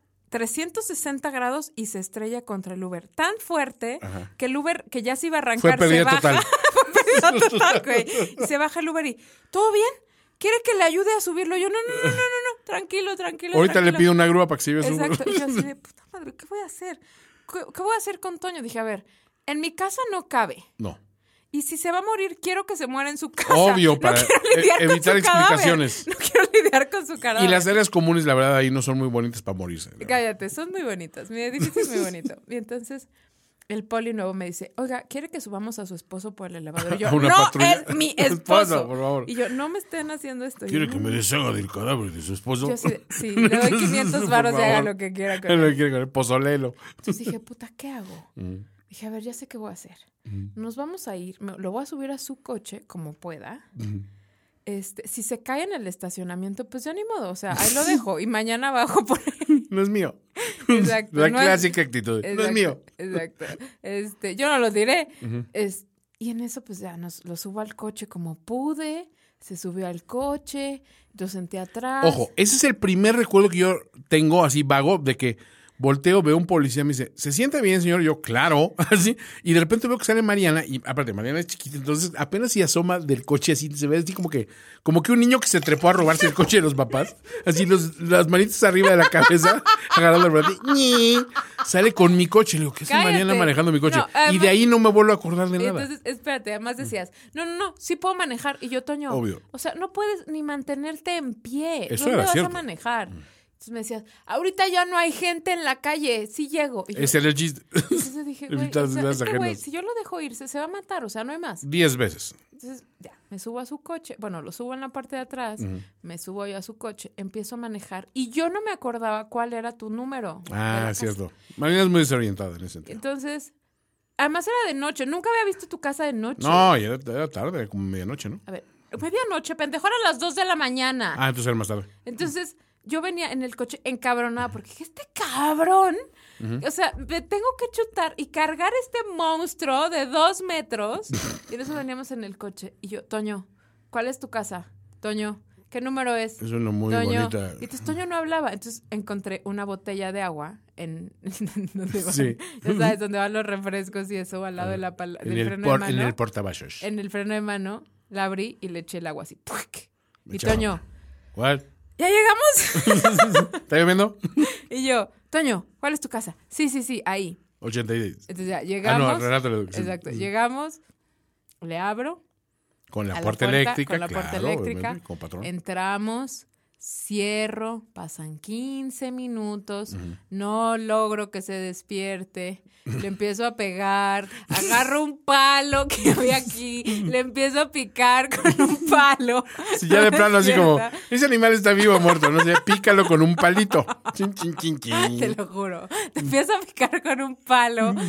360 grados y se estrella contra el Uber. Tan fuerte que el Uber, que ya se iba a Fue arrancar, se pérdida baja. total. Fue pérdida total, güey. Y se baja el Uber y, ¿todo bien? ¿Quiere que le ayude a subirlo? Yo, no, no, no, no, no, no. Tranquilo, tranquilo. Ahorita le tranquilo". pido una grúa para que se lleve su Exacto. Y yo así de, puta madre, ¿qué voy a hacer? ¿Qué, qué voy a hacer con Toño? Dije, a ver, en mi casa no cabe. No. Y si se va a morir, quiero que se muera en su casa. Obvio, No para quiero e- lidiar con su evitar cadáver. explicaciones. No quiero lidiar con su cadáver. Y las áreas comunes, la verdad, ahí no son muy bonitas para morirse. la verdad. Cállate, son muy bonitas. Mi edificio es muy bonito. Y entonces el poli nuevo me dice, oiga, ¿quiere que subamos a su esposo por el elevador? Y yo, A una no, patrulla. es mi Esposo, esposo. por favor. Y yo, no me estén haciendo esto. Y ¿Quiere yo, que me deshaga del cadáver de su esposo? Yo así de, sí, le doy 500 Por varos y haga favor. lo que quiera con Lo él. que quiere con el pozolelo. Mm. Entonces dije, puta, ¿qué hago? Dije, a ver, ya sé qué voy a hacer. Nos vamos a ir, me- lo voy a subir a su coche como pueda. Este, si se cae en el estacionamiento, pues ya ni modo, o sea, ahí lo dejo y mañana bajo por él. No es mío. Exacto. Pues, La no es- clásica actitud. No es Exacto, mío. Exacto. Este, yo no lo diré. Es- y en eso, pues ya nos, lo subo al coche como pude. Se subió al coche. Yo senté atrás. Ojo, ese es el primer recuerdo que yo tengo así vago de que volteo, veo un policía, me dice, ¿se siente bien, señor? Yo, claro, así. Y de repente veo que sale Mariana, y aparte, Mariana es chiquita, entonces apenas si asoma del coche así, se ve así como que, como que un niño que se trepó a robarse el coche de los papás, así los, las manitas arriba de la cabeza, agarrando el volante, ñi. sale con mi coche, le digo, ¿qué hace Cállate. Mariana manejando mi coche? No, y además- de ahí no me vuelvo a acordar de Y nada. Entonces, espérate, además decías, no, no, no, sí puedo manejar. Y yo, Toño, Obvio. o sea, no puedes ni mantenerte en pie. Eso ¿Dónde era vas cierto. a Mm. manejar? Entonces me decías, ahorita ya no hay gente en la calle, sí llego. Y yo, Ese era el chiste. entonces yo dije, güey, Evitas o sea, las es que, güey, ajenas. si yo lo dejo irse, se va a matar, o sea, no hay más. Diez veces. Entonces, ya, me subo a su coche. Bueno, lo subo en la parte de atrás, me subo yo a su coche, empiezo a manejar y yo no me acordaba cuál era tu número. de la Ah, casa. cierto. Mariana es muy desorientada en ese sentido. Entonces, además era de noche, nunca había visto tu casa de noche. No, ya era, era tarde, como medianoche, ¿no? A ver, medianoche, pendejo, eran las 2 de la mañana. Ah, entonces era más tarde. Entonces, yo venía en el coche encabronada porque dije, este cabrón. O sea, me tengo que chutar y cargar este monstruo de dos metros. Y en eso veníamos en el coche. Y yo, Toño, ¿cuál es tu casa? Toño, ¿qué número es? Es una muy Toño. bonita. Y entonces Toño no hablaba. Entonces encontré una botella de agua en, en donde van, Sí. ya sabes, donde van los refrescos y eso, al lado de la pala- En del el, freno por, de en mano el portavasos. en el freno de mano, la abrí y le eché el agua así. ¡puic! Y Echa- Toño, ¿Cuál? ¿ya llegamos? ¿Está lloviendo? y yo, Toño, ¿cuál es tu casa? Sí, sí, sí, ahí. 86. Entonces ya llegamos. al Renato le- Exacto, sí. llegamos, le abro. Con la a puerta eléctrica. Con la puerta claro, eléctrica. obviamente, Con patrón. Entramos, cierro, pasan 15 minutos, no logro que se despierte, le empiezo a pegar, agarro un palo que había aquí, le empiezo a picar con un palo. Sí, ya de plano así como, Despierta. ese animal está vivo o muerto, no sé, pícalo con un palito. Chin, chin, chin, Te chin. lo juro. Te empiezo a picar con un palo, no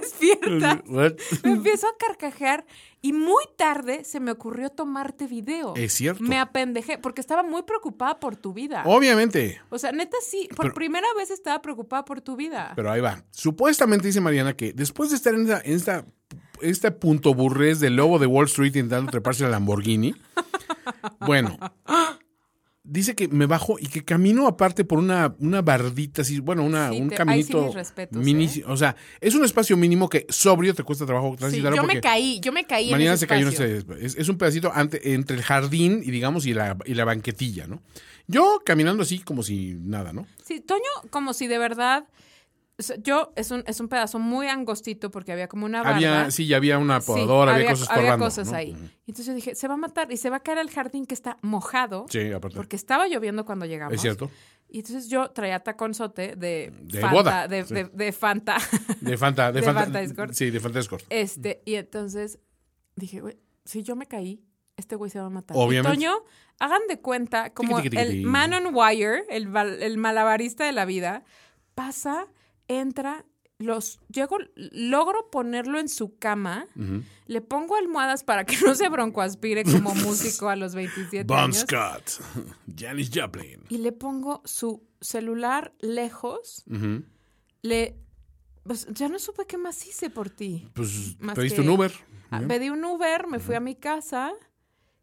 despiertas. What? Me empiezo a carcajear y muy tarde se me ocurrió tomarte video. Es cierto. Me apendejé porque estaba muy preocupada por tu vida. Obviamente, O sea, neta sí, por Pero- primera vez estaba preocupada por tu vida. pero ahí va. Supuestamente dice Mariana que después de estar en esta, en esta, este punto burrés del lobo de Wall Street intentando treparse al Lamborghini, bueno, dice que me bajo y que camino aparte por una, una bardita, así, bueno, una, Sí, un te- ahí sí caminito. mis respetos, mini- ¿eh? O sea, es un espacio mínimo que sobrio te cuesta trabajo Sí, transitar. yo porque me caí, yo me caí en Mariana ese se cayó en espacio. ese- es, es un pedacito ante- entre el jardín y digamos y la, y la banquetilla, ¿no? Yo caminando así como si nada, ¿no? Sí, Toño, como si de verdad... o sea, yo, es un, es un pedazo muy angostito porque había como una barda. Había, sí, ya había una Sí, podadora, había, cosas había estorbando, cosas ¿no? ahí. Entonces yo dije, se va a matar y se va a caer al jardín que está mojado. Sí, aparte. Porque estaba lloviendo cuando llegamos. Es cierto. Y entonces yo traía taconzote de, De Fanta, boda, De, sí. de- de Fanta. De Fanta, de, De Fanta, Fanta Escort. Sí, de Fanta Escort. este, y entonces dije, güey, si yo me caí, este güey se va a matar. Obviamente. Y Toño, hagan de cuenta como Tiqui, tiqui, tiqui, el tiqui. man on wire, el, val- el malabarista de la vida, pasa, entra, los llego, logro ponerlo en su cama, le pongo almohadas para que no se broncoaspire como músico a los 27 Bon años. Scott. Janis Joplin. y le pongo su celular lejos, Ujú. le... Pues ya no supe qué más hice por ti. Pues Más pediste que- un Uber. Ah, Bien. Pedí un Uber, me fui a mi casa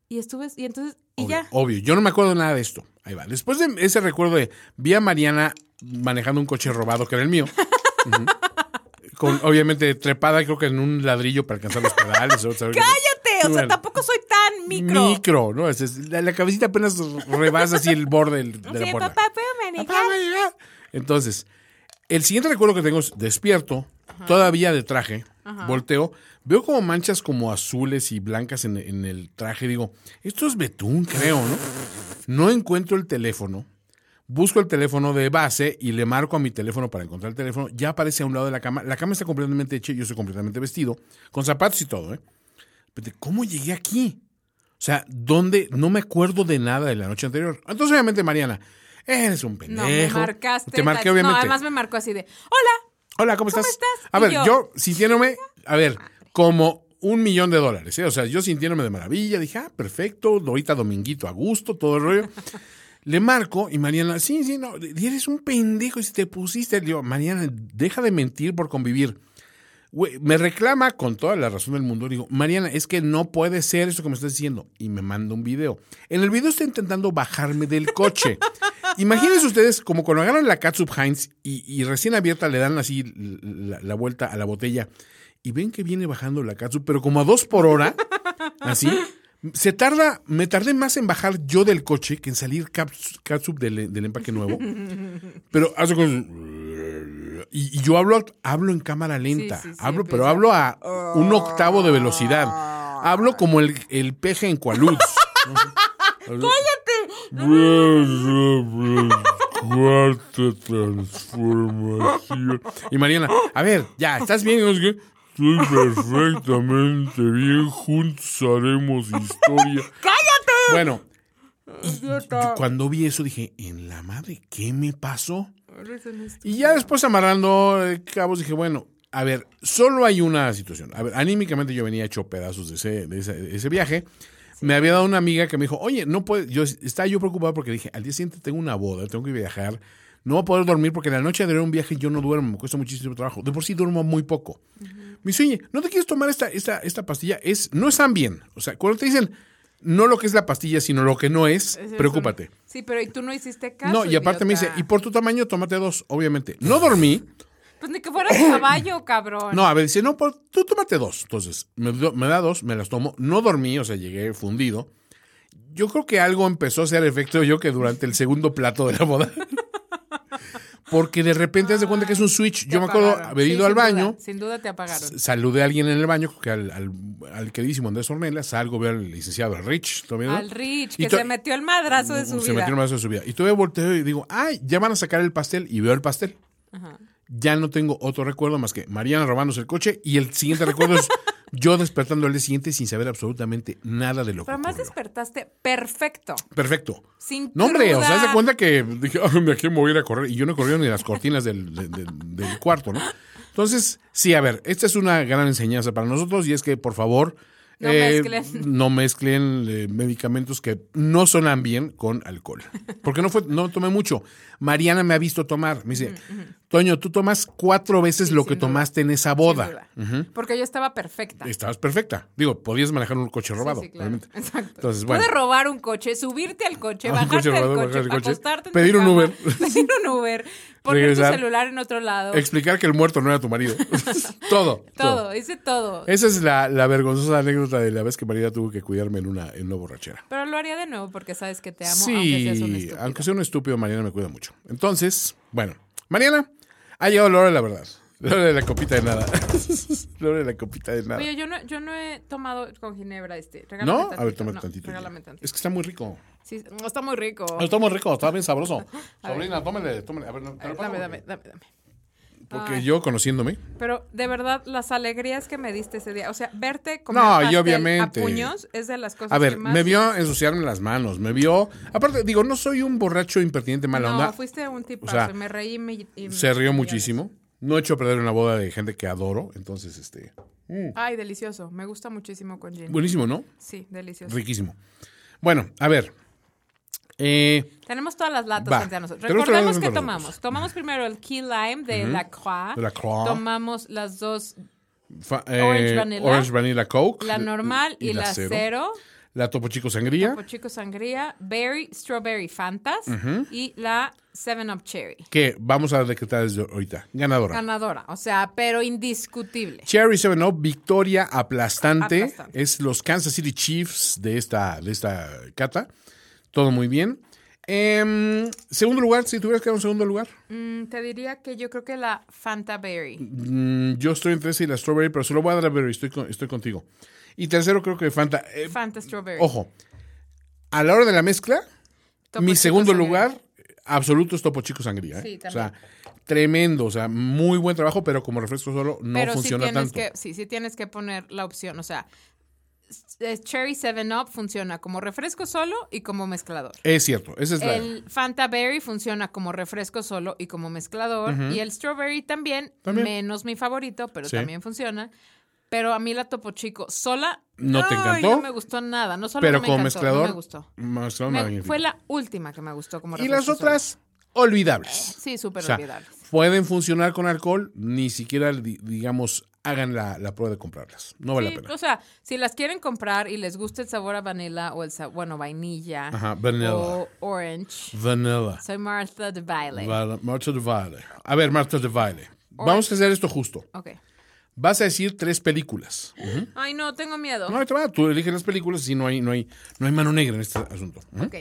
y estuve... Y entonces... Y Obvio, ya. Obvio, yo no me acuerdo nada de esto. Ahí va. Después de ese recuerdo de vi a Mariana manejando un coche robado que era el mío. Ujú. Con, obviamente, trepada, creo que en un ladrillo para alcanzar los pedales. o saber qué. Cállate, o sea, Bueno, tampoco soy tan micro. Micro, ¿no? Es- es- la, la cabecita apenas rebasa así el borde del- de la Sí, puerta. papá, ¿puedo manejar? Entonces, el siguiente recuerdo que tengo es despierto, todavía de traje, volteo, veo como manchas como azules y blancas en, en el traje, digo, esto es betún, creo, ¿no? No encuentro el teléfono. Busco el teléfono de base y le marco a mi teléfono para encontrar el teléfono. Ya aparece a un lado de la cama. La cama está completamente hecha, y yo estoy completamente vestido, con zapatos y todo, ¿eh? Espérate, ¿Cómo llegué aquí? O sea, ¿dónde? No me acuerdo de nada de la noche anterior. Entonces, obviamente, Mariana, eres un pendejo. No, me marcaste. Te marqué, tal- obviamente. No, además me marcó así de, hola. Hola, ¿cómo ¿cómo estás? estás? A Y ver, yo, yo, sintiéndome, a ver, como un millón de dólares, ¿eh? O sea, yo sintiéndome de maravilla, dije, ah, perfecto, ahorita dominguito a gusto, todo el rollo. Le marco y Mariana, sí, sí, no, eres un pendejo y si te pusiste, le digo, Mariana, deja de mentir por convivir. Güey, me reclama con toda la razón del mundo. Digo, Mariana, es que no puede ser eso que me estás diciendo. Y me manda un video. En el video está intentando bajarme del coche. Imagínense ustedes como cuando agarran la Katsup Heinz y, y recién abierta le dan así la, la vuelta a la botella y ven que viene bajando la Katsup, pero como a dos por hora, así. Se tarda, me tardé más en bajar yo del coche que en salir Katsup Katsup del, del empaque nuevo. Pero hace con- Y, y yo hablo, hablo en cámara lenta. Sí, sí, sí, hablo, empieza. pero hablo a un octavo de velocidad. Hablo como el, el peje en Cualuz. Cuarta transformación. Y Mariana, a ver, ya, ¿estás bien? No sé qué. Estoy perfectamente bien. Juntos haremos historia. Bueno. y yo cuando vi eso dije, en la madre, ¿qué me pasó? Y ya después amarrando eh, cabos dije, bueno, a ver, solo hay una situación. A ver, anímicamente yo venía hecho pedazos de ese, de ese, de ese viaje. Me había dado una amiga que me dijo, oye, no puedes, yo estaba yo preocupado porque dije, al día siguiente tengo una boda, tengo que viajar, no voy a poder dormir porque la noche de un viaje yo no duermo, me cuesta muchísimo trabajo, de por sí duermo muy poco. Me dice, oye, ¿no te quieres tomar esta, esta, esta pastilla? Es, no es bien. O sea, cuando te dicen no lo que es la pastilla, sino lo que no es, Ese es preocúpate. un- Sí, pero y tú no hiciste caso. ah. no, y aparte me dice, idiota. y por tu tamaño, tómate dos, obviamente. No dormí. Pues ni que fueras caballo, cabrón. No, a ver, dice, no, por- tú tómate dos. Entonces, me, do- me da dos, me las tomo. No dormí, o sea, llegué fundido. Yo creo que algo empezó a hacer efecto yo que durante el segundo plato de la boda. Porque de repente haz de cuenta que es un switch. Te Yo me acuerdo apagaron. haber Sí, ido al sin duda, baño. sin duda te apagaron. Saludé a alguien en el baño, que al, al, al queridísimo Andrés Ornella, salgo, veo al licenciado, al Rich. ¿todavía no? Al Rich, Y que to- se metió el madrazo de su se vida. metió en el brazo de su vida. Y todavía volteo y digo, ay, ya van a sacar el pastel y veo el pastel. Ya no tengo otro recuerdo más que Mariana robándose el coche y el siguiente recuerdo es yo despertando al día siguiente sin saber absolutamente nada de Pero lo que además ocurrió. despertaste perfecto. Perfecto. Sin No, hombre, o sea, cruda. se cuenta que dije, "Ay, me quiero mover a correr y yo no corrí ni las cortinas del, de- de- del cuarto, ¿no? Entonces, sí, a ver, esta es una gran enseñanza para nosotros y es que, por favor, eh, No mezclen. no mezclen, eh, medicamentos que no sonan bien con alcohol. Porque no fue, no tomé mucho. Mariana me ha visto tomar. Me dice, Toño, tú tomas cuatro veces lo que sin duda. tomaste en esa sin boda. duda. Porque yo estaba perfecta. Estabas perfecta. Digo, podías manejar un coche robado. Sí, sí, claro. realmente. Exacto. Entonces, bueno. Puedes robar un coche, subirte al coche, A un bajarte coche del robado, coche, bajar el coche, acostarte en pedir tu un cama, Uber. pedir un Uber, poner Regresar. tu celular en otro lado. Explicar que el muerto no era tu marido. todo, todo, hice todo. Esa es la, la vergonzosa anécdota de la vez que María tuvo que cuidarme en una, en una borrachera. Pero lo haría de nuevo porque sabes que te amo, aunque seas un sí, estúpido. aunque sea un estúpido, Mariana me cuida mucho. Entonces, bueno, Mariana, ha llegado la hora de la verdad. La hora de la copita de nada. La hora de la copita de nada. Oye, yo no, yo no he tomado con ginebra este. Regálame ¿No? tantito. A ver, tómate No, tantito. Regálame tantito. Es que está muy rico. Sí, está muy rico. No, Está muy rico, está bien sabroso. A ver. Sobrina, tómale, tómale. A ver, no, te A lo ver, paso dame, dame, porque- dame, dame. Porque yo, conociéndome, Pero de verdad, las alegrías que me diste ese día, o sea, verte como No, y obviamente. a puños es de las cosas A ver, que más... me vio ensuciarme las manos, me vio. Aparte, digo, no soy un borracho impertinente mala no, onda. fuiste un tipazo, sea, y me reí y me- y me- Se rió y- muchísimo. No he hecho a perder una boda de gente que adoro. Entonces, este. Ay, delicioso, me gusta muchísimo con gin. Buenísimo, ¿no? Sí, delicioso. Riquísimo. Bueno, a ver. Eh, Tenemos todas las latas Va. frente a nosotros. Tenemos todas Recordemos las latas que frente a nosotros. tomamos. Tomamos primero el key lime de la Croix. De La Croix. Tomamos las dos, fa- Orange eh, Vanilla. Orange Vanilla Coke. eh, la normal y, la, cero. la Topo Chico Sangría, Topo Chico Sangría, Berry Strawberry Fantas y la Seven Up Cherry. que vamos a decretar desde ahorita. Ganadora. Ganadora, o sea, pero indiscutible. Cherry 7 Up, victoria aplastante. Aplastante. Es los Kansas City Chiefs de esta, de esta cata. Todo muy bien. Em, segundo lugar, si tuvieras que dar un segundo lugar. Mm, te diría que yo creo que la Fanta Berry. Mm, yo estoy entre esa y la Strawberry, pero solo voy a dar a Berry, estoy, con- estoy contigo. Y tercero, creo que Fanta. Eh, Fanta Strawberry. ojo, a la hora de la mezcla, Topo mi Chico segundo Sangría. lugar absoluto es Topo Chico Sangría. ¿eh? Sí, o sea, tremendo, o sea, muy buen trabajo, pero como refresco solo no pero funciona sí tienes tanto. Que, sí, sí tienes que poner la opción, o sea, s- eh, Cherry 7 Up funciona como refresco solo y como mezclador. Es cierto, esa es la. El Fanta Berry funciona como refresco solo y como mezclador. Y el Strawberry también, También. menos mi favorito, pero Sí. también funciona. Pero a mí la Topo Chico sola. ¿No te ay, encantó? No me gustó nada. No solo pero no me como encantó, no mezclador, me gustó. mezclador Me- magnífico. fue la última que me gustó como y refresco. las solo. otras olvidables. Sí, súper O sea, olvidables. pueden funcionar con alcohol, ni siquiera di- digamos hagan la, la prueba de comprarlas. No vale Sí, la pena. o sea, si las quieren comprar y les gusta el sabor a vanilla o el sabor, bueno, vainilla Ajá, vanilla. o orange. Vanilla. Soy Martha de Violet. Vale, Marta de Baile. A ver, Marta de Baile. Vamos a hacer esto justo. ok. Vas a decir tres películas. Ujú. Ay, no, tengo miedo. No, ahí te va. Tú eliges las películas y no hay, no hay, no hay mano negra en este asunto. Ujú. Ok.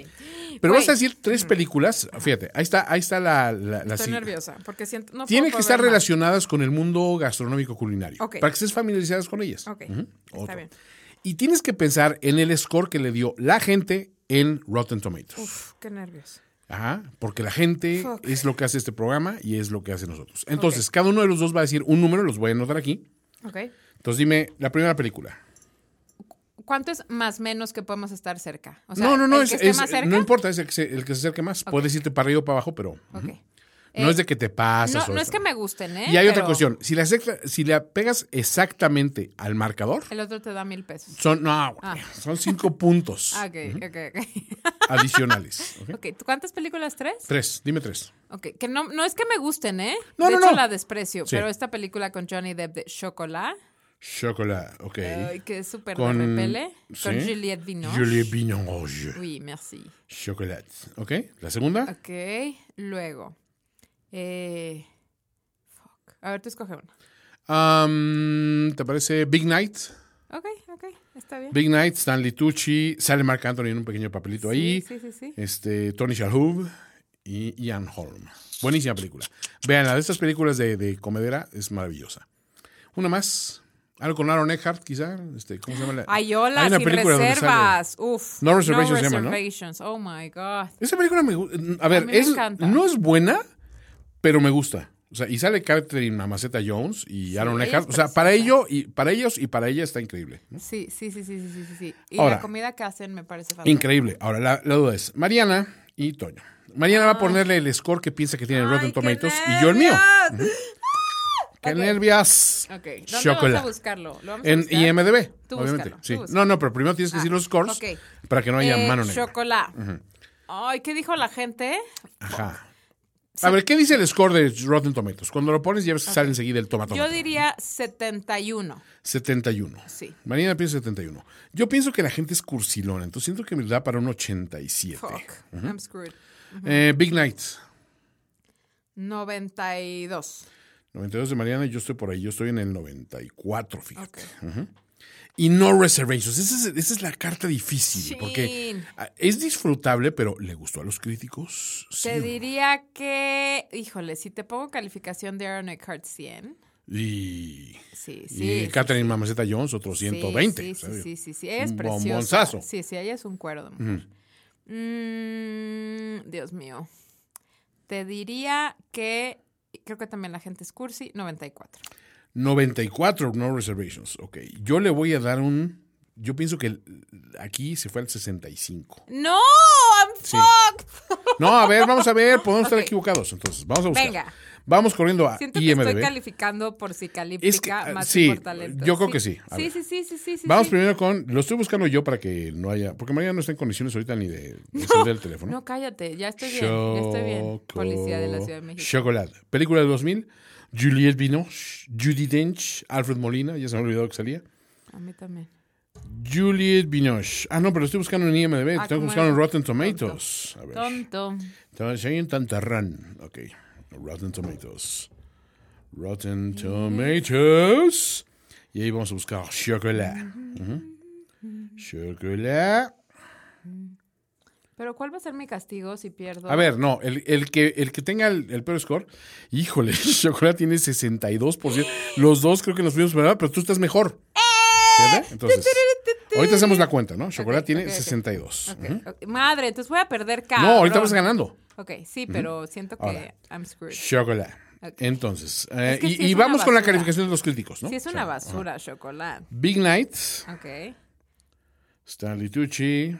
Güey, Pero vas a decir tres películas. Fíjate, ahí está, ahí está la, la, la Estoy si- nerviosa porque siento. No Tienen puedo que estar volver mal. relacionadas con el mundo gastronómico culinario. Ok. Para que estés familiarizadas con ellas. Ok. Ujú. Está Otro. bien. Y tienes que pensar en el score que le dio la gente en Rotten Tomatoes. Uf, qué nervios. Ajá, porque la gente Fuck. es lo que hace este programa y es lo que hace nosotros. Entonces, cada uno de los dos va a decir un número, los voy a anotar aquí. Ok. Entonces, dime la primera película. ¿Cuánto es más menos que podemos estar cerca? O sea, no, no, no, el es, que esté es- más cerca. no importa, es el que se, el que se acerque más. Puedes irte para arriba o para abajo, pero Ok. ujú. Eh, no es de que te No, pasas. o no es esto. que me gusten, ¿eh? Y hay otra Pero cuestión, si la, acerca- si la pegas exactamente al marcador, El otro te da mil pesos. son, no, güey, son cinco puntos Ah, ok, ok, ok. adicionales. ¿ok? Ok, ¿tú cuántas películas? ¿Tres? Tres, dime tres. Ok, que no, no es que me gusten, ¿eh? No, de no, hecho, no. la desprecio, Sí. pero esta película con Johnny Depp de Chocolat, Chocolate, ok. ay, que es súper Con- de repele, con sí. Juliette Binoche. Juliette Binoche. Oui, merci. Chocolate. ¿Ok? ¿La segunda? Ok, luego. Eh, fuck. A ver, tú escoge una. Am, ¿Te parece Big Night? Ok, ok, está bien. Big Night, Stanley Tucci, sale Mark Anthony en un pequeño papelito ahí. Sí, sí, sí. sí. Este, Tony Shalhoub y Ian Holm. Buenísima película. Vean, la de estas películas de, de comedera es maravillosa. Una más. Algo con Aaron Eckhart, quizá. Este, ¿Cómo se llama? la- Ayola, Hay una sin película donde reservas. Uf. No Reservations se llama, ¿no? Reservations. Oh my God. Esa película me gusta. A ver, mí me es- encanta. no es buena, pero me gusta. O sea, y sale Catherine Mamaceta Jones y Aaron ella es Eckhart. O sea, para ello y para ellos y para ella está increíble. ¿no? Sí, sí, sí, sí, sí, sí, sí, sí. Y Ahora. la comida que hacen me parece fantástica. Increíble. Ahora, la, la duda es Mariana y Toño. Mariana Ah. va a ponerle el score que piensa que tiene Rotten Tomatoes y yo el mío. ¡Qué nervias! Ok, ¿dónde vas a Chocolate. buscarlo? ¿Lo vamos a En buscar? IMDB, Tú obviamente. búscalo, tú Sí. búscalo. Ah, No, no, pero primero tienes que decir los scores ok. para que no haya Eh, mano negra. Chocolate. Ay, ¿qué dijo la gente? Ajá. Oh. A ver, ¿qué dice el score de Rotten Tomatoes? Cuando lo pones ya ves que sale enseguida el tomate. Yo diría 71. 71. Sí. Marina piensa 71. Yo pienso que la gente es cursilona, entonces siento que me da para un 87. Fuck. I'm screwed. Eh, Big Night. 92. 92 de Mariana, yo estoy por ahí, yo estoy en el 94, fíjate. Ujú. Y no reservations. Esa es, esa es la carta difícil, Chin. porque ah, es disfrutable, pero ¿le gustó a los críticos? Sí. Te diría que, híjole, si te pongo calificación de Aaron Eckhart 100. Y, Sí, y sí. Catherine Mamaceta Jones, otro 120. Sí, ¿sabes? sí, sí, sí, sí. Ella es Un preciosa. bombonzazo. Sí, sí, ella es un cuero de mujer. Mm, Dios mío. Te diría que creo que también la gente es cursi, 94. 94 no reservations. Ok. Yo le voy a dar un. Yo pienso que el- aquí se fue al 65. No, I'm fucked. No, a ver, vamos a ver. Podemos estar Ok. equivocados. Entonces, vamos a buscar. Venga. Vamos corriendo a Siento que estoy IMDb. calificando por si califica Es que, ah, más sí, que por talento. yo creo que sí. A Sí, ver. sí, sí, sí, sí, sí, Vamos sí. primero con. Lo estoy buscando yo para que no haya. Porque María no está en condiciones ahorita ni de encender el teléfono. No, cállate, ya estoy bien, ya estoy bien. Choco- Policía de la Ciudad de México. Chocolate. Película de 2000. Juliette Binoche, Judy Dench, Alfred Molina, ya se me olvidó que salía. A mí también. Juliette Binoche. Ah, no, pero estoy buscando en IMDb. Ah, tengo que ¿cómo buscar era? en Rotten Tomatoes. A ver. Tonto. Entonces, hay un tantarrán. Ok. Rotten Tomatoes. Rotten Tomatoes. Y ahí vamos a buscar chocolate. Ujú. Chocolate. Pero ¿cuál va a ser mi castigo si pierdo? A ver, no, el, el que, el que tenga el, el peor score, híjole, Chocolate tiene 62%. Los dos creo que nos fuimos, ¿verdad? Pero tú estás mejor. ¿Verdad? Entonces, ahorita hacemos la cuenta, ¿no? Chocolate Ok, tiene ok, ok. 62. Ok, Ujú. ok. Madre, entonces voy a perder cada. No, ahorita vas ganando. Ok, sí, pero siento que Ahora. I'm screwed. Chocolate. Ok. Entonces, eh, Es que y, sí es y una vamos con la basura. calificación de los críticos, ¿no? Sí, es O una sea, basura, chocolate. Big Night, Ok. Stanley Tucci.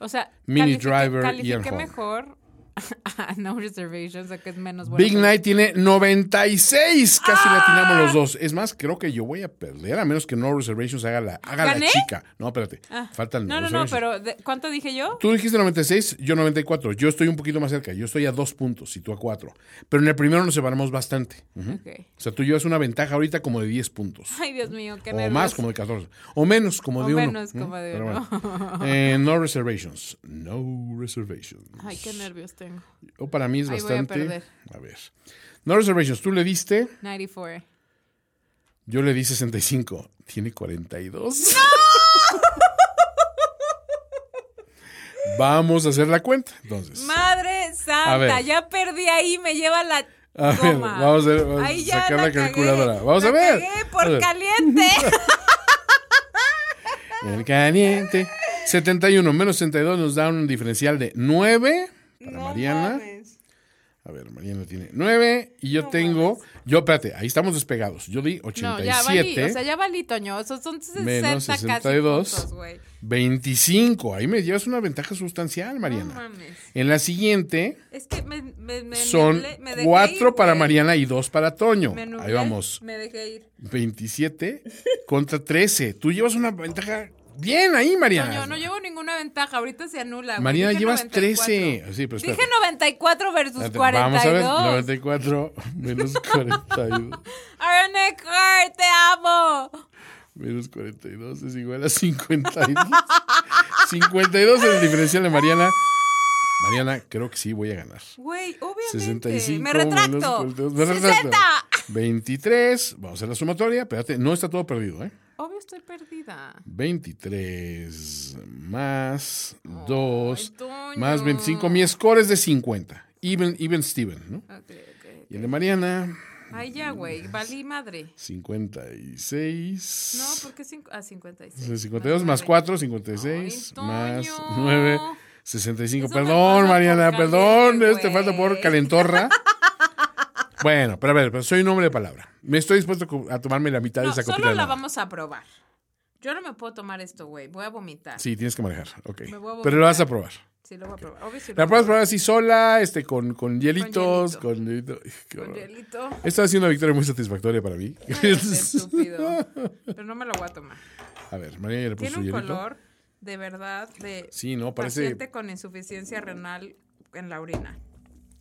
O sea, Mini califiqué- Driver y califiqué Ian Holm. mejor a No Reservations, o que es menos bueno. pues- ¡Ah! Big Night tiene 96, casi latinamos los dos. Es más, creo que yo voy a perder, a menos que No Reservations haga la, haga la ¿Gané? chica. No, espérate, Ah. faltan No, no, no, Reservations. pero de- ¿cuánto dije yo? Tú dijiste 96, yo 94. Yo estoy un poquito más cerca. Yo estoy a dos puntos y tú a cuatro. Pero en el primero nos separamos bastante. Ujú. Ok. O sea, tú llevas una ventaja ahorita como de 10 puntos. Ay, Dios mío, qué o nervios. más como de 14. O menos como O de uno. menos como de Pero uno. bueno. Eh, no reservations. No reservations. Ay, qué nervios tengo. O para mí es Ahí voy a bastante. perder. a ver. No reservations. Tú le diste. 94. Yo le di 65. Tiene 42. Vamos a hacer la cuenta. Entonces. Madre A santa, ver. ya perdí ahí, me lleva la A ver, goma. vamos a ver, vamos a Ahí ya sacar la cagué, calculadora. Vamos la a ver. cagué A por ver. caliente. El caliente. 71 menos 62 nos da un diferencial de 9 para Mariana. A ver, Mariana tiene 9 y yo tengo. Yo, espérate, ahí estamos despegados. Yo di No, ya valí, 87, o sea, ya valí, Toño. Esos son 60 Menos casi 62. puntos, güey. 25. Ahí me llevas una ventaja sustancial, No Mariana. mames. En la siguiente Es que me, me, me son nublé, me dejé 4 ir, para güey. Mariana y 2 para Toño. Me nublé, Ahí vamos. Me dejé ir. 27 contra 13. Tú llevas una ventaja bien ahí, Mariana. Toño, no llevo ninguna ventaja. Ahorita se anula. güey. Mariana, Dije llevas 94. 13. Sí, pero Dije espérate. 94 versus Espérate, 42. Vamos a ver, 94 menos 42. Aaron Eckhart, te amo. menos 42 es igual a 52. 52 es el diferencial de Mariana. Mariana, creo que sí voy a ganar. Güey, obviamente. 65 me menos retracto. 42. Me retracto. 60. 23. Vamos a hacer la sumatoria. Espérate, no está todo perdido, ¿eh? Obvio estoy perdida. 23 más 2 Toño. más 25. Mi score es de 50. Even, even Steven, ¿no? Ok, ok. Y el de Mariana, Ay, ya, güey. Valí madre. 56. No, porque cinco, ah, 56. Entonces, 52 más 4, 56 Ay, más Toño. 9, 65. Eso me Perdón, pasa Mariana, por perdón. caliente, Te falta por güey. calentorra. bueno, pero a ver, pero soy un hombre de palabra. Me estoy dispuesto a tomarme la mitad de No, esa copita. solo de la nada. vamos a probar. Yo no me puedo tomar esto, güey. Voy a vomitar. Sí, tienes que manejar. Ok. Me voy a Pero lo vas a vomitar. probar. Sí, lo voy a probar. Obvio, sí lo voy La a puedes probar así sola, este, con, con hielitos, hielito. con hielito. Ay, qué Con horror. hielito. Esta ha sido una victoria muy satisfactoria para mí. Ay, es estúpido. Pero no me lo voy a tomar. a ver, María ya le puso Tiene su un hielito. color de verdad de Sí, no, parece- paciente con insuficiencia renal en la orina.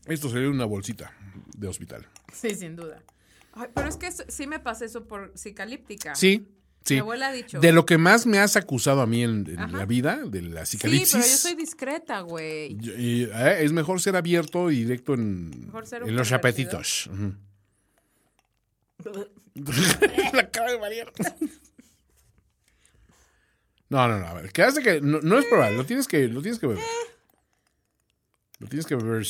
Esto sería una bolsita de hospital. Sí, sin duda. Ay, pero es que eso- sí me pasé eso por psicalíptica. Sí, sí. Mi abuela ha dicho. De lo que más me has acusado a mí en, en Ajá. la vida, de la Sí, psicalipsis. pero yo soy discreta, güey. yo- y, eh, es mejor ser abierto y directo en, Mejor ser un en los pervertido. apetitos. Ujú. la cara de María. No, no, no, a ver, ¿qué hace que no, no es probable, lo tienes que, lo tienes que beber. Lo tienes que beber.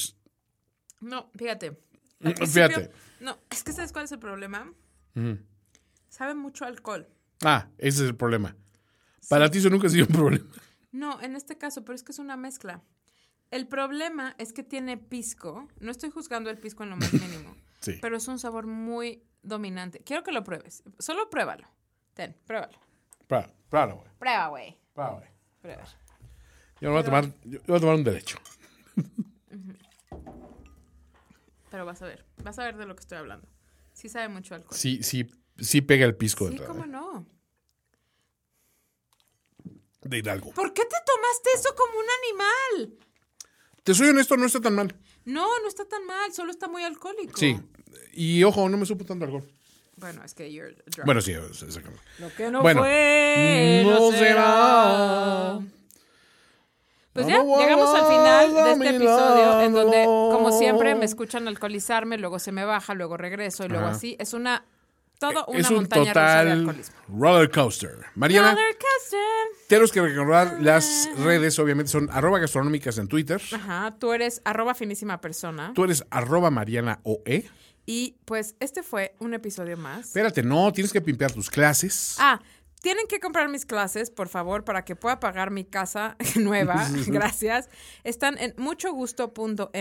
No, fíjate. Mm, Al principio- fíjate. No, es que ¿sabes cuál es el problema? Sabe mucho a alcohol. Ah, ese es el problema. Para ti eso nunca ha sido un problema. No, en este caso, pero es que es una mezcla. El problema es que tiene pisco. No estoy juzgando el pisco en lo más mínimo. Sí. Pero es un sabor muy dominante. Quiero que lo pruebes. Solo pruébalo. Ten, pruébalo. Para, para, güey. Prueba, güey. para, güey. Prueba. Yo me voy a tomar, yo yo voy a tomar un derecho. Pero vas a ver. Vas a ver de lo que estoy hablando. Sí sabe mucho a alcohol. Sí, pues, sí, sí pega el pisco Sí, de, cómo no. de Hidalgo. ¿Por qué te tomaste eso como un animal? Te soy honesto, no está tan mal. No, no está tan mal. Solo está muy alcohólico. Sí. Y ojo, no me supo tanto alcohol. Bueno, es que you're drunk. Bueno, sí, exactamente. Lo que no bueno, fue, no no será. será. Pues ya, llegamos al final de este episodio en donde, como siempre, me escuchan alcoholizarme, luego se me baja, luego regreso y luego Ajá. así. Es una, todo una Es un montaña rusa de total alcoholismo. roller coaster. Mariana, Roller coaster. tenemos que recordar las redes, obviamente son arroba gastronómicas en Twitter. Ajá, tú eres arroba finísima persona. Tú eres arroba Mariana OE. Y pues este fue un episodio más. Espérate, no, tienes que pimpear tus clases. Ah, tienen que comprar mis clases, por favor, para que pueda pagar mi casa nueva. Gracias. Están en muchogusto.mx.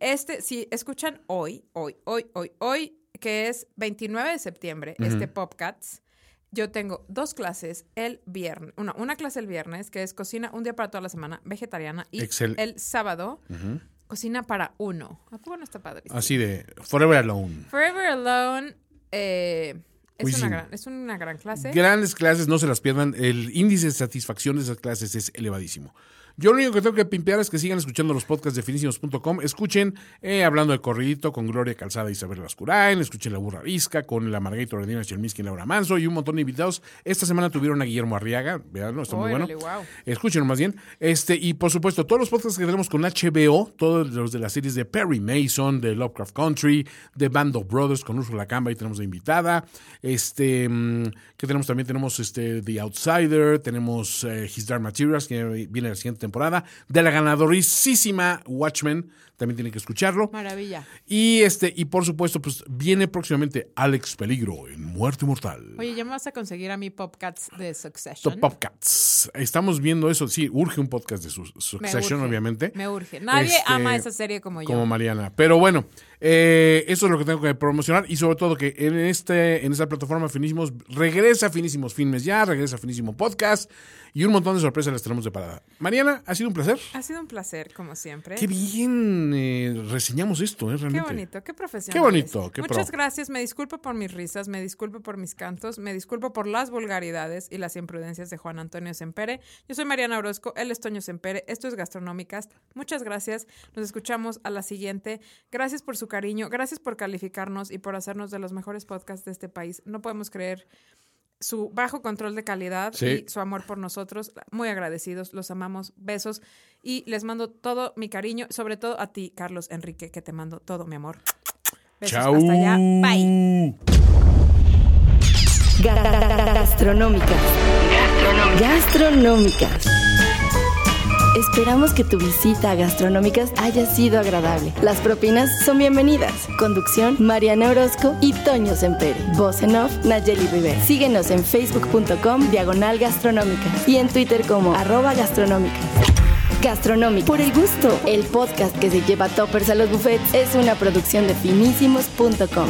Este, si escuchan hoy, hoy, hoy, hoy, hoy, que es 29 de septiembre, este Popcats. Yo tengo dos clases el viernes, una, una clase el viernes que es cocina un día para toda la semana, vegetariana, y Excel. el sábado cocina para uno. ¿A poco no está padre? Así de Forever Alone. Forever Alone eh, es, Cuisine. una gran, es una gran clase. Grandes clases, no se las pierdan. El índice de satisfacción de esas clases es elevadísimo. Yo lo único que tengo que pimpear es que sigan escuchando los podcasts de finísimos.com. Escuchen eh, Hablando de Corridito con Gloria Calzada y Isabel Lascurain. Escuchen La Burra Visca con la Margarita Ordina Chelmiski y Laura Manso y un montón de invitados. Esta semana tuvieron a Guillermo Arriaga. Veanlo, está muy bueno. Órale, guau. Escuchen más bien. Este, y por supuesto, todos los podcasts que tenemos con HBO, todos los de las series de Perry Mason, de Lovecraft Country, de Band of Brothers con Ursula Camba, ahí tenemos de invitada. Este, mm, que tenemos también, tenemos este, The Outsider, tenemos eh, His Dark Materials, que viene la siguiente temporada, de la ganadorísima Watchmen, también tienen que escucharlo. Maravilla. Y este, y por supuesto, pues viene próximamente Alex Peligro en Muerte Mortal. Oye, ya me vas a conseguir a mi Popcats de The Succession. Popcats. Estamos viendo eso. Sí, urge un podcast de su Me Succession, urge, obviamente. Me urge. Nadie Este, ama esa serie como yo. Como Mariana. Pero bueno, eh, eso es lo que tengo que promocionar y sobre todo que en este en esta plataforma Finísimos regresa Finísimos Filmes ya, regresa Finísimo Podcast y un montón de sorpresas las tenemos de parada. Mariana, ha sido un placer. ha sido un placer, como siempre. Qué bien eh, reseñamos esto, ¿eh? Qué Realmente. bonito, qué profesional. Qué bonito, qué Muchas pro. gracias. Me disculpo por mis risas, me disculpo por mis cantos, me disculpo por las vulgaridades y las imprudencias de Juan Antonio Sempere. Yo soy Mariana Orozco, él es Toño Sempere. Esto es Gastronómicas. Muchas gracias. Nos escuchamos a la siguiente. Gracias por su cariño, gracias por calificarnos y por hacernos de los mejores podcasts de este país. No podemos creer su bajo control de calidad Sí. y su amor por nosotros. Muy agradecidos, los amamos, besos y les mando todo mi cariño, sobre todo a ti, Carlos Enrique, que te mando todo mi amor. Besos Chau. hasta allá. Bye. Gastronómicas. Gastronómicas. Esperamos que tu visita a Gastronómicas haya sido agradable. Las propinas son bienvenidas. Conducción, Mariana Orozco y Toño Sempere. Voz en off, Nayeli Rivera. Síguenos en facebook.com, diagonal gastronómica. Y en Twitter como arroba gastronómicas. Gastronómica. Por el gusto. El podcast que se lleva toppers a los buffets es una producción de finísimos.com.